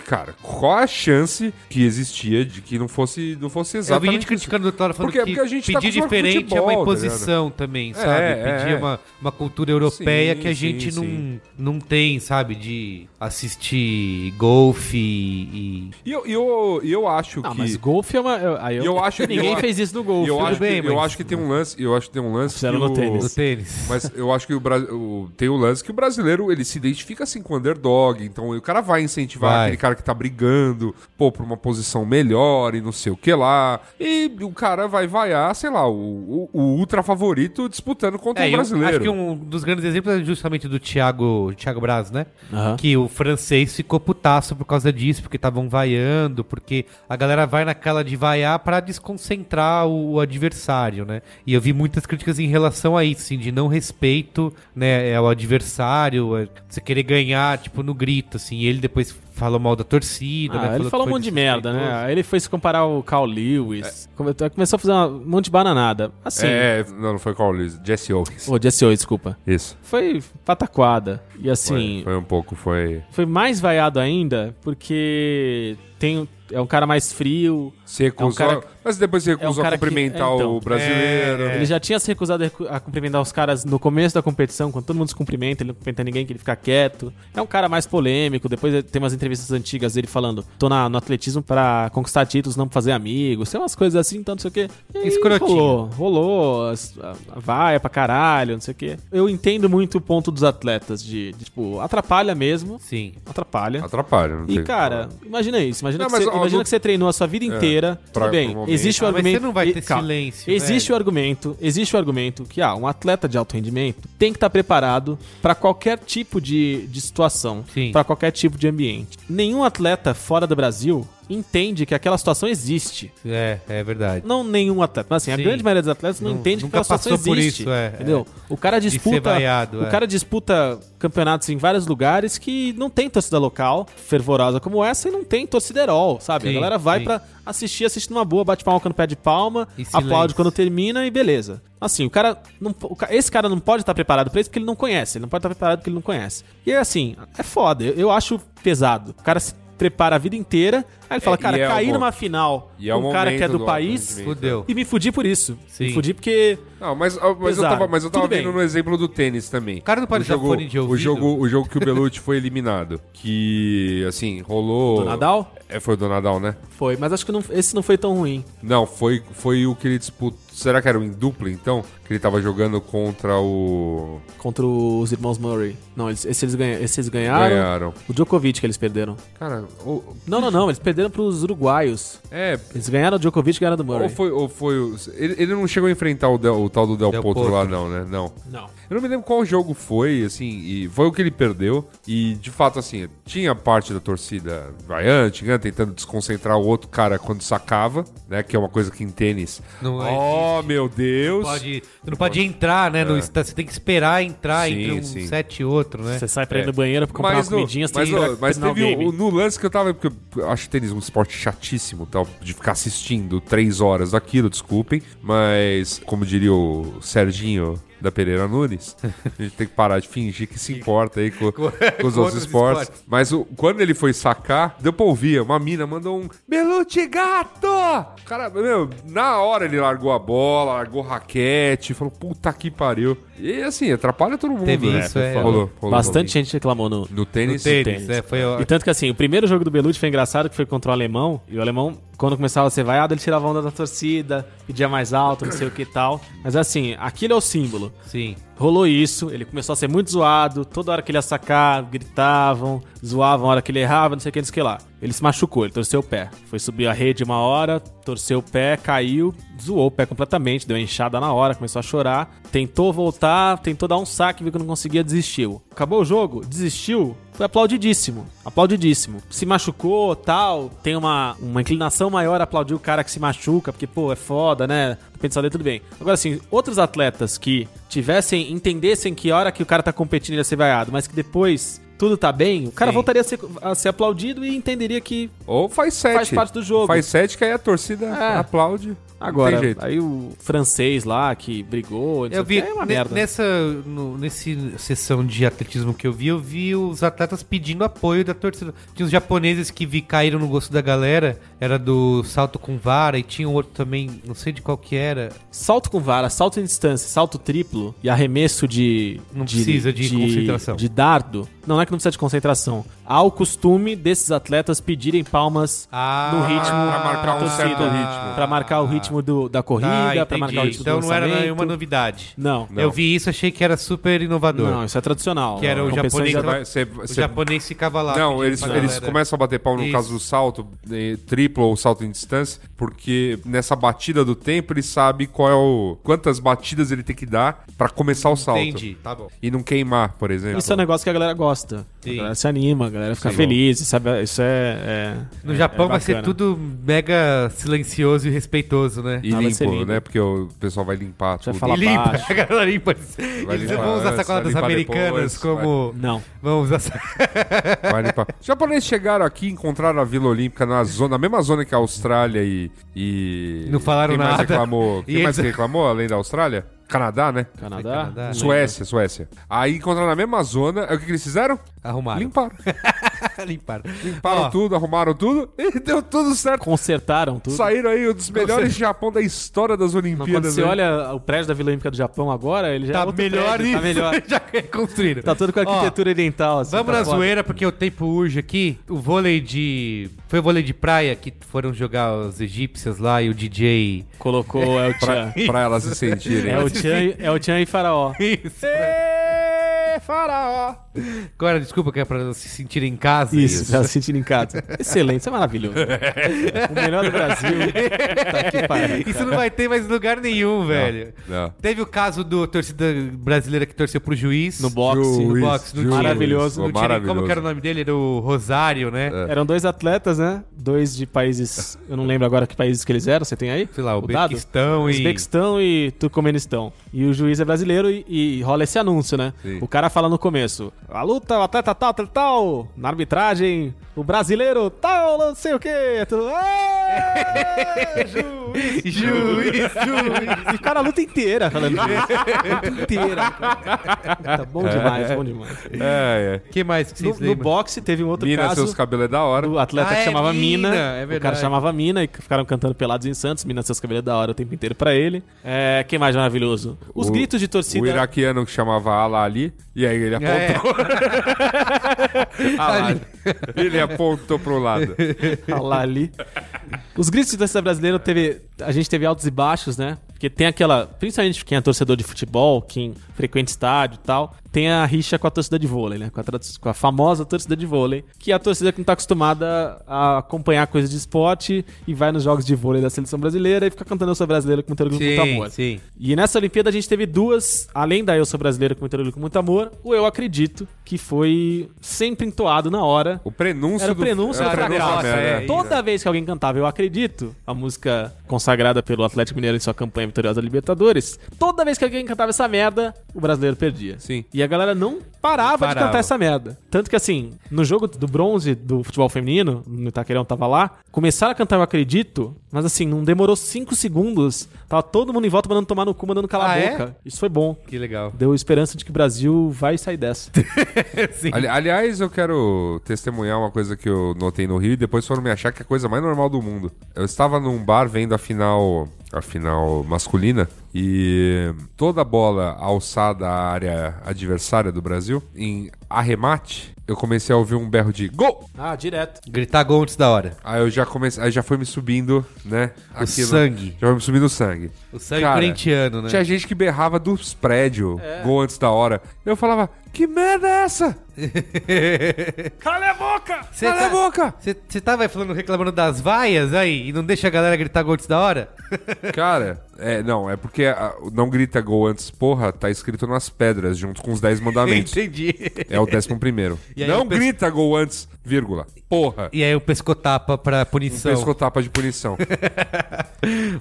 Speaker 5: cara, qual a chance que existia de que não fosse, não fosse
Speaker 3: Eu vi
Speaker 5: exatamente
Speaker 3: gente
Speaker 5: isso?
Speaker 3: criticando o Toro falando
Speaker 5: Porque-
Speaker 3: que
Speaker 5: porque a gente tá
Speaker 3: pedir
Speaker 5: acostumado com
Speaker 3: diferente é uma
Speaker 5: futebol, tá
Speaker 3: imposição também, sabe?
Speaker 5: é,
Speaker 3: pedir
Speaker 5: é.
Speaker 3: Uma, uma cultura europeia
Speaker 5: Sim,
Speaker 3: que a
Speaker 5: sim,
Speaker 3: gente
Speaker 5: sim.
Speaker 3: Não, não tem, sabe? De assistir golfe e...
Speaker 5: E eu, e eu, e eu acho
Speaker 4: Ah,
Speaker 5: que...
Speaker 4: mas golfe é uma. eu- aí eu-
Speaker 5: Eu acho que-
Speaker 4: ninguém
Speaker 5: eu-
Speaker 4: fez isso no golfe. né?
Speaker 5: eu
Speaker 4: tudo
Speaker 5: acho,
Speaker 4: bem,
Speaker 5: que, eu
Speaker 4: mas-
Speaker 5: acho que tem um lance, eu acho que tem um lance
Speaker 4: Fizeram
Speaker 5: que
Speaker 4: no
Speaker 5: o-
Speaker 4: tênis.
Speaker 3: do tênis.
Speaker 5: Mas eu acho que o, Bra... o- tem o lance que o brasileiro ele se identifica assim com o underdog, então o cara vai incentivar
Speaker 3: Vai.
Speaker 5: aquele cara que tá brigando, pô, pra uma posição melhor e não sei o que lá. E o cara vai vaiar, sei lá, o, o, o ultra favorito disputando contra
Speaker 3: É,
Speaker 5: o
Speaker 3: eu
Speaker 5: brasileiro.
Speaker 3: acho que um dos grandes exemplos é justamente do Thiago, Thiago Braz, né?
Speaker 4: Aham.
Speaker 3: Que o francês ficou putaço por causa disso, porque estavam vaiando, porque a galera vai naquela de vaiar pra desconcentrar o, o adversário, né? E eu vi muitas críticas em relação a isso, assim, de não respeito, né, ao adversário, é, você querer ganhar, tipo, no grito, assim. E ele depois falou mal da torcida,
Speaker 4: Ah,
Speaker 3: né?
Speaker 4: ele
Speaker 3: que
Speaker 4: falou um
Speaker 3: foi
Speaker 4: monte de merda, né?
Speaker 3: desrespeitoso. É.
Speaker 4: Aí ele foi se comparar o Carl Lewis. Come- Começou a fazer uma- um monte de bananada. Assim.
Speaker 5: É, não, não foi Carl Lewis, Jesse Owens.
Speaker 4: Ô, de SEO, desculpa.
Speaker 5: Isso.
Speaker 4: Foi pataquada. E
Speaker 5: Foi,
Speaker 4: assim.
Speaker 5: foi um pouco, foi
Speaker 4: Foi mais vaiado ainda porque tem, é um cara mais frio.
Speaker 5: se recusou,
Speaker 4: É um cara- um
Speaker 5: mas depois se recusou
Speaker 4: cara
Speaker 5: a
Speaker 4: que-
Speaker 5: cumprimentar
Speaker 4: é, então.
Speaker 5: o brasileiro.
Speaker 4: Ele já tinha se recusado a recu- a cumprimentar os caras no começo da competição, quando todo mundo se cumprimenta, ele não cumprimenta ninguém, que ele fica quieto. É um cara mais polêmico. Depois tem umas entrevistas antigas dele falando: tô na- no atletismo pra conquistar títulos, não pra fazer amigos. Tem umas coisas assim, então não sei o quê. E aí
Speaker 3: Escrotinho.
Speaker 4: Rolou, rolou, as- a, a vaia pra caralho, não sei o quê. Eu entendo muito o ponto dos atletas, de, de, tipo, atrapalha mesmo.
Speaker 3: Sim.
Speaker 4: Atrapalha.
Speaker 5: Atrapalha, não tem
Speaker 4: E,
Speaker 5: o que
Speaker 4: cara, imagina isso. Imagina,
Speaker 5: Não,
Speaker 4: que,
Speaker 5: mas,
Speaker 4: você,
Speaker 5: ó,
Speaker 4: imagina
Speaker 5: no-
Speaker 4: que você treinou a sua vida inteira.
Speaker 5: pra-
Speaker 4: tudo bem,
Speaker 5: pro momento.
Speaker 4: existe o
Speaker 3: Ah, mas
Speaker 4: argumento.
Speaker 3: você não vai
Speaker 4: e-
Speaker 3: ter silêncio, né?
Speaker 4: Existe
Speaker 3: velho.
Speaker 4: o argumento. Existe o argumento que, ah, um atleta de alto rendimento tem que estar preparado pra qualquer tipo de, de situação,
Speaker 3: Sim.
Speaker 4: pra qualquer tipo de ambiente. Nenhum atleta fora do Brasil entende que aquela situação existe.
Speaker 3: É, é verdade.
Speaker 4: Não nenhum atleta, mas assim, a
Speaker 3: Sim.
Speaker 4: grande maioria dos atletas não,
Speaker 3: Nu-
Speaker 4: entende que
Speaker 3: nunca
Speaker 4: aquela situação
Speaker 3: passou por
Speaker 4: existe.
Speaker 3: isso, é,
Speaker 4: entendeu? O cara
Speaker 3: ser
Speaker 4: disputa,
Speaker 3: vaiado,
Speaker 4: o
Speaker 3: é.
Speaker 4: cara disputa campeonatos em vários lugares que não tem torcida local fervorosa como essa e não tem torciderol, sabe? a
Speaker 3: Sim,
Speaker 4: galera vai
Speaker 3: sim.
Speaker 4: pra assistir, assiste numa boa, bate palma quando pede palma,
Speaker 3: E silêncio.
Speaker 4: aplaude quando termina e beleza. Assim, o cara não- o ca- esse cara não pode estar preparado pra isso porque ele não conhece, ele não pode estar preparado porque ele não conhece. E é assim, é foda, eu, eu acho pesado. O cara se prepara a vida inteira, aí ele fala,
Speaker 5: e
Speaker 4: cara,
Speaker 5: é o
Speaker 4: cair
Speaker 5: mo-
Speaker 4: numa final
Speaker 5: E é
Speaker 4: com
Speaker 5: o
Speaker 4: um cara que é
Speaker 5: momento
Speaker 4: do,
Speaker 5: do
Speaker 4: país,
Speaker 5: autoconhecimento.
Speaker 3: Fudeu.
Speaker 4: e me fudi por isso.
Speaker 3: Sim.
Speaker 4: Me fudi porque.
Speaker 5: Não, mas, mas eu
Speaker 4: Pesado.
Speaker 5: tava, mas eu tava
Speaker 4: Tudo
Speaker 5: vendo
Speaker 4: bem.
Speaker 5: no exemplo do tênis também. O
Speaker 3: cara não pode usar
Speaker 5: jogo-
Speaker 3: fone de
Speaker 5: O
Speaker 3: ouvido.
Speaker 5: jogo, o jogo que o Belucci foi eliminado. Que, assim, rolou...
Speaker 4: Do Nadal?
Speaker 5: É, foi o do Nadal, né?
Speaker 4: Foi, mas acho que não- esse não foi tão ruim.
Speaker 5: Não, foi, foi o que ele disputou... Será que era um em dupla, então? Que ele tava jogando contra o...
Speaker 4: Contra os irmãos Murray. Não, eles, esse eles ganha- esse eles ganharam.
Speaker 5: Ganharam.
Speaker 4: O Djokovic que eles perderam.
Speaker 5: Cara, ou...
Speaker 4: Não, não, não. Eles perderam pros uruguaios.
Speaker 5: É...
Speaker 4: Eles ganharam o Djokovic e ganharam do
Speaker 5: Ou
Speaker 4: Murray.
Speaker 5: foi, ou foi o- ele, ele não chegou a enfrentar o, Del- o tal do Del,
Speaker 3: Del
Speaker 5: Potro,
Speaker 3: Potro.
Speaker 5: lá, não, né? Não.
Speaker 4: Não.
Speaker 5: Eu não me lembro qual jogo foi, assim, e foi o que ele perdeu. E, de fato, assim, tinha parte da torcida vaiante, né, tentando desconcentrar o outro cara quando sacava, né? Que é uma coisa que em tênis.
Speaker 3: Não é
Speaker 5: oh, meu Deus!
Speaker 3: Pode, tu não pode entrar, né?
Speaker 4: Ah.
Speaker 3: no esta- você tem que esperar entrar
Speaker 5: Sim,
Speaker 3: entre um
Speaker 5: sim.
Speaker 3: set e outro, né?
Speaker 4: Você sai pra ir no banheiro pra comprar
Speaker 5: É. Mas,
Speaker 4: uma
Speaker 5: no-
Speaker 4: comidinha, você
Speaker 5: mas,
Speaker 4: tem que ir
Speaker 5: no-
Speaker 4: pra
Speaker 5: mas
Speaker 4: terminar o
Speaker 5: teve o,
Speaker 4: game.
Speaker 5: o- no lance que eu tava. Porque eu acho tênis um esporte chatíssimo, tal, de ficar assistindo três horas daquilo, desculpem. Mas, como diria o Serginho da Pereira Nunes. [LAUGHS] A gente tem que parar de fingir que se importa aí com, com os
Speaker 3: [LAUGHS] com
Speaker 5: outros
Speaker 3: outros
Speaker 5: esportes.
Speaker 3: esportes.
Speaker 5: Mas o- quando ele foi sacar, deu pra ouvir. Uma mina mandou um Belute Gato! Cara, meu, na hora ele largou a bola, largou o raquete, falou puta que pariu. E assim, atrapalha todo mundo.
Speaker 3: Teve
Speaker 5: né?
Speaker 3: isso, é.
Speaker 5: Rolou, rolou,
Speaker 4: Bastante gente reclamou no,
Speaker 5: rolou. No tênis,
Speaker 3: tênis.
Speaker 4: tênis.
Speaker 3: é, foi a-
Speaker 4: E tanto que assim, o primeiro jogo do Belucci foi engraçado, que foi contra o alemão. E o alemão, quando começava a ser vaiado, ele tirava onda da torcida, pedia mais alto, não sei o que e tal. Mas assim, aquilo é o símbolo.
Speaker 3: Sim.
Speaker 4: Rolou isso, ele começou a ser muito zoado, toda hora que ele ia sacar, gritavam, zoavam a hora que ele errava, não sei o que, não sei o que lá. Ele se machucou, ele torceu o pé. Foi subir a rede uma hora, torceu o pé, caiu, zoou o pé completamente, deu uma enxada na hora, começou a chorar, tentou voltar, tentou dar um saque, viu que não conseguia, desistiu. Acabou o jogo, desistiu, foi aplaudidíssimo, aplaudidíssimo. Se machucou, tal, tem uma, uma inclinação maior a aplaudir o cara que se machuca, porque, pô, é foda, né? Pensador, tudo bem. Agora, assim, outros atletas que tivessem, entendessem que a hora que o cara tá competindo ele ia ser vaiado, mas que depois tudo tá bem, o cara
Speaker 3: Sim.
Speaker 4: voltaria a ser, a ser aplaudido e entenderia que
Speaker 5: Ou faz sete.
Speaker 4: faz parte do jogo.
Speaker 5: É, Faz sete que aí a torcida
Speaker 4: É.
Speaker 5: aplaude. Não
Speaker 4: Agora,
Speaker 5: tem jeito.
Speaker 4: aí o francês lá que brigou, não sei
Speaker 3: Eu
Speaker 4: o que,
Speaker 3: vi
Speaker 4: é uma
Speaker 3: ne-
Speaker 4: merda.
Speaker 3: nessa no, nesse sessão de atletismo que eu vi, eu vi os atletas pedindo apoio da torcida. Tinha os japoneses que vi caíram no gosto da galera, era do salto com vara e tinha um outro também, não sei de qual que era.
Speaker 4: Salto com vara, salto em distância, salto triplo e arremesso de.
Speaker 3: Não precisa de concentração.
Speaker 4: De dardo. Não, não é que não precisa de concentração. Há o costume desses atletas pedirem palmas
Speaker 3: Ah,
Speaker 4: no ritmo.
Speaker 5: pra marcar um
Speaker 4: da torcida,
Speaker 5: certo ritmo.
Speaker 4: Pra marcar o ritmo do- da corrida,
Speaker 3: Tá,
Speaker 4: pra marcar o
Speaker 3: Ah. entendi.
Speaker 4: ritmo
Speaker 3: Então
Speaker 4: do
Speaker 3: não era
Speaker 4: lançamento.
Speaker 3: nenhuma novidade.
Speaker 4: Não.
Speaker 3: Eu vi isso, achei que era super inovador.
Speaker 4: Não, isso é tradicional.
Speaker 3: Que era o
Speaker 4: Competições
Speaker 3: japonês-
Speaker 5: Você
Speaker 4: de-
Speaker 5: vai- você-
Speaker 3: O
Speaker 5: você-
Speaker 3: japonês ficava lá.
Speaker 5: é- Não,
Speaker 3: pedindo
Speaker 5: eles,
Speaker 3: pra
Speaker 5: eles
Speaker 3: galera.
Speaker 5: começam a bater pau no
Speaker 3: Isso.
Speaker 5: caso do salto, eh, triplo ou salto em distância, porque nessa batida do tempo ele sabe qual é o. quantas batidas ele tem que dar pra começar o salto.
Speaker 3: Entendi, tá bom.
Speaker 5: E não queimar, por exemplo.
Speaker 4: Isso é um negócio que a galera gosta.
Speaker 3: Sim.
Speaker 4: A galera se anima, a galera fica feliz, sabe? Isso é. é-
Speaker 3: No
Speaker 4: é-
Speaker 3: Japão
Speaker 4: é
Speaker 3: vai ser
Speaker 4: bacana.
Speaker 3: tudo mega silencioso e respeitoso, né?
Speaker 5: E
Speaker 4: Ah, vai ser
Speaker 5: limpo,
Speaker 4: limpo.
Speaker 5: né? Porque o pessoal vai limpar
Speaker 4: Você
Speaker 5: tudo.
Speaker 4: vai falar
Speaker 3: E limpa,
Speaker 4: baixo.
Speaker 3: [LAUGHS] a galera limpa. Eles
Speaker 5: limpar
Speaker 3: vão usar
Speaker 5: antes, vai
Speaker 3: sacolas
Speaker 5: limpar
Speaker 3: americanas
Speaker 5: depois,
Speaker 3: como.
Speaker 4: Não.
Speaker 3: Vamos usar. sa- [LAUGHS]
Speaker 5: Vai limpar. Os japoneses chegaram aqui, encontraram a Vila Olímpica na zona, na mesma zona que a Austrália e. e...
Speaker 3: Não falaram
Speaker 5: quem mais
Speaker 3: nada.
Speaker 5: Reclamou? Quem
Speaker 3: [LAUGHS] E
Speaker 5: mais
Speaker 3: eles- Ah,
Speaker 5: reclamou além da Austrália? Canadá, né?
Speaker 4: Canadá?
Speaker 3: Canadá.
Speaker 4: Não
Speaker 5: Suécia, Suécia. Aí encontraram na mesma zona. é O que que eles fizeram?
Speaker 3: Arrumaram. [LAUGHS]
Speaker 5: Limparam.
Speaker 3: Limparam.
Speaker 5: Limparam
Speaker 3: Ó,
Speaker 5: tudo, arrumaram tudo e [LAUGHS] deu tudo certo.
Speaker 4: Consertaram tudo.
Speaker 5: Saíram aí um dos melhores Japão da história das
Speaker 4: Mas quando
Speaker 5: Olimpíadas.
Speaker 4: você
Speaker 5: né?
Speaker 4: olha o prédio da Vila Olímpica do Japão agora, ele já é
Speaker 3: Tá
Speaker 4: outro
Speaker 3: melhor
Speaker 4: prédio,
Speaker 3: isso.
Speaker 4: Tá melhor.
Speaker 3: [LAUGHS] Já reconstruíram.
Speaker 4: Tá tudo com a
Speaker 3: [LAUGHS] Ó,
Speaker 4: arquitetura oriental, assim.
Speaker 3: Vamos
Speaker 4: tá
Speaker 3: na
Speaker 4: foda.
Speaker 3: zoeira, porque o tempo urge aqui. O vôlei de. Foi o vôlei de praia que foram jogar os egípcios lá e
Speaker 5: [LAUGHS]
Speaker 3: o DJ.
Speaker 4: Colocou El
Speaker 3: [LAUGHS]
Speaker 4: Chan.
Speaker 5: pra elas se sentirem.
Speaker 3: é
Speaker 4: El É Chan, El Chan e Faraó.
Speaker 3: Isso.
Speaker 5: Ê, faraó!
Speaker 3: Agora, desculpa que é pra se sentir em casa.
Speaker 4: Isso, já sentindo em casa. Excelente, isso
Speaker 3: [LAUGHS]
Speaker 4: é maravilhoso. o melhor do Brasil. Tá que pariu.
Speaker 3: [LAUGHS] Isso não vai ter mais lugar nenhum, velho.
Speaker 5: não.
Speaker 3: Teve o caso do torcida brasileira que torceu pro juiz.
Speaker 4: No boxe.
Speaker 3: No
Speaker 5: Juiz,
Speaker 3: boxe, no
Speaker 5: juiz.
Speaker 4: Maravilhoso,
Speaker 5: Pô,
Speaker 4: no
Speaker 3: Tinha nem-
Speaker 5: maravilhoso. É.
Speaker 3: Como que era o nome dele? Era o Rosário, né? [LAUGHS]
Speaker 4: Eram dois atletas, né? Dois de países. Eu não lembro agora que países que eles eram. Você tem aí?
Speaker 3: Sei lá, o
Speaker 4: dado?
Speaker 3: Bequistão e.
Speaker 4: Uzbequistão e Turcomenistão. E o juiz é brasileiro e, e rola esse anúncio, né?
Speaker 5: Sim.
Speaker 4: O cara fala no começo: a luta, o atleta tal, tal, tal, na arbitragem, o brasileiro tal, não sei o quê. é Tudo, "Ê, juiz."
Speaker 3: Juiz, juiz.
Speaker 4: E o cara a luta inteira falando juiz. A luta inteira. cara. Tá bom demais, bom demais.
Speaker 5: É, é.
Speaker 3: que mais que
Speaker 4: No,
Speaker 3: vocês
Speaker 4: no
Speaker 3: lembram?
Speaker 4: boxe teve um outro
Speaker 5: Mina,
Speaker 4: caso.
Speaker 5: seus cabelos é da hora.
Speaker 4: O atleta
Speaker 3: Ah,
Speaker 4: que
Speaker 3: é
Speaker 4: chamava
Speaker 3: Mina,
Speaker 4: Mina.
Speaker 3: é
Speaker 4: o cara
Speaker 3: verdade.
Speaker 4: chamava Mina e ficaram cantando pelados em Santos. Mina, seus cabelos da hora o tempo inteiro pra ele. É, quem mais maravilhoso? Os
Speaker 5: O-
Speaker 4: gritos de torcida.
Speaker 5: O iraquiano que chamava Ala Ali, e aí ele
Speaker 4: É,
Speaker 3: É.
Speaker 4: [LAUGHS]
Speaker 5: apontou. Ala Ali. ele apontou pro lado.
Speaker 4: Olha ali. Os gritos de torcida brasileira teve. A gente teve altos e baixos, né? Porque tem aquela. Principalmente quem é torcedor de futebol, quem frequenta estádio e tal, tem a rixa com a torcida de vôlei, né? Com a, tradi- com a famosa torcida de vôlei, que é a torcida que não tá acostumada a acompanhar coisas de esporte e vai nos jogos de vôlei da seleção brasileira e fica cantando Eu Sou Brasileiro com muito orgulho e muito
Speaker 3: Sim,
Speaker 4: amor.
Speaker 3: sim.
Speaker 4: E nessa Olimpíada a gente teve duas, além da Eu Sou Brasileiro com muito orgulho e com muito amor, o Eu Acredito, que foi sempre entoado na hora.
Speaker 5: O prenúncio
Speaker 4: Era o prenúncio
Speaker 5: do...
Speaker 4: do fracasso.
Speaker 5: merda,
Speaker 3: é.
Speaker 5: né?
Speaker 4: Toda vez que alguém cantava Eu Acredito, a música consagrada pelo Atlético Mineiro em sua campanha vitoriosa da Libertadores, toda vez que alguém cantava essa merda, o brasileiro perdia.
Speaker 5: Sim.
Speaker 4: E a galera não parava, de
Speaker 3: Parava.
Speaker 4: cantar essa merda. Tanto que, assim, no jogo do bronze do futebol feminino, no Itaquerão tava lá, começaram a cantar Eu Acredito, mas assim, não demorou 5 segundos. Tava todo mundo em volta mandando tomar no cu, mandando calar
Speaker 3: Ah,
Speaker 4: a
Speaker 3: é?
Speaker 4: boca. Isso foi bom.
Speaker 3: Que legal.
Speaker 4: Deu esperança de que o Brasil vai sair dessa.
Speaker 5: Ali- aliás, eu quero testemunhar uma coisa que eu notei no Rio e depois foram me achar que é a coisa mais normal do mundo. Eu estava num bar vendo a final, a final masculina e toda bola alçada à área adversária do Brasil, em arremate, eu comecei a ouvir um berro de gol!
Speaker 4: ah, direto.
Speaker 3: Gritar gol antes da hora.
Speaker 5: Aí eu já comecei, aí já foi me subindo, né?
Speaker 3: O sangue.
Speaker 5: Já foi me subindo o sangue.
Speaker 3: O sangue
Speaker 5: Cara,
Speaker 3: corintiano, né?
Speaker 5: Tinha gente que berrava dos prédios, gol antes da hora. Eu falava, que merda é essa? Cala a boca!
Speaker 3: Cê
Speaker 5: Cala
Speaker 3: tá-
Speaker 5: a boca!
Speaker 3: Você tava falando, reclamando das vaias aí e não deixa a galera gritar gol antes da hora?
Speaker 5: Cara, é, não, é porque a- não grita gol antes, porra, tá escrito nas pedras, junto com os 10 mandamentos.
Speaker 3: [LAUGHS] Entendi.
Speaker 5: é o décimo primeiro.
Speaker 3: E aí
Speaker 5: não
Speaker 3: eu penso-
Speaker 5: grita gol antes, vírgula. Porra.
Speaker 3: E aí o pescotapa pra punição.
Speaker 5: Pescotapa de punição.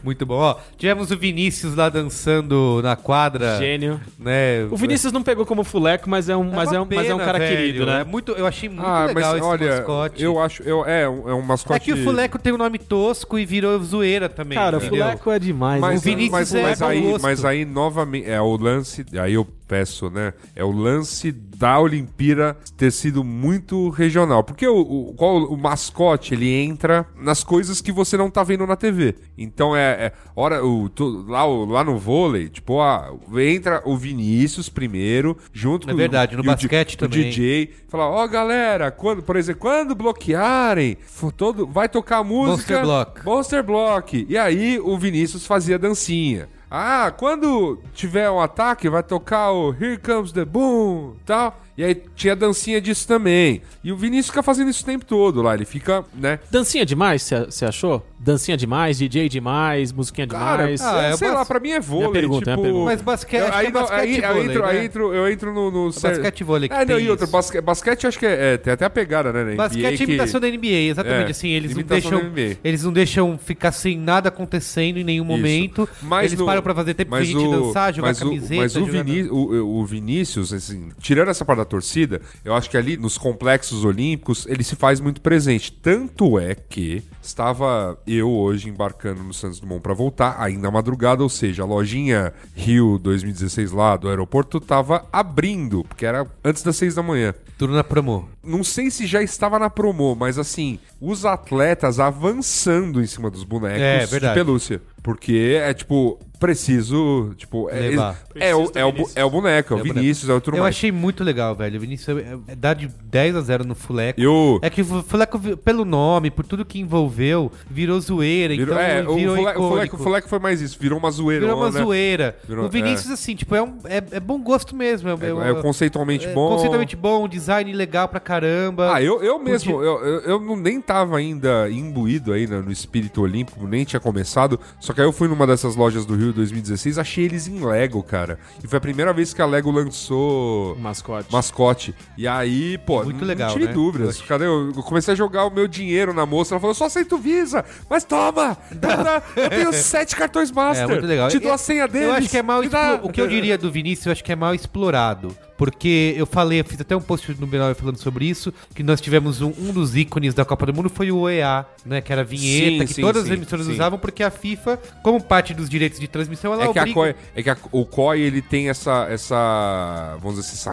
Speaker 3: Muito bom. Ó, tivemos o Vinícius lá dançando na quadra.
Speaker 4: Gênio.
Speaker 3: Né?
Speaker 4: O Vinícius não pegou como fuleco, mas é um,
Speaker 3: É
Speaker 4: mas
Speaker 3: uma
Speaker 4: é um, mas é um
Speaker 3: pena,
Speaker 4: cara
Speaker 3: velho.
Speaker 4: querido, né?
Speaker 3: É muito, eu achei
Speaker 5: [LAUGHS]
Speaker 3: muito
Speaker 5: ah, mas
Speaker 3: legal esse
Speaker 5: olha,
Speaker 3: mascote.
Speaker 5: eu acho. Eu, é, um- é um mascote.
Speaker 3: É que o Fuleco tem um nome tosco e virou zoeira também.
Speaker 4: Cara, o
Speaker 3: entendeu?
Speaker 4: fuleco é demais.
Speaker 5: Mas,
Speaker 3: o Vinícius
Speaker 5: mas,
Speaker 3: é
Speaker 5: mas
Speaker 4: um
Speaker 3: mau
Speaker 5: aí,
Speaker 3: gosto.
Speaker 5: mas aí, novamente, é o lance. Aí eu peço, né? É o lance da Olimpíada ter sido muito regional. Porque o, o, qual- o mascote, ele entra nas coisas que você não tá vendo na TV. Então é. é- ora, o, tu- lá, o- lá no vôlei, tipo, ah, entra o Vinícius primeiro, junto
Speaker 3: É
Speaker 5: com
Speaker 3: verdade,
Speaker 5: o, e
Speaker 3: no
Speaker 5: o di-
Speaker 3: basquete também.
Speaker 5: O DJ. Fala, ó, galera, quando, por exemplo, quando bloquearem, for todo, vai tocar música.
Speaker 3: Monster Block.
Speaker 5: Monster Block. E aí o Vinícius fazia dancinha. Ah, quando tiver um ataque, vai tocar o Here Comes the Boom tal. E aí tinha dancinha disso também. E o Vinícius fica fazendo isso o tempo todo lá. Ele fica, né?
Speaker 4: Dancinha demais, você achou? Dancinha demais, DJ demais, musiquinha
Speaker 5: Cara,
Speaker 4: demais.
Speaker 5: ah,
Speaker 3: é
Speaker 5: sei
Speaker 3: bas-
Speaker 5: lá, pra mim é vôlei.
Speaker 4: Minha pergunta,
Speaker 5: tipo...
Speaker 4: minha pergunta.
Speaker 3: Mas basquete,
Speaker 5: Eu-
Speaker 3: acho
Speaker 5: aí,
Speaker 3: que é
Speaker 5: não,
Speaker 3: basquete
Speaker 5: aí,
Speaker 3: e
Speaker 5: aí
Speaker 3: vôlei,
Speaker 5: entro,
Speaker 3: né?
Speaker 5: aí entro, eu entro no. no cer-
Speaker 3: basquete e vôlei que
Speaker 5: é, não,
Speaker 3: tem
Speaker 5: e outro,
Speaker 3: isso.
Speaker 5: basque- basquete acho que é, é, tem até a pegada, né? na NBA
Speaker 3: Basquete é
Speaker 5: que-
Speaker 3: imitação da NBA, exatamente.
Speaker 5: É,
Speaker 3: assim, eles não,
Speaker 5: imitação
Speaker 3: deixam,
Speaker 5: da NBA.
Speaker 3: eles não deixam ficar sem nada acontecendo em nenhum um momento.
Speaker 5: Mas
Speaker 3: eles
Speaker 5: no-
Speaker 3: param pra fazer tempo
Speaker 5: mas
Speaker 3: de gente
Speaker 5: o-
Speaker 3: dançar, jogar
Speaker 5: mas o-
Speaker 3: camiseta.
Speaker 5: Mas o,
Speaker 3: jogar-
Speaker 5: Viní- o- o Vinícius, assim, tirando essa parte da torcida, eu acho que ali nos complexos olímpicos ele se faz muito presente. Tanto é que estava eu hoje embarcando no Santos Dumont pra voltar, ainda madrugada, ou seja, a lojinha Rio 2016 lá do aeroporto estava abrindo, porque era antes das seis da manhã
Speaker 3: Tudo na promo.
Speaker 5: não sei se já estava na promo, mas assim, os atletas avançando em cima dos bonecos
Speaker 3: É,
Speaker 5: de
Speaker 3: verdade.
Speaker 5: pelúcia. Porque é tipo, preciso, tipo, é,
Speaker 3: Levar.
Speaker 5: é, o, é, o, bu- é o boneco, é o
Speaker 3: É o
Speaker 5: Vinícius, é o tudo
Speaker 3: Eu
Speaker 5: mais.
Speaker 3: achei muito legal, velho. O Vinícius é- é- dá de 10 a 0 no Fuleco.
Speaker 5: Eu-
Speaker 3: É que o Fuleco, vi- pelo nome, por tudo que envolveu, virou zoeira.
Speaker 5: Virou-
Speaker 3: então
Speaker 5: é, o
Speaker 3: virou
Speaker 5: Fule- o Fuleco,
Speaker 3: icônico.
Speaker 5: o Fuleco foi mais isso, virou uma zoeira. né?
Speaker 3: Virou uma zoeira.
Speaker 5: Virou-
Speaker 3: o Vinícius, assim, tipo, é, um, é, é bom gosto mesmo. É,
Speaker 5: É,
Speaker 3: um-
Speaker 5: é conceitualmente
Speaker 3: é
Speaker 5: bom.
Speaker 3: conceitualmente bom, design legal pra caramba.
Speaker 5: Ah, eu, eu
Speaker 3: Podia-
Speaker 5: mesmo, eu, eu, eu não, nem tava ainda imbuído aí né, no espírito olímpico, nem tinha começado. Só que aí eu fui numa dessas lojas do Rio 2016, achei eles em Lego, cara. E foi a primeira vez que a Lego lançou
Speaker 4: Mascote.
Speaker 5: mascote. E aí, pô,
Speaker 3: Muito
Speaker 5: não-
Speaker 3: legal,
Speaker 5: não tive
Speaker 3: né?
Speaker 5: dúvidas. Cadê? Eu eu comecei a jogar o meu dinheiro na moça. Ela falou, eu só aceito Visa, mas toma! Eu tá- Eu tenho
Speaker 3: [LAUGHS]
Speaker 5: sete cartões Master.
Speaker 3: É muito legal.
Speaker 5: Te dou
Speaker 3: Eu-
Speaker 5: a senha deles.
Speaker 3: Eu acho que é mal
Speaker 5: me dá-
Speaker 3: explo- O que eu diria do Vinícius, eu acho que é mal explorado. Porque eu falei, eu fiz até um post no Bienal falando sobre isso, que nós tivemos um, um dos ícones da Copa do Mundo foi o OEA, né? Que era a vinheta
Speaker 5: Sim,
Speaker 3: que
Speaker 5: sim,
Speaker 3: todas
Speaker 5: sim,
Speaker 3: as emissoras
Speaker 5: sim.
Speaker 3: usavam, porque a FIFA, como parte dos direitos de transmissão, ela
Speaker 5: É que, a
Speaker 3: obriga-
Speaker 5: COI, é que a- o COI ele tem essa, essa, vamos dizer assim, essa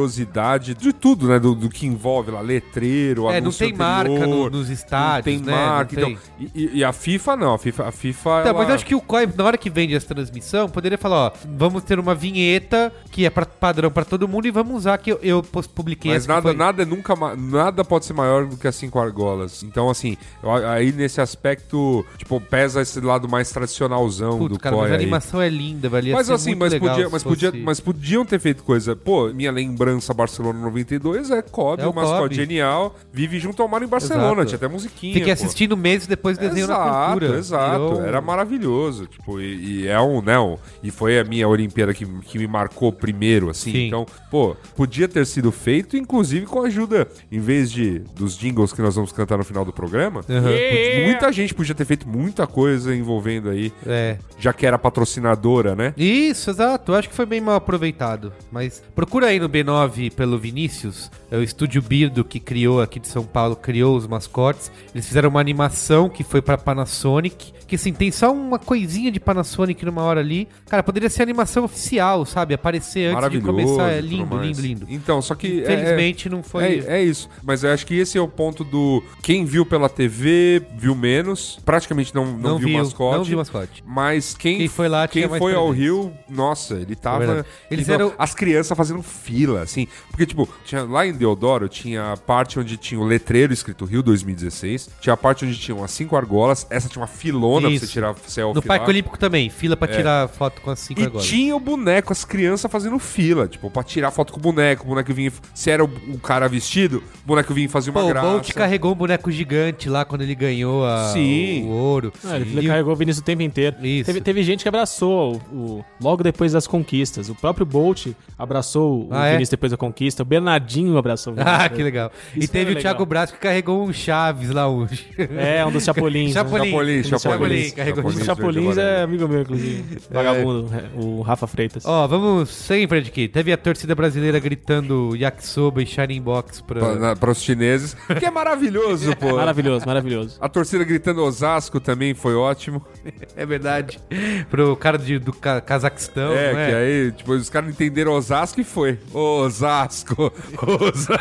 Speaker 5: rigorosidade de tudo, né? Do, do que envolve lá, letreiro,
Speaker 3: É, não
Speaker 5: anúncio
Speaker 3: tem marca
Speaker 5: anterior,
Speaker 3: no- nos estádios,
Speaker 5: Não
Speaker 3: né?
Speaker 5: tem marca.
Speaker 3: Não
Speaker 5: então, e- e, e a FIFA não, a FIFA, a FIFA
Speaker 3: Então,
Speaker 5: ela-
Speaker 3: mas eu acho que o COI, na hora que vende essa transmissão, poderia falar, ó, vamos ter uma vinheta que é pra, padrão pra todo mundo e vamos usar, que eu, eu pos- publiquei
Speaker 5: Mas
Speaker 3: essa que
Speaker 5: nada,
Speaker 3: foi-
Speaker 5: nada é nunca ma- nada pode ser maior do que as cinco argolas. Então, assim, eu- aí nesse aspecto, tipo, pesa esse lado mais tradicionalzão
Speaker 3: Putz,
Speaker 5: do
Speaker 3: cara,
Speaker 5: COI.
Speaker 3: mas a
Speaker 5: aí.
Speaker 3: animação é linda, velho. Ia
Speaker 5: Mas
Speaker 3: ser
Speaker 5: assim,
Speaker 3: muito
Speaker 5: mas,
Speaker 3: legal
Speaker 5: podia,
Speaker 3: se
Speaker 5: mas, podia,
Speaker 3: fosse-
Speaker 5: mas podiam ter feito coisa. Pô, minha lembrança Barcelona 92 é Kobe,
Speaker 3: É o
Speaker 5: o mascote
Speaker 3: Kobe.
Speaker 5: genial, vive junto ao mar em Barcelona,
Speaker 3: Exato.
Speaker 5: tinha até musiquinha.
Speaker 3: Fiquei
Speaker 5: pô.
Speaker 3: assistindo meses depois do desenho
Speaker 5: exato,
Speaker 3: na cultura.
Speaker 5: Exato,
Speaker 3: Virou-
Speaker 5: era um, maravilhoso. Tipo, e, e é um, né? um- e foi a minha Olimpíada que, que me marcou primeiro, assim.
Speaker 3: Sim.
Speaker 5: Então, Pô, podia ter sido feito, inclusive com a ajuda, em vez de dos jingles que nós vamos cantar no final do programa, podi- muita gente podia ter feito muita coisa envolvendo aí,
Speaker 3: É.
Speaker 5: já que era patrocinadora, né?
Speaker 3: Isso, exato. Acho que foi bem mal aproveitado. Mas procura aí no B9 pelo Vinícius. É o estúdio Birdo que criou aqui de São Paulo, criou os mascotes. Eles fizeram uma animação que foi pra Panasonic. Que assim, tem só uma coisinha de Panasonic numa hora ali. Cara, poderia ser animação oficial, sabe? Aparecer antes de
Speaker 5: Maravilhoso.
Speaker 3: começar. É
Speaker 5: e tudo
Speaker 3: lindo,
Speaker 5: mais.
Speaker 3: lindo, lindo.
Speaker 5: Então, só que. é-
Speaker 3: Infelizmente não foi.
Speaker 5: É, é isso. Mas eu acho que esse é o ponto do. Quem viu pela TV, viu menos. Praticamente não, não,
Speaker 3: não,
Speaker 5: viu o mascote.
Speaker 3: Não viu mascote.
Speaker 5: Mas quem,
Speaker 3: Quem foi lá
Speaker 5: quem
Speaker 3: tinha mais
Speaker 5: foi ao
Speaker 3: presente.
Speaker 5: Rio, nossa, ele
Speaker 3: É
Speaker 5: tava.
Speaker 3: verdade. Eles
Speaker 5: então,
Speaker 3: eram-
Speaker 5: As crianças fazendo fila, assim. Porque, tipo, tinha, lá em Deodoro tinha a parte onde tinha o letreiro escrito Rio 2016. Tinha a parte onde tinham as cinco argolas. Essa tinha uma filona pra
Speaker 3: Isso.
Speaker 5: você tirar selfie.
Speaker 3: No Parque
Speaker 5: lá.
Speaker 3: Olímpico também, fila
Speaker 5: É.
Speaker 3: pra tirar foto com as cinco
Speaker 5: E
Speaker 3: agora.
Speaker 5: tinha o boneco, as crianças fazendo fila, tipo, pra tirar foto com o boneco, o boneco vinha. Se era o, o cara vestido, o boneco vinha fazer uma
Speaker 3: Pô,
Speaker 5: graça.
Speaker 3: o Bolt carregou um boneco gigante lá quando ele ganhou a-
Speaker 5: Sim.
Speaker 3: o ouro.
Speaker 4: Ah,
Speaker 3: Sim.
Speaker 4: ele
Speaker 3: E o-
Speaker 4: carregou o Vinícius o tempo inteiro.
Speaker 3: Isso.
Speaker 4: Teve, teve gente que abraçou o, o- logo depois das conquistas. O próprio Bolt abraçou o
Speaker 3: Ah, é?
Speaker 4: Vinícius depois da conquista. O Bernardinho abraçou o
Speaker 3: [LAUGHS]
Speaker 4: Vinícius.
Speaker 3: Ah, que legal. e
Speaker 4: né? Isso
Speaker 3: teve
Speaker 4: foi
Speaker 3: o
Speaker 4: legal.
Speaker 3: Thiago Braz que carregou um Chaves lá, um...
Speaker 4: É, um dos Chapolins. né?
Speaker 3: Chapolin.
Speaker 5: Chapolin,
Speaker 4: Chapolin,
Speaker 5: Chapolin.
Speaker 3: carregou
Speaker 4: Um dos
Speaker 5: Chapolin,
Speaker 4: Chapolins
Speaker 5: verde e
Speaker 4: é
Speaker 5: amarelo.
Speaker 4: amigo meu, inclusive. Vagabundo, é, o Rafa
Speaker 3: [LAUGHS]
Speaker 4: Freitas.
Speaker 3: Ó, vamos, segue em frente aqui. Teve a torcida brasileira gritando yakisoba e shining box pra...
Speaker 5: Pra, na- pros chineses, que é maravilhoso, pô.
Speaker 4: Maravilhoso, maravilhoso.
Speaker 5: A torcida gritando Osasco também foi ótimo.
Speaker 3: É verdade. Pro cara de- do Ca- Cazaquistão,
Speaker 5: é,
Speaker 3: né?
Speaker 5: que aí, tipo, os caras entenderam Osasco e foi. Osasco,
Speaker 3: [LAUGHS]
Speaker 5: Osasco.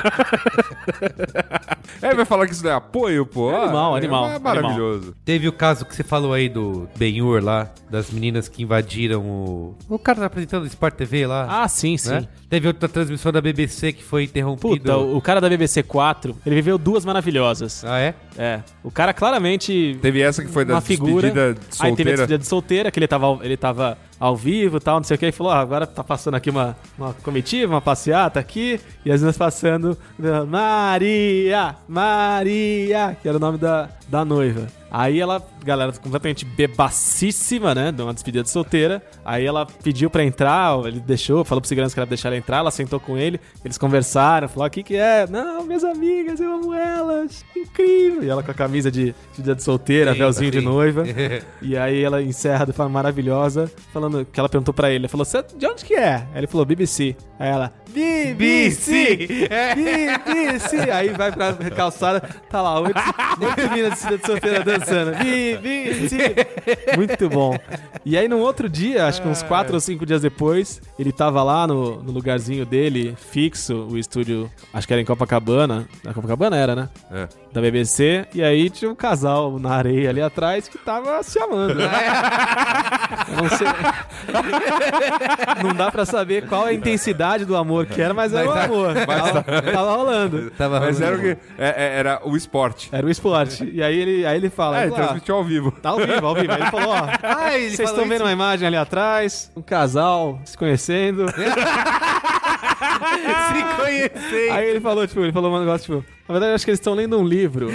Speaker 5: é, vai falar que isso não é apoio, pô. Ah,
Speaker 4: animal,
Speaker 5: é-
Speaker 4: animal,
Speaker 5: É maravilhoso.
Speaker 3: Teve o caso que você falou aí do Benhur lá, das meninas que invadiram o... O cara tá apresentando o Sport TV lá.
Speaker 4: Ah, sim, sim.
Speaker 3: né? Teve outra transmissão da BBC que foi interrompida.
Speaker 4: Puta, o, o cara da BBC 4, ele viveu duas maravilhosas.
Speaker 3: Ah, é?
Speaker 4: É. O cara claramente
Speaker 5: Teve essa que foi da
Speaker 4: uma figura.
Speaker 5: despedida
Speaker 4: Aí teve a
Speaker 5: solteira.
Speaker 4: despedida de solteira, que ele tava, ele tava ao vivo e tal, não sei o que, e falou: ah, agora tá passando aqui uma, uma comitiva, uma passeata aqui, e as meninas passando. né, Maria! Maria! Que era o nome da, da noiva. Aí ela, galera, completamente bebacíssima, né? De uma despedida de solteira. Aí ela pediu pra entrar, ele deixou, falou pro segurança que era pra deixar ela entrar, ela sentou com ele, eles conversaram, falou: o que que é? Não, minhas amigas, eu amo elas, que incrível! E ela com a camisa de despedida de solteira,
Speaker 3: Sim,
Speaker 4: véuzinho de
Speaker 3: sim.
Speaker 4: noiva. E aí ela encerra de forma maravilhosa, falando que ela perguntou pra ele, ela falou, "Cê- de onde que é? Aí ele falou, BBC. Aí ela, BBC! BBC! Aí vai pra calçada, tá lá, oito, oito minas de solteira dançando, BBC! Muito bom. E aí num outro dia, acho que uns quatro ou cinco dias depois, ele tava lá no, no lugarzinho dele, fixo, o estúdio, acho que era em Copacabana, na Copacabana era, né?
Speaker 5: É.
Speaker 4: Da BBC, e aí tinha um casal na areia ali atrás que tava se amando. né?
Speaker 3: [LAUGHS]
Speaker 4: Eu Não, sei- Não dá pra saber qual a intensidade do amor que era, mas era
Speaker 3: Mas
Speaker 4: o
Speaker 3: tá-
Speaker 4: amor. tava, tava rolando.
Speaker 3: Tava
Speaker 5: Mas era o,
Speaker 3: rolando.
Speaker 5: que, é- é- era o esporte.
Speaker 4: Era o esporte. E aí ele, aí ele fala.
Speaker 5: É,
Speaker 4: ele
Speaker 5: ele
Speaker 4: fala,
Speaker 5: transmitiu ao vivo.
Speaker 4: Tá ao vivo, ao vivo. Aí ele falou, ó.
Speaker 3: [LAUGHS] Ah, ele
Speaker 4: Vocês
Speaker 3: falou
Speaker 4: estão vendo
Speaker 3: isso.
Speaker 4: uma imagem ali atrás, um casal se conhecendo.
Speaker 5: Ah!
Speaker 3: Se conhecer.
Speaker 4: Aí ele falou, tipo, ele falou um negócio, tipo, na verdade eu acho que eles estão lendo um livro.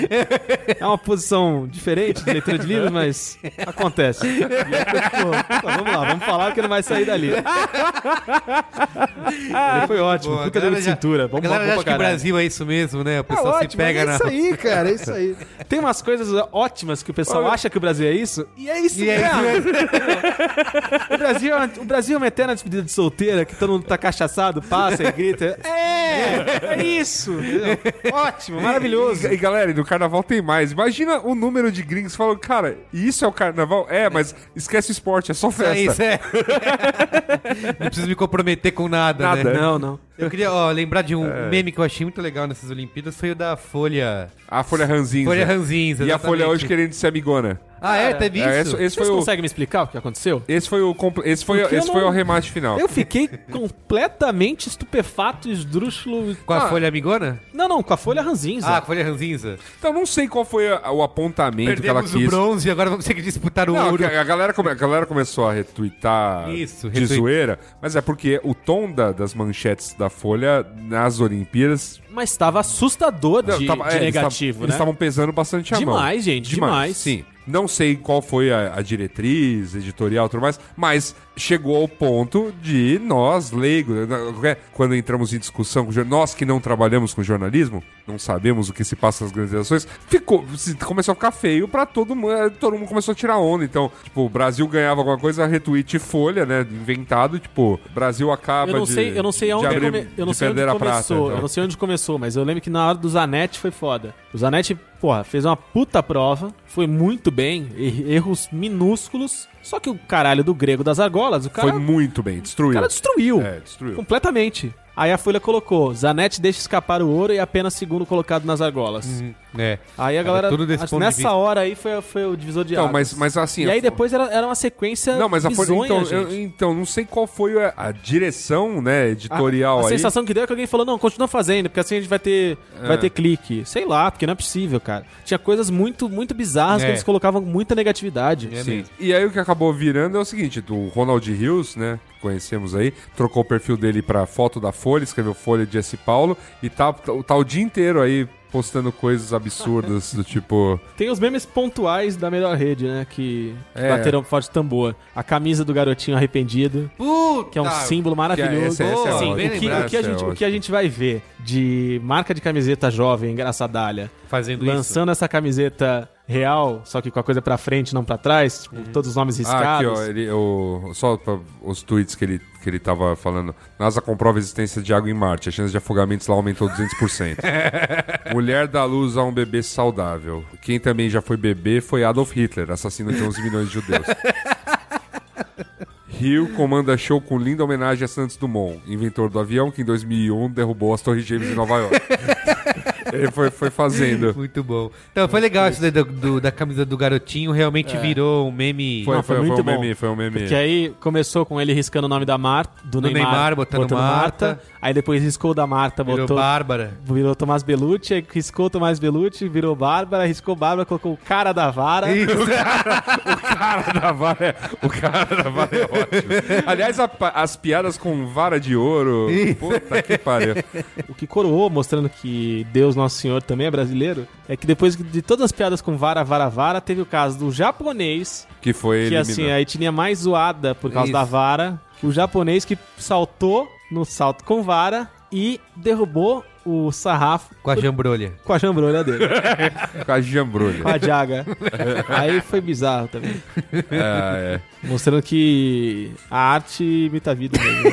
Speaker 4: É uma posição diferente de leitura de livro, mas acontece. E aí, tipo, tá, vamos lá, vamos falar porque não vai sair dali. Ele foi ótimo,
Speaker 3: Boa,
Speaker 4: puta
Speaker 3: a galera
Speaker 4: dedo de
Speaker 3: já-
Speaker 4: cintura.
Speaker 3: A
Speaker 4: Vamos
Speaker 3: galera
Speaker 4: vamos
Speaker 3: já acha que
Speaker 4: pra
Speaker 3: o
Speaker 4: caralho.
Speaker 3: Brasil é isso mesmo, né? O
Speaker 4: É
Speaker 3: pessoal se
Speaker 4: ótimo,
Speaker 3: pega
Speaker 4: é
Speaker 3: na.
Speaker 4: isso aí, cara, é isso aí. Tem umas coisas ótimas que o pessoal acha que o Brasil é isso, e é isso
Speaker 3: [LAUGHS] E é
Speaker 4: mesmo. o, Brasil, é uma- o Brasil é uma eterna despedida de solteira, que todo mundo tá cachaçado, passa e grita. É, é isso.
Speaker 3: [LAUGHS]
Speaker 4: entendeu? Ótimo, maravilhoso.
Speaker 5: E, e galera, e no carnaval tem mais. Imagina o número de gringos falando, cara, isso é o carnaval? É, mas esquece o esporte, é só festa.
Speaker 3: Isso é. [LAUGHS] Não preciso me comprometer com nada,
Speaker 5: Nada.
Speaker 3: né?
Speaker 4: Não, não.
Speaker 3: Eu queria ó, lembrar de um meme que eu achei muito legal nessas Olimpíadas, foi o da Folha.
Speaker 5: A Folha Ranzinza.
Speaker 3: Folha Ranzinza.
Speaker 5: E a
Speaker 3: exatamente.
Speaker 5: Folha hoje querendo ser amigona.
Speaker 3: Ah, é? Teve
Speaker 5: É,
Speaker 3: isso?
Speaker 5: esse, esse foi
Speaker 4: Vocês
Speaker 5: o,
Speaker 4: conseguem me explicar o que aconteceu?
Speaker 5: esse foi o compl- esse foi,
Speaker 4: Porque eu
Speaker 5: esse foi
Speaker 4: não-
Speaker 5: o remate final.
Speaker 4: Eu fiquei [LAUGHS] completamente estupefato, esdrúxulo.
Speaker 3: Com a
Speaker 5: Ah.
Speaker 3: Folha Amigona?
Speaker 4: Não, não, com a folha ranzinza.
Speaker 3: Ah, com a Folha Ranzinza.
Speaker 5: Então não sei qual foi a- o apontamento
Speaker 3: Perdemos
Speaker 5: que ela
Speaker 3: o
Speaker 5: quis.
Speaker 3: bronze, agora vamos ter que disputar o
Speaker 5: Não,
Speaker 3: ouro.
Speaker 5: a, a galera come- a galera começou a retweetar
Speaker 3: Isso,
Speaker 5: de
Speaker 3: retweet.
Speaker 5: zoeira, mas é porque o tom da- das manchetes da Folha nas Olimpíadas
Speaker 4: Mas estava assustador
Speaker 5: Não,
Speaker 4: de,
Speaker 5: tava-
Speaker 4: de
Speaker 5: é, eles
Speaker 4: negativo,
Speaker 5: tavam-
Speaker 4: né?
Speaker 5: Eles estavam pesando bastante a mão.
Speaker 4: Demais, gente, demais.
Speaker 5: Sim. Não sei qual foi a, a diretriz, editorial e tudo mais, mas chegou ao ponto de nós, leigos, na- qualquer- quando entramos em discussão com jor- nós que não trabalhamos com jornalismo, não sabemos o que se passa nas grandes ações, ficou, se- começou a ficar feio pra todo mundo, eh, todo mundo começou a tirar onda. Então, tipo, o Brasil ganhava alguma coisa, retweet e folha, né, inventado, tipo, Brasil acaba
Speaker 4: Eu não
Speaker 5: de
Speaker 4: sei, eu não sei
Speaker 5: de
Speaker 4: aonde,
Speaker 5: abrir-
Speaker 4: come- eu não
Speaker 5: de
Speaker 4: sei onde
Speaker 5: perder a
Speaker 4: começou.
Speaker 5: prata. então.
Speaker 4: Eu não sei onde começou, mas eu lembro que na hora do Zanetti foi foda. O Zanetti, porra, fez uma puta prova, foi muito bem, e- erros minúsculos. Só que o caralho do grego das argolas, o cara,
Speaker 5: Foi muito bem,
Speaker 4: o
Speaker 5: destruiu.
Speaker 4: cara destruiu.
Speaker 5: É, destruiu.
Speaker 4: Completamente. Aí a Folha colocou: Zanetti deixa escapar o ouro e apenas segundo colocado nas argolas.
Speaker 3: É.
Speaker 4: Aí
Speaker 3: Cara,
Speaker 4: a galera.
Speaker 3: tudo desse
Speaker 4: acho que é
Speaker 3: ponto de
Speaker 4: nessa
Speaker 3: vista.
Speaker 4: hora aí foi, foi o divisor de
Speaker 5: Então,
Speaker 4: águas.
Speaker 5: mas, mas assim...
Speaker 4: e aí
Speaker 5: a-
Speaker 4: depois era, era uma sequência.
Speaker 5: Não, mas a Folha.
Speaker 4: bizonha,
Speaker 5: Então, eu-
Speaker 4: gente.
Speaker 5: então, não sei qual foi a, a direção, né,
Speaker 4: A-
Speaker 5: editorial
Speaker 4: a,
Speaker 5: aí. É.
Speaker 4: sensação que deu é que alguém falou: não, continua fazendo, porque assim a gente vai ter, vai ter clique. Sei lá, porque não é possível, cara. Tinha coisas muito, muito bizarras
Speaker 3: É.
Speaker 4: que eles colocavam com muita negatividade.
Speaker 5: Sim. E aí o que acabou virando é o seguinte: o Ronald Rios, né? Conhecemos aí, trocou o perfil dele pra foto da Folha, escreveu Folha de S. Paulo e tá, tá, tá o dia inteiro aí postando coisas absurdas do tipo.
Speaker 4: Tem os memes pontuais da melhor rede, né? Que, que
Speaker 5: É.
Speaker 4: bateram forte tambor. A camisa do garotinho arrependido.
Speaker 3: Puta!
Speaker 4: que é um símbolo maravilhoso.
Speaker 5: Que é- essa- essa
Speaker 3: Tá, é
Speaker 4: Sim,
Speaker 3: ótima.
Speaker 4: o, que, o que a
Speaker 5: Essa é
Speaker 4: gente, o que
Speaker 5: ótima.
Speaker 4: a gente vai ver de marca de camiseta jovem, engraçadalha,
Speaker 3: Fazendo
Speaker 4: lançando essa camiseta real, só que com a coisa pra frente, não pra trás, tipo, todos os nomes
Speaker 5: Ah, aqui,
Speaker 4: riscados.
Speaker 5: ó, ele, o, só pra- os tweets que ele, que ele tava falando. NASA comprova a existência de água em Marte. A chance de afogamentos lá aumentou
Speaker 4: [LAUGHS]
Speaker 5: 200%. Mulher dá luz a um bebê saudável. Quem também já foi bebê foi Adolf Hitler, assassino de 11 milhões de
Speaker 4: [LAUGHS]
Speaker 5: judeus. Rio comanda show com linda homenagem a Santos Dumont, inventor do avião que em 2001 derrubou as Torres Gêmeas de Nova
Speaker 4: [LAUGHS]
Speaker 5: York. Ele foi, foi fazendo.
Speaker 3: Muito bom. Então, foi legal isso daí do- do- da camisa do garotinho. Realmente virou um meme.
Speaker 5: Foi,
Speaker 4: Não,
Speaker 5: foi,
Speaker 4: É. foi muito
Speaker 5: foi um
Speaker 4: bom.
Speaker 5: meme, foi um meme.
Speaker 4: Que aí começou com ele riscando o nome da Marta, do, Neymar,
Speaker 3: Neymar, botando Marta.
Speaker 4: Aí depois riscou o da Marta,
Speaker 3: virou
Speaker 4: botou.
Speaker 3: Bárbara.
Speaker 4: Virou Tomás Belucci, aí riscou o Tomás Belucci, virou Bárbara, riscou Bárbara, colocou o cara da vara.
Speaker 5: cara da vara é, o cara [LAUGHS] da vara é ótimo. Aliás, a pa- as piadas com vara de ouro. Puta que pariu.
Speaker 4: O que coroou, mostrando que Deus Nosso Senhor também é brasileiro, é que depois de todas as piadas com vara, vara, vara, teve o caso do japonês,
Speaker 5: Que foi
Speaker 4: que
Speaker 5: ele.
Speaker 4: assim, a etnia mais zoada por causa
Speaker 3: Isso.
Speaker 4: da vara, o japonês que saltou no salto com vara e derrubou o sarrafo
Speaker 3: Com a jambrolha.
Speaker 4: com a jambrolha dele,
Speaker 3: [LAUGHS]
Speaker 4: é.
Speaker 5: Com a jambrulha.
Speaker 4: com a jaga. Aí foi bizarro também.
Speaker 5: É, é.
Speaker 4: Mostrando que a arte imita a vida
Speaker 3: [LAUGHS]
Speaker 4: mesmo.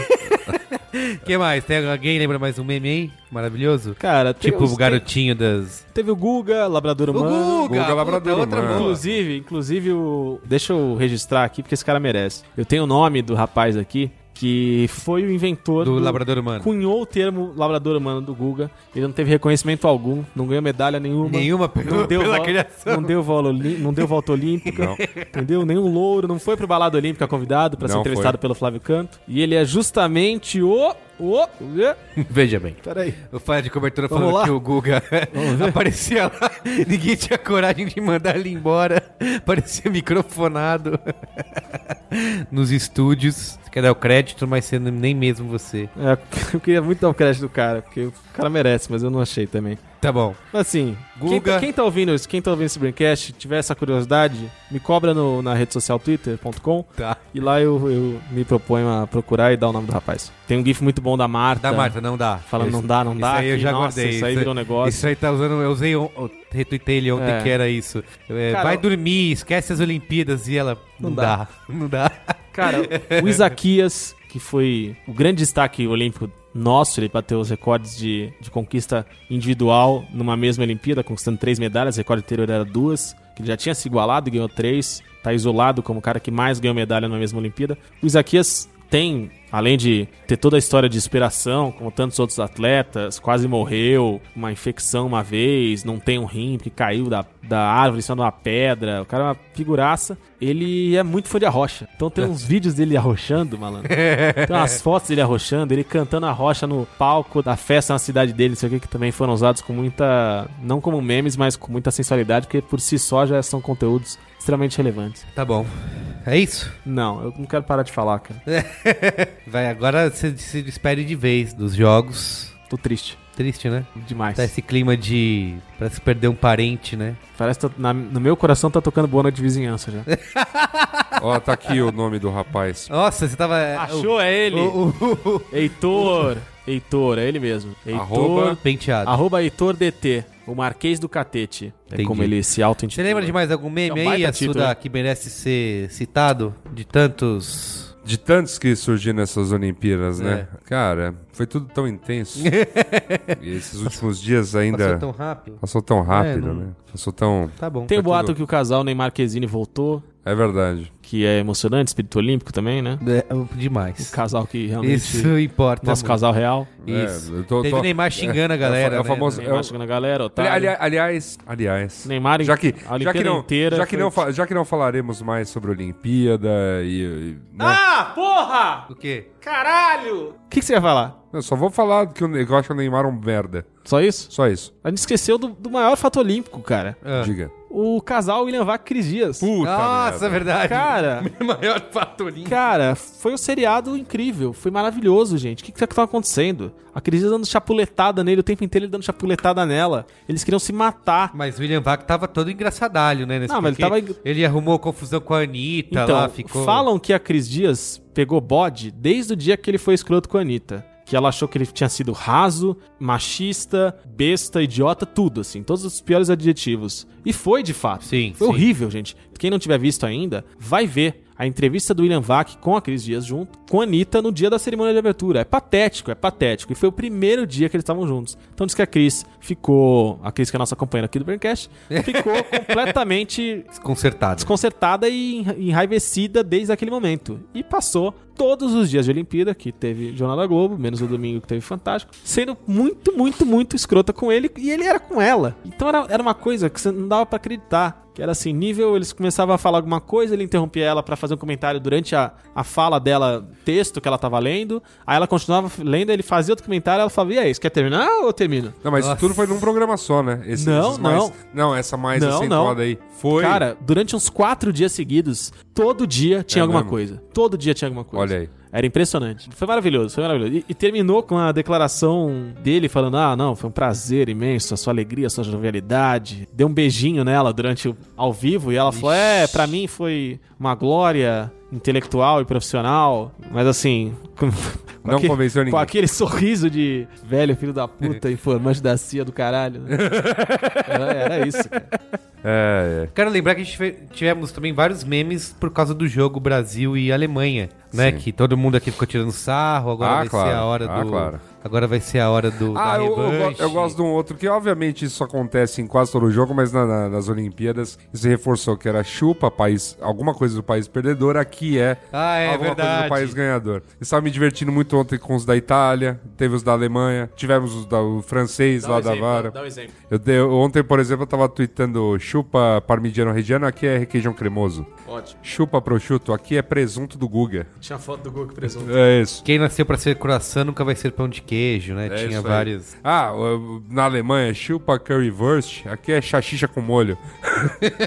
Speaker 3: O que mais? Tem alguém lembra mais um meme aí? Maravilhoso?
Speaker 4: Cara, tem
Speaker 3: Tipo
Speaker 4: uns-
Speaker 3: o garotinho das.
Speaker 4: Teve o Guga, labrador humano.
Speaker 5: Guga
Speaker 3: puta,
Speaker 5: Labrador, mano.
Speaker 4: Inclusive, inclusive o. Deixa eu registrar aqui, porque esse cara merece. Eu tenho o nome do rapaz aqui, que foi o inventor.
Speaker 3: Do Labrador Humano.
Speaker 4: Cunhou o termo labrador humano do Guga. Ele não teve reconhecimento algum, não ganhou medalha nenhuma.
Speaker 3: Nenhuma
Speaker 4: Não
Speaker 3: pergunta
Speaker 4: deu,
Speaker 3: [LAUGHS] pela
Speaker 4: vo-
Speaker 3: criação.
Speaker 4: não, deu volta olí- não deu volta olímpica,
Speaker 5: Não.
Speaker 4: entendeu? Nenhum louro, não foi pro Balada Olímpica convidado pra ser
Speaker 5: Não
Speaker 4: entrevistado
Speaker 5: foi.
Speaker 4: pelo Flávio Canto. E ele é justamente o. O.
Speaker 3: Veja bem.
Speaker 4: Peraí.
Speaker 3: O Fala de cobertura
Speaker 4: Vamos
Speaker 3: falou
Speaker 4: lá?
Speaker 3: que o Guga [LAUGHS] aparecia lá, ninguém tinha coragem de mandar ele embora, parecia microfonado [LAUGHS] nos estúdios. Você quer dar o crédito, mas você nem- nem mesmo você.
Speaker 4: É, [LAUGHS] eu queria muito dar o crédito do cara, porque o cara merece, mas eu não achei também.
Speaker 3: Tá bom.
Speaker 4: Assim, quem
Speaker 3: Guga.
Speaker 4: tá, quem tá ouvindo isso, quem tá ouvindo esse Braincast, tiver essa curiosidade, me cobra no- na rede social twitter.com
Speaker 3: Tá.
Speaker 4: e lá eu, eu me proponho a procurar e dar o nome do rapaz. Tem um gif muito bom da Marta.
Speaker 3: Dá, Marta, não dá.
Speaker 4: Falando
Speaker 3: Esse-
Speaker 4: não dá, não dá.
Speaker 3: Isso aí eu
Speaker 4: que,
Speaker 3: já
Speaker 4: nossa,
Speaker 3: guardei.
Speaker 4: Isso aí virou um negócio.
Speaker 3: Isso aí tá usando, eu usei, on- eu retuitei ele ontem
Speaker 4: É.
Speaker 3: que era isso. É,
Speaker 4: Cara,
Speaker 3: vai
Speaker 4: eu-
Speaker 3: dormir, esquece as Olimpíadas e ela. Não,
Speaker 4: Não
Speaker 3: dá.
Speaker 4: dá.
Speaker 3: Não dá. [LAUGHS]
Speaker 4: Cara, [LAUGHS] o Isaquias, que foi o grande destaque olímpico nosso, ele bateu os recordes de, de conquista individual numa mesma Olimpíada, conquistando três medalhas, o recorde anterior era duas, que ele já tinha se igualado e ganhou três, tá isolado como o cara que mais ganhou medalha numa mesma Olimpíada. O Isaquias tem, além de ter toda a história de inspiração, como tantos outros atletas, quase morreu, uma infecção uma vez, não tem um rim, porque caiu da, da árvore, em cima de uma pedra, o cara é uma figuraça. Ele é muito fã de arrocha. Então tem uns vídeos dele arrochando, malandro. Tem umas fotos dele arrochando, ele cantando a rocha no palco da festa na cidade dele, não sei o que, que também foram usados com muita. não como memes, mas com muita sensualidade, porque por si só já são conteúdos extremamente relevantes.
Speaker 3: Tá bom. É isso?
Speaker 4: Não, eu não quero parar de falar, cara.
Speaker 3: Vai, agora você se despede de vez dos jogos.
Speaker 4: Tô triste.
Speaker 3: Triste, né?
Speaker 4: Demais.
Speaker 3: Tá esse clima de. Parece que perdeu um parente, né?
Speaker 4: Parece que tá- na- no meu coração tá tocando boa noite de vizinhança já.
Speaker 5: Ó, tá aqui o nome do rapaz.
Speaker 3: Nossa, você tava.
Speaker 4: [LAUGHS] Achou? É ele.
Speaker 3: O, o- o-
Speaker 4: Heitor. Heitor, é ele mesmo. Heitor.
Speaker 5: Arroba-
Speaker 3: penteado.
Speaker 4: Arroba Heitor DT, o Marquês do Catete. É
Speaker 3: Entendi.
Speaker 4: como ele se auto
Speaker 3: Você lembra de mais algum
Speaker 4: É um
Speaker 3: meme aí,
Speaker 4: baita
Speaker 3: Assuda,
Speaker 4: título, né?
Speaker 3: que merece ser citado? De tantos.
Speaker 5: De tantos que surgiram nessas Olimpíadas, né?
Speaker 3: É.
Speaker 5: Cara, foi tudo tão
Speaker 3: [LAUGHS]
Speaker 5: intenso. e esses últimos dias ainda.
Speaker 3: Passou tão rápido.
Speaker 5: Passou tão rápido,
Speaker 3: É, não-
Speaker 5: né? Passou tão.
Speaker 3: Tá bom.
Speaker 4: Tem um o
Speaker 5: Foi
Speaker 4: boato
Speaker 5: tudo.
Speaker 4: que o casal Neymar Marquezine voltou,
Speaker 5: É verdade.
Speaker 4: que é emocionante, espírito olímpico também, né?
Speaker 3: É, demais.
Speaker 4: O casal que realmente...
Speaker 3: Isso importa.
Speaker 4: Nosso
Speaker 3: muito.
Speaker 4: casal real.
Speaker 3: Isso.
Speaker 5: É, eu tô-
Speaker 3: Teve
Speaker 5: tô-
Speaker 3: Neymar xingando a galera.
Speaker 5: é o
Speaker 3: né?
Speaker 5: famoso-
Speaker 4: Neymar
Speaker 5: eu-
Speaker 4: chegando na galera, otário.
Speaker 5: Ali- ali- aliás, aliás.
Speaker 4: Neymar,
Speaker 5: já que,
Speaker 4: a
Speaker 5: já que
Speaker 4: Olimpíada
Speaker 5: não,
Speaker 4: inteira...
Speaker 5: já que
Speaker 4: foi-
Speaker 5: não, fa- já que não falaremos mais sobre Olimpíada e, e né?
Speaker 4: Ah, porra!
Speaker 3: O quê?
Speaker 4: Caralho! O que, que você ia falar?
Speaker 5: eu só vou falar que o Ne- que eu acho o Neymar um merda.
Speaker 4: Só isso?
Speaker 5: Só isso.
Speaker 4: A gente esqueceu do, do maior fato olímpico, cara.
Speaker 3: Ah.
Speaker 5: Diga.
Speaker 4: O casal William Vaca e Cris Dias.
Speaker 5: Puta
Speaker 3: Nossa, é
Speaker 5: merda.
Speaker 3: verdade. [LAUGHS]
Speaker 4: Cara,
Speaker 3: maior fato olímpico.
Speaker 4: Cara, foi um seriado incrível, foi maravilhoso, gente. O que que tá que tá acontecendo? A Cris dando chapuletada nele o tempo inteiro, ele dando chapuletada nela. Eles queriam se matar.
Speaker 3: Mas o William Vac tava todo engraçadalho, né? Nesse
Speaker 4: Não, mas ele
Speaker 3: porque
Speaker 4: tava-
Speaker 3: ele arrumou confusão com a Anitta
Speaker 4: então,
Speaker 3: lá, ficou.
Speaker 4: falam que a Cris Dias pegou bode desde o dia que ele foi escroto com a Anitta. Que ela achou que ele tinha sido raso, machista, besta, idiota, tudo, assim. Todos os piores adjetivos. E foi, de fato.
Speaker 3: Sim,
Speaker 4: Foi
Speaker 3: sim.
Speaker 4: horrível, gente. Quem não tiver visto ainda, vai ver a entrevista do William Vac com a Cris Dias junto com a Anitta no dia da cerimônia de abertura. É patético, é patético. E foi o primeiro dia que eles estavam juntos. Então diz que a Cris ficou... A Cris, que é a nossa companheira aqui do Braincast,
Speaker 3: [LAUGHS]
Speaker 4: ficou completamente
Speaker 3: Desconcertado.
Speaker 4: Tá desconcertada e enra- enraivecida desde aquele momento. E passou todos os dias de Olimpíada, que teve Jornal da Globo, menos o domingo que teve Fantástico, sendo muito, muito, muito escrota com ele, e ele era com ela. Então era, era uma coisa que você não dava pra acreditar. Que era assim, nível, eles começavam a falar alguma coisa, ele interrompia ela pra fazer um comentário durante a, a fala dela, texto que ela tava lendo, aí ela continuava lendo, ele fazia outro comentário, ela falava, e aí, você quer terminar ou eu termino?
Speaker 5: Não, mas isso
Speaker 3: Nossa.
Speaker 5: tudo foi num programa só, né? Esse-
Speaker 4: Não,
Speaker 5: esses mais-
Speaker 4: não.
Speaker 5: Não, essa mais
Speaker 4: Não,
Speaker 5: acentuada
Speaker 4: não.
Speaker 5: aí. Foi.
Speaker 4: Cara, durante uns quatro dias seguidos, todo dia tinha alguma
Speaker 5: É mesmo?
Speaker 4: coisa. Todo dia tinha alguma coisa.
Speaker 5: Olha aí.
Speaker 4: Era impressionante. Foi maravilhoso, foi maravilhoso. E, e terminou com a declaração dele falando: Ah, não, foi um prazer imenso, a sua alegria, a sua jovialidade. Deu um beijinho nela durante o ao vivo e ela falou: É, pra mim foi uma glória intelectual e profissional, mas assim. [LAUGHS] com- com
Speaker 5: Não convenceu ninguém.
Speaker 4: Com aquele sorriso de velho
Speaker 5: [LAUGHS]
Speaker 4: filho da puta, informante da CIA do caralho. né? era, era isso, cara.
Speaker 5: É,
Speaker 3: Quero lembrar que a gente fe- tivemos também vários memes por causa do jogo Brasil e Alemanha, né?
Speaker 5: Sim.
Speaker 3: Que todo mundo aqui ficou tirando sarro, agora
Speaker 5: Ah,
Speaker 3: vai ser
Speaker 5: claro.
Speaker 3: a hora
Speaker 5: Ah,
Speaker 3: do.
Speaker 5: claro.
Speaker 3: Agora vai ser a hora do.
Speaker 5: Ah,
Speaker 3: da
Speaker 5: eu, eu go-
Speaker 3: revanche.
Speaker 5: eu gosto de um outro que, obviamente, isso acontece em quase todo jogo, mas na- na- nas Olimpíadas isso reforçou que era chupa, país, alguma coisa do país perdedor, aqui é,
Speaker 3: Ah, é
Speaker 5: alguma coisa
Speaker 3: verdade.
Speaker 5: do país ganhador. Estava me divertindo muito ontem com os da Itália, teve os da Alemanha, tivemos os da, o francês
Speaker 3: um
Speaker 5: lá da vara.
Speaker 4: um exemplo.
Speaker 5: Eu, dei- ontem, por exemplo, eu tava tweetando chupa parmigiano reggiano, aqui é requeijão cremoso.
Speaker 4: Ótimo.
Speaker 5: Chupa prosciutto, aqui é presunto do Guga.
Speaker 4: Tinha foto do Goku presunto.
Speaker 5: É isso.
Speaker 3: Quem nasceu pra ser croissant nunca vai ser pão de queijo, né?
Speaker 5: É isso
Speaker 3: Tinha
Speaker 5: aí.
Speaker 3: vários.
Speaker 5: Ah, o- na Alemanha, chupa currywurst, aqui é chachicha com molho. [LAUGHS]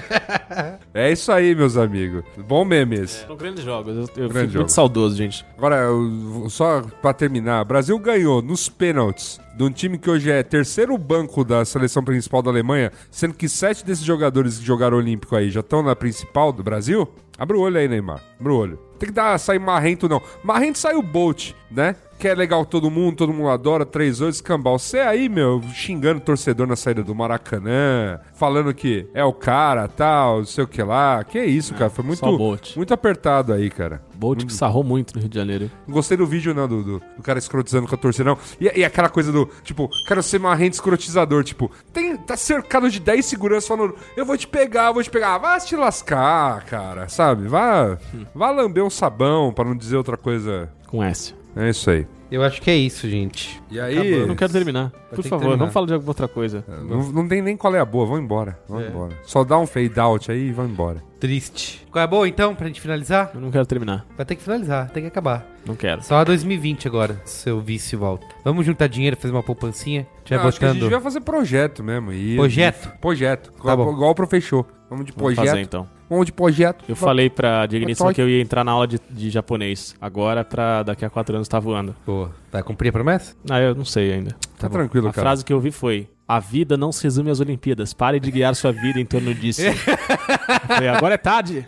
Speaker 5: é isso aí, meus amigos. Bom meme esse.
Speaker 4: São grandes jogos. Eu, eu fico
Speaker 5: jogo.
Speaker 4: muito saudoso, gente.
Speaker 5: Agora, eu- só pra terminar, Brasil ganhou nos pênaltis de um time que hoje é terceiro banco da seleção principal da Alemanha, sendo que sete desses jogadores que jogaram Olímpico aí já estão na principal do Brasil. Abre o olho aí, Neymar. Abre o olho. Tem que dar, sair marrento, não. Marrento sai o Bolt, né? Que é legal todo mundo, todo mundo adora, 3-8, escambau. Você aí, meu, xingando o torcedor na saída do Maracanã, falando que é o cara, tal, não sei o que lá. Que isso, cara, foi muito,
Speaker 4: só o Bolt.
Speaker 5: muito apertado aí, cara.
Speaker 4: Bolt que sarrou muito no Rio de Janeiro.
Speaker 5: Não gostei do vídeo, não, do, do, do cara escrotizando com a torcida, não. E, e aquela coisa do, tipo, quero ser marrente escrotizador, tipo, tem, tá cercado de 10 seguranças falando, eu vou te pegar, eu vou te pegar. Ah, Vá te lascar, cara, sabe? Vá, vá lamber um sabão, pra não dizer outra coisa.
Speaker 4: Com S.
Speaker 5: É isso aí.
Speaker 3: Eu acho que é isso, gente.
Speaker 5: E aí,
Speaker 4: Eu não quero terminar.
Speaker 3: ter
Speaker 4: Por
Speaker 3: que
Speaker 4: favor,
Speaker 3: terminar.
Speaker 4: vamos falar de alguma outra coisa.
Speaker 5: não, não tem nem qual é a boa, vão embora, vão embora. Só dá um fade out aí e vão embora.
Speaker 3: Triste. Qual é a boa, então, pra gente finalizar?
Speaker 4: Eu não quero terminar.
Speaker 3: Vai ter que finalizar, tem que acabar.
Speaker 4: Não quero.
Speaker 3: Só 2020 agora, seu vício volta. Vamos juntar dinheiro, fazer uma poupancinha? A gente vai
Speaker 5: Não, Ah, acho que a gente
Speaker 3: botando.
Speaker 5: devia fazer projeto mesmo. E,
Speaker 3: Projeto?
Speaker 5: Projeto.
Speaker 3: Tá bom.
Speaker 5: Igual pro fechou. Vamos de
Speaker 4: Vamos
Speaker 5: projeto.
Speaker 4: fazer então.
Speaker 5: onde projeto.
Speaker 4: Eu falei pra Digníssima
Speaker 5: Toy.
Speaker 4: que eu ia entrar na aula de, de japonês. Agora, pra daqui a quatro anos, tá voando.
Speaker 3: Boa. Vai cumprir a promessa?
Speaker 4: Ah, eu não sei ainda.
Speaker 5: Tá tranquilo,
Speaker 4: a
Speaker 5: cara.
Speaker 4: frase que eu vi foi: A vida não se resume às Olimpíadas. Pare de guiar sua vida em torno [LAUGHS] disso. Eu falei, agora é tarde.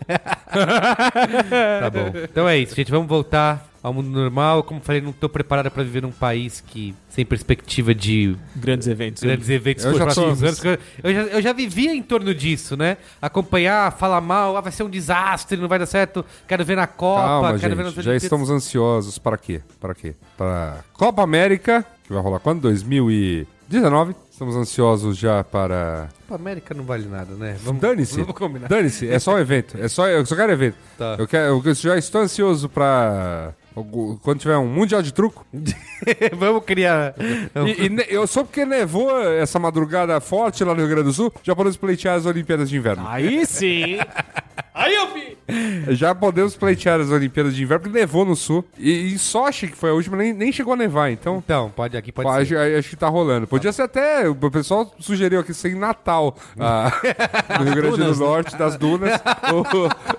Speaker 3: Tá bom. Então é isso, gente. Vamos voltar ao mundo normal. Como falei, não tô preparado pra viver num país que sem perspectiva de
Speaker 4: Grandes eventos.
Speaker 3: grandes eventos
Speaker 5: Eu
Speaker 3: por
Speaker 5: já tô-
Speaker 3: próximos anos. Eu já, eu já vivia em torno disso, né? Acompanhar, falar mal, ah, vai ser um desastre, não vai dar certo, quero ver na Copa,
Speaker 5: Calma,
Speaker 3: quero
Speaker 5: gente.
Speaker 3: ver nas
Speaker 5: já
Speaker 3: Olimpíadas.
Speaker 5: estamos ansiosos. Para quê? Para quê? Para Copa América, que vai rolar quando? 2019. Estamos ansiosos já para...
Speaker 3: Copa América não vale nada, né? Vamos-
Speaker 5: Dane-se.
Speaker 3: [LAUGHS] Vamos combinar.
Speaker 5: Dane-se. É só um evento. É só, eu só quero evento.
Speaker 3: Tá.
Speaker 5: Eu, quero, eu já estou ansioso para... Quando tiver um mundial de truco.
Speaker 3: Vamos criar.
Speaker 5: [LAUGHS] E, e ne- eu só porque nevou essa madrugada forte lá no Rio Grande do Sul, já podemos pleitear as Olimpíadas de Inverno.
Speaker 3: Ah.
Speaker 4: Aí [LAUGHS] sim. Aí eu vi.
Speaker 5: Já podemos pleitear as Olimpíadas de Inverno, porque nevou no sul. E, e Sochi, que foi a última, nem, nem chegou a nevar, então.
Speaker 3: Então, pode aqui, pode ser. [LAUGHS]
Speaker 5: Acho, acho que tá rolando. Podia ser até. O pessoal sugeriu aqui ser em Natal,
Speaker 3: Hum. [LAUGHS]
Speaker 5: ah, no Rio Grande
Speaker 3: né?
Speaker 5: do Norte, das dunas, ou-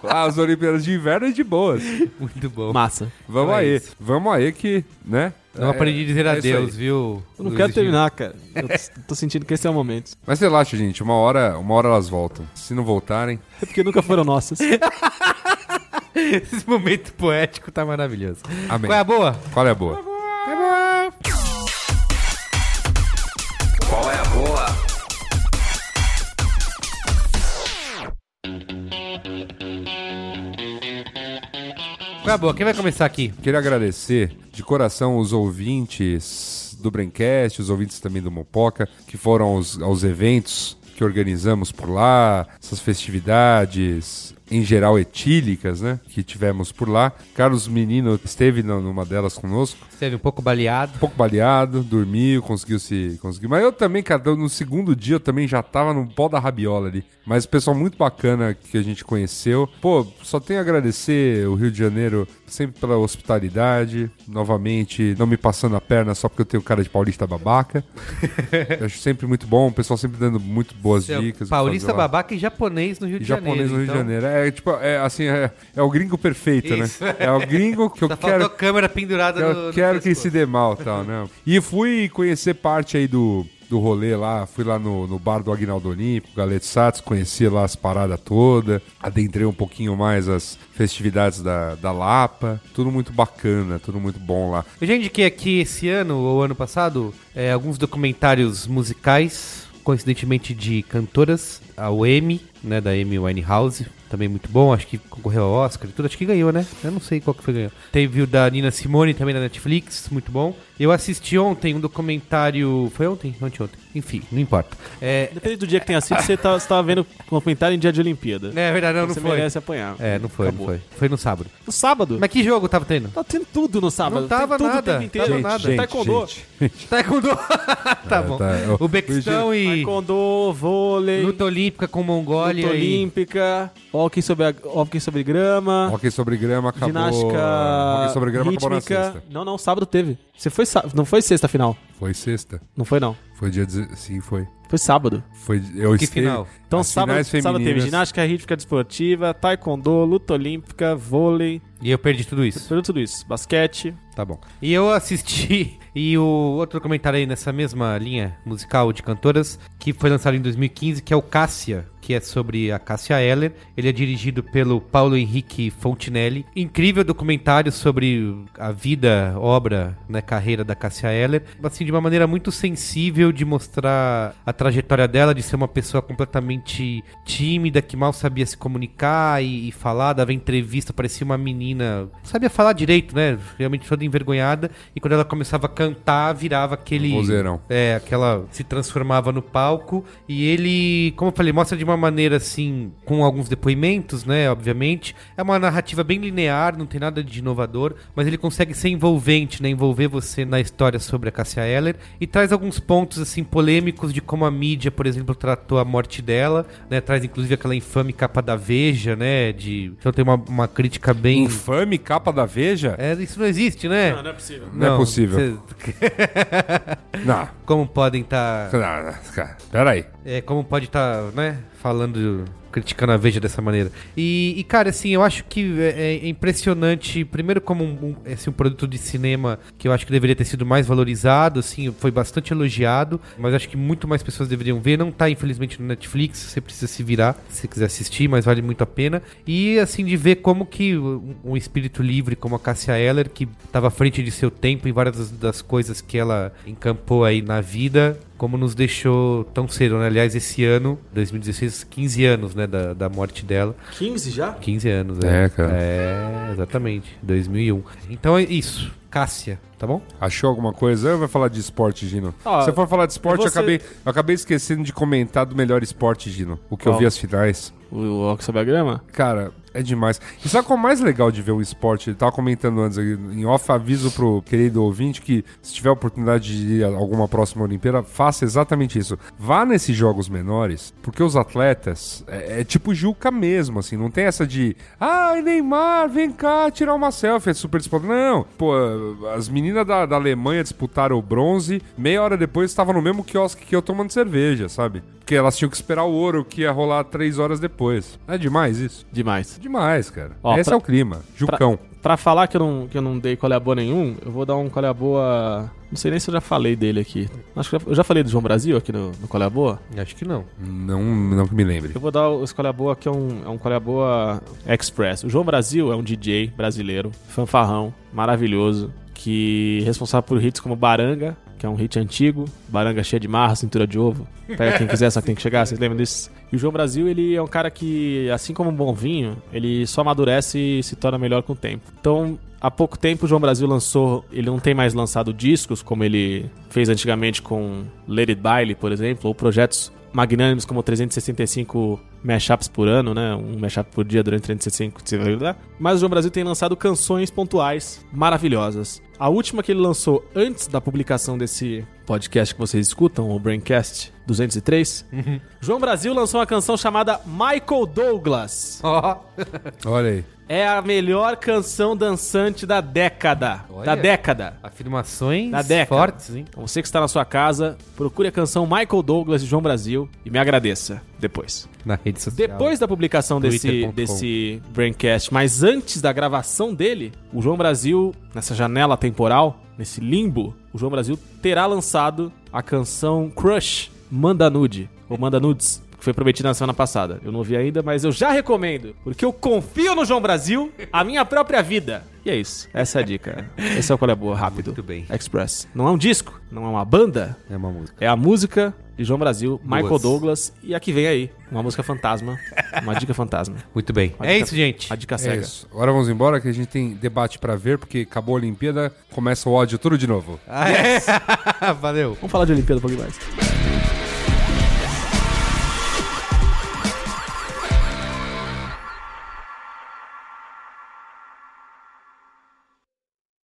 Speaker 5: as Olimpíadas de Inverno e de boas.
Speaker 3: Muito bom.
Speaker 4: Massa.
Speaker 5: Vamos
Speaker 3: Então é
Speaker 5: aí,
Speaker 3: isso.
Speaker 5: vamos aí que, né?
Speaker 3: Não aprendi a dizer
Speaker 5: é isso
Speaker 3: adeus,
Speaker 5: aí.
Speaker 3: viu?
Speaker 4: Eu não
Speaker 3: Luiz
Speaker 4: quero
Speaker 3: Gil?
Speaker 4: terminar, cara. Eu t- tô sentindo que esse é o momento.
Speaker 5: Mas relaxa, gente, uma hora, uma hora elas voltam. Se não voltarem,
Speaker 4: É porque nunca foram nossas.
Speaker 3: [LAUGHS] Esse momento poético tá maravilhoso.
Speaker 5: amém.
Speaker 3: Qual é a boa?
Speaker 5: Qual é a boa?
Speaker 6: Qual é a boa?
Speaker 3: Qual é a boa? Quem vai começar aqui?
Speaker 5: Queria agradecer de coração os ouvintes do Braincast, os ouvintes também do Mopoca, que foram aos, aos eventos que organizamos por lá, essas festividades, em geral etílicas, né? Que tivemos por lá. Carlos Menino esteve na- numa delas conosco,
Speaker 3: Esteve um pouco baleado.
Speaker 5: um pouco baleado, dormiu, conseguiu se conseguir. Mas eu também, cara, eu- no segundo dia eu também já tava no pó da rabiola ali. Mas o pessoal muito bacana que a gente conheceu. Pô, só tenho a agradecer o Rio de Janeiro sempre pela hospitalidade. Novamente, não me passando a perna só porque eu tenho cara de paulista
Speaker 3: [LAUGHS]
Speaker 5: babaca. eu acho sempre muito bom, o pessoal sempre dando muito boas
Speaker 3: Seu
Speaker 5: dicas.
Speaker 3: é um Paulista
Speaker 5: Sei lá.
Speaker 3: babaca e japonês no Rio
Speaker 5: E
Speaker 3: de
Speaker 5: japonês
Speaker 3: Janeiro.
Speaker 5: no Rio
Speaker 3: então.
Speaker 5: de Janeiro. É tipo, é assim, é, é o gringo perfeito,
Speaker 3: Isso.
Speaker 5: né? É o gringo que eu
Speaker 3: Só
Speaker 5: quero.
Speaker 3: faltou câmera pendurada
Speaker 5: Eu
Speaker 3: no, no
Speaker 5: quero que
Speaker 3: pescoço.
Speaker 5: se dê mal,
Speaker 3: [LAUGHS]
Speaker 5: tal, né? E fui conhecer parte aí do, do rolê lá, fui lá no, no bar do Agnaldo Olímpico, Galeto Sats, conheci lá as paradas todas, adentrei um pouquinho mais as festividades da, da Lapa, tudo muito bacana, tudo muito bom lá.
Speaker 3: Eu já indiquei aqui esse ano, ou ano passado, é, alguns documentários musicais, coincidentemente de cantoras, a Amy, né, da Amy Winehouse, também muito bom, acho que concorreu ao Oscar e tudo, acho que ganhou, né? Eu não sei qual que foi que ganhou. Teve o da Nina Simone também na Netflix, muito bom. Eu assisti ontem um documentário, foi ontem? Anteontem, enfim, não importa. É,
Speaker 4: Depende do dia que tenha sido, você tá, você tá vendo comentário em dia de Olimpíada.
Speaker 3: é verdade, não, não
Speaker 4: você
Speaker 3: foi.
Speaker 4: merece apanhar.
Speaker 3: É, não foi,
Speaker 4: Acabou.
Speaker 3: não foi. Foi no sábado.
Speaker 4: No sábado.
Speaker 3: Mas que jogo tava tendo?
Speaker 4: Tá tendo tudo no sábado.
Speaker 3: Não tava
Speaker 4: Tem tudo
Speaker 3: nada,
Speaker 4: O tempo inteiro.
Speaker 3: tava nada.
Speaker 4: taekwondo.
Speaker 3: Taekwondo. [LAUGHS]
Speaker 4: É,
Speaker 3: tá bom.
Speaker 5: tá. O-
Speaker 3: O Bequistão e
Speaker 4: Taekwondo, vôlei, luta,
Speaker 3: luta olímpica com Mongólia e...
Speaker 4: olímpica, hockey sobre, a- hockey sobre grama,
Speaker 5: Hockey sobre grama acabou.
Speaker 4: ginástica
Speaker 5: Hockey sobre grama acabou na
Speaker 4: rítmica.
Speaker 5: sexta.
Speaker 4: Não, não, sábado teve. Você foi sá- não foi sexta final.
Speaker 5: Foi sexta?
Speaker 4: Não foi não.
Speaker 5: Foi dia. deze- Sim, foi.
Speaker 4: Foi sábado.
Speaker 5: Foi. Eu
Speaker 3: Que
Speaker 5: esteve-
Speaker 3: final?
Speaker 4: Então
Speaker 5: as
Speaker 4: sábado,
Speaker 5: finais
Speaker 4: sábado teve
Speaker 5: femininas-
Speaker 4: ginástica rítmica desportiva, taekwondo, luta olímpica, vôlei,
Speaker 3: E eu perdi tudo isso.
Speaker 4: tudo tudo isso. Basquete.
Speaker 5: Tá bom.
Speaker 3: E eu assisti, [LAUGHS] e o outro comentário aí nessa mesma linha musical de cantoras, que foi lançado em 2015, que é o Cássia, que é sobre a Cássia Eller. Ele é dirigido pelo Paulo Henrique Fontinelli. Incrível documentário sobre a vida, obra, né, carreira da Cássia Eller. Assim, de uma maneira muito sensível de mostrar a trajetória dela, de ser uma pessoa completamente tímida, que mal sabia se comunicar e, e falar, dava entrevista, parecia uma menina. Não sabia falar direito, né? Realmente toda envergonhada. E quando ela começava a cantar, virava aquele.
Speaker 5: Vozeirão.
Speaker 3: É, aquela se transformava no palco e ele, como eu falei, mostra de uma maneira assim, com alguns depoimentos, né, obviamente. É uma narrativa bem linear, não tem nada de inovador, mas ele consegue ser envolvente, né, envolver você na história sobre a Cassia Eller e traz alguns pontos assim polêmicos de como a mídia, por exemplo, tratou a morte dela, né, traz inclusive aquela infame capa da Veja, né, de então tem uma, uma crítica bem
Speaker 5: Infame capa da Veja?
Speaker 3: é, isso não existe, né?
Speaker 4: é possível.
Speaker 5: Não é possível.
Speaker 3: cê-
Speaker 5: Não.
Speaker 3: [LAUGHS] Como podem tá estar
Speaker 5: Não, não, cara, peraí.
Speaker 3: É, como pode estar, né, tá, falando criticando a Veja dessa maneira. E, e, cara, assim, eu acho que é, é impressionante, primeiro como um, um, assim, um produto de cinema que eu acho que deveria ter sido mais valorizado, assim, foi bastante elogiado, mas acho que muito mais pessoas deveriam ver, não tá, infelizmente, no Netflix, você precisa se virar se quiser assistir, mas vale muito a pena. E, assim, de ver como que um, um espírito livre como a Cássia Eller, que estava à frente de seu tempo em várias das, das coisas que ela encampou aí na vida, como nos deixou tão cedo, né? Aliás, esse ano, 2016, 15 anos, né, da, da morte dela.
Speaker 4: 15 já?
Speaker 3: 15 anos, né?
Speaker 5: É, cara.
Speaker 3: É, exatamente. 2001. Então é isso. Cássia, tá bom?
Speaker 5: Achou alguma coisa? Eu vou falar de esporte, Gino.
Speaker 4: Ah,
Speaker 5: Se eu for falar de esporte,
Speaker 4: eu
Speaker 5: eu,
Speaker 4: vou ser-
Speaker 5: acabei, eu acabei esquecendo de comentar do melhor esporte, Gino. O que eu
Speaker 4: Qual?
Speaker 5: vi as finais.
Speaker 4: O, o Ox sobre a grama?
Speaker 5: Cara, é demais. E sabe qual é o mais legal de ver um esporte? Eu tava comentando antes aqui, em off, aviso pro querido ouvinte que se tiver a oportunidade de ir a alguma próxima Olimpíada, faça exatamente isso. Vá nesses jogos menores, porque os atletas, é, é tipo Juca mesmo, assim, não tem essa de ai, Neymar, vem cá tirar uma selfie, é super disputado. Não, pô, as meninas da, da Alemanha disputaram o bronze, meia hora depois estavam no mesmo quiosque que eu tomando cerveja, sabe? Porque elas tinham que esperar o ouro que ia rolar três horas depois. É demais isso.
Speaker 4: Demais.
Speaker 5: Demais, cara.
Speaker 4: Ó,
Speaker 5: Esse
Speaker 4: pra-
Speaker 5: é o clima. Jucão.
Speaker 4: Pra falar que eu não, que eu não dei colé boa nenhum, eu vou dar um colé boa. Não sei nem se eu já falei dele aqui. Acho que eu já- eu já falei do João Brasil aqui no, no colé boa.
Speaker 3: Acho que não.
Speaker 5: Não, não que me lembre.
Speaker 4: Eu vou dar o Escolha Boa, que é um, é um Escolha Boa Express. O João Brasil é um DJ brasileiro, fanfarrão, maravilhoso, que é responsável por hits como Baranga, que é um hit antigo, Baranga cheia de marra, cintura de ovo. Pega quem quiser, só que tem que chegar, vocês lembram disso? E o João Brasil, ele é um cara que, assim como um bom vinho, ele só amadurece e se torna melhor com o tempo. Então, Há pouco tempo o João Brasil lançou, ele não tem mais lançado discos como ele fez antigamente com Lady Baile, por exemplo, ou projetos magnânimos como 365 mashups por ano, né? Um mashup por dia durante 365, você vai olhar. mas o João Brasil tem lançado canções pontuais maravilhosas. A última que ele lançou antes da publicação desse podcast que vocês escutam, o Braincast 203,
Speaker 3: Uhum.
Speaker 4: João Brasil lançou uma canção chamada Michael Douglas.
Speaker 3: Ó,
Speaker 5: Olha aí.
Speaker 4: É a melhor canção dançante da década.
Speaker 3: Olha.
Speaker 4: Da década.
Speaker 3: afirmações
Speaker 4: Da década.
Speaker 3: fortes, hein?
Speaker 4: Então você que está na sua casa, procure a canção Michael Douglas de João Brasil e me agradeça depois.
Speaker 3: Na rede social.
Speaker 4: Depois da publicação desse,
Speaker 3: Twitter.com.
Speaker 4: desse Braincast, mas antes da gravação dele, o João Brasil, nessa janela temporal, nesse limbo, o João Brasil terá lançado a canção Crush Manda Nude, ou Manda Nudes, que foi prometida na semana passada. Eu não vi ainda, mas eu já recomendo, porque eu confio no João Brasil, a minha própria vida. E é isso, essa é a dica. Esse é o Qual é Boa, rápido.
Speaker 3: Muito bem.
Speaker 4: Express. Não é um disco, não é uma banda,
Speaker 3: É uma música.
Speaker 4: é a música de João Brasil, Michael
Speaker 3: Duas.
Speaker 4: Douglas e a que vem aí, uma música fantasma, uma dica fantasma,
Speaker 3: Muito bem.
Speaker 4: Uma
Speaker 3: É
Speaker 4: dica-
Speaker 3: isso, gente. [LAUGHS]
Speaker 4: a dica
Speaker 5: É
Speaker 4: cega.
Speaker 5: isso. Agora vamos embora que a gente tem debate pra ver, porque acabou a Olimpíada, começa o ódio tudo de novo.
Speaker 3: Valeu. Ah,
Speaker 4: Vamos falar de Olimpíada um pouquinho mais.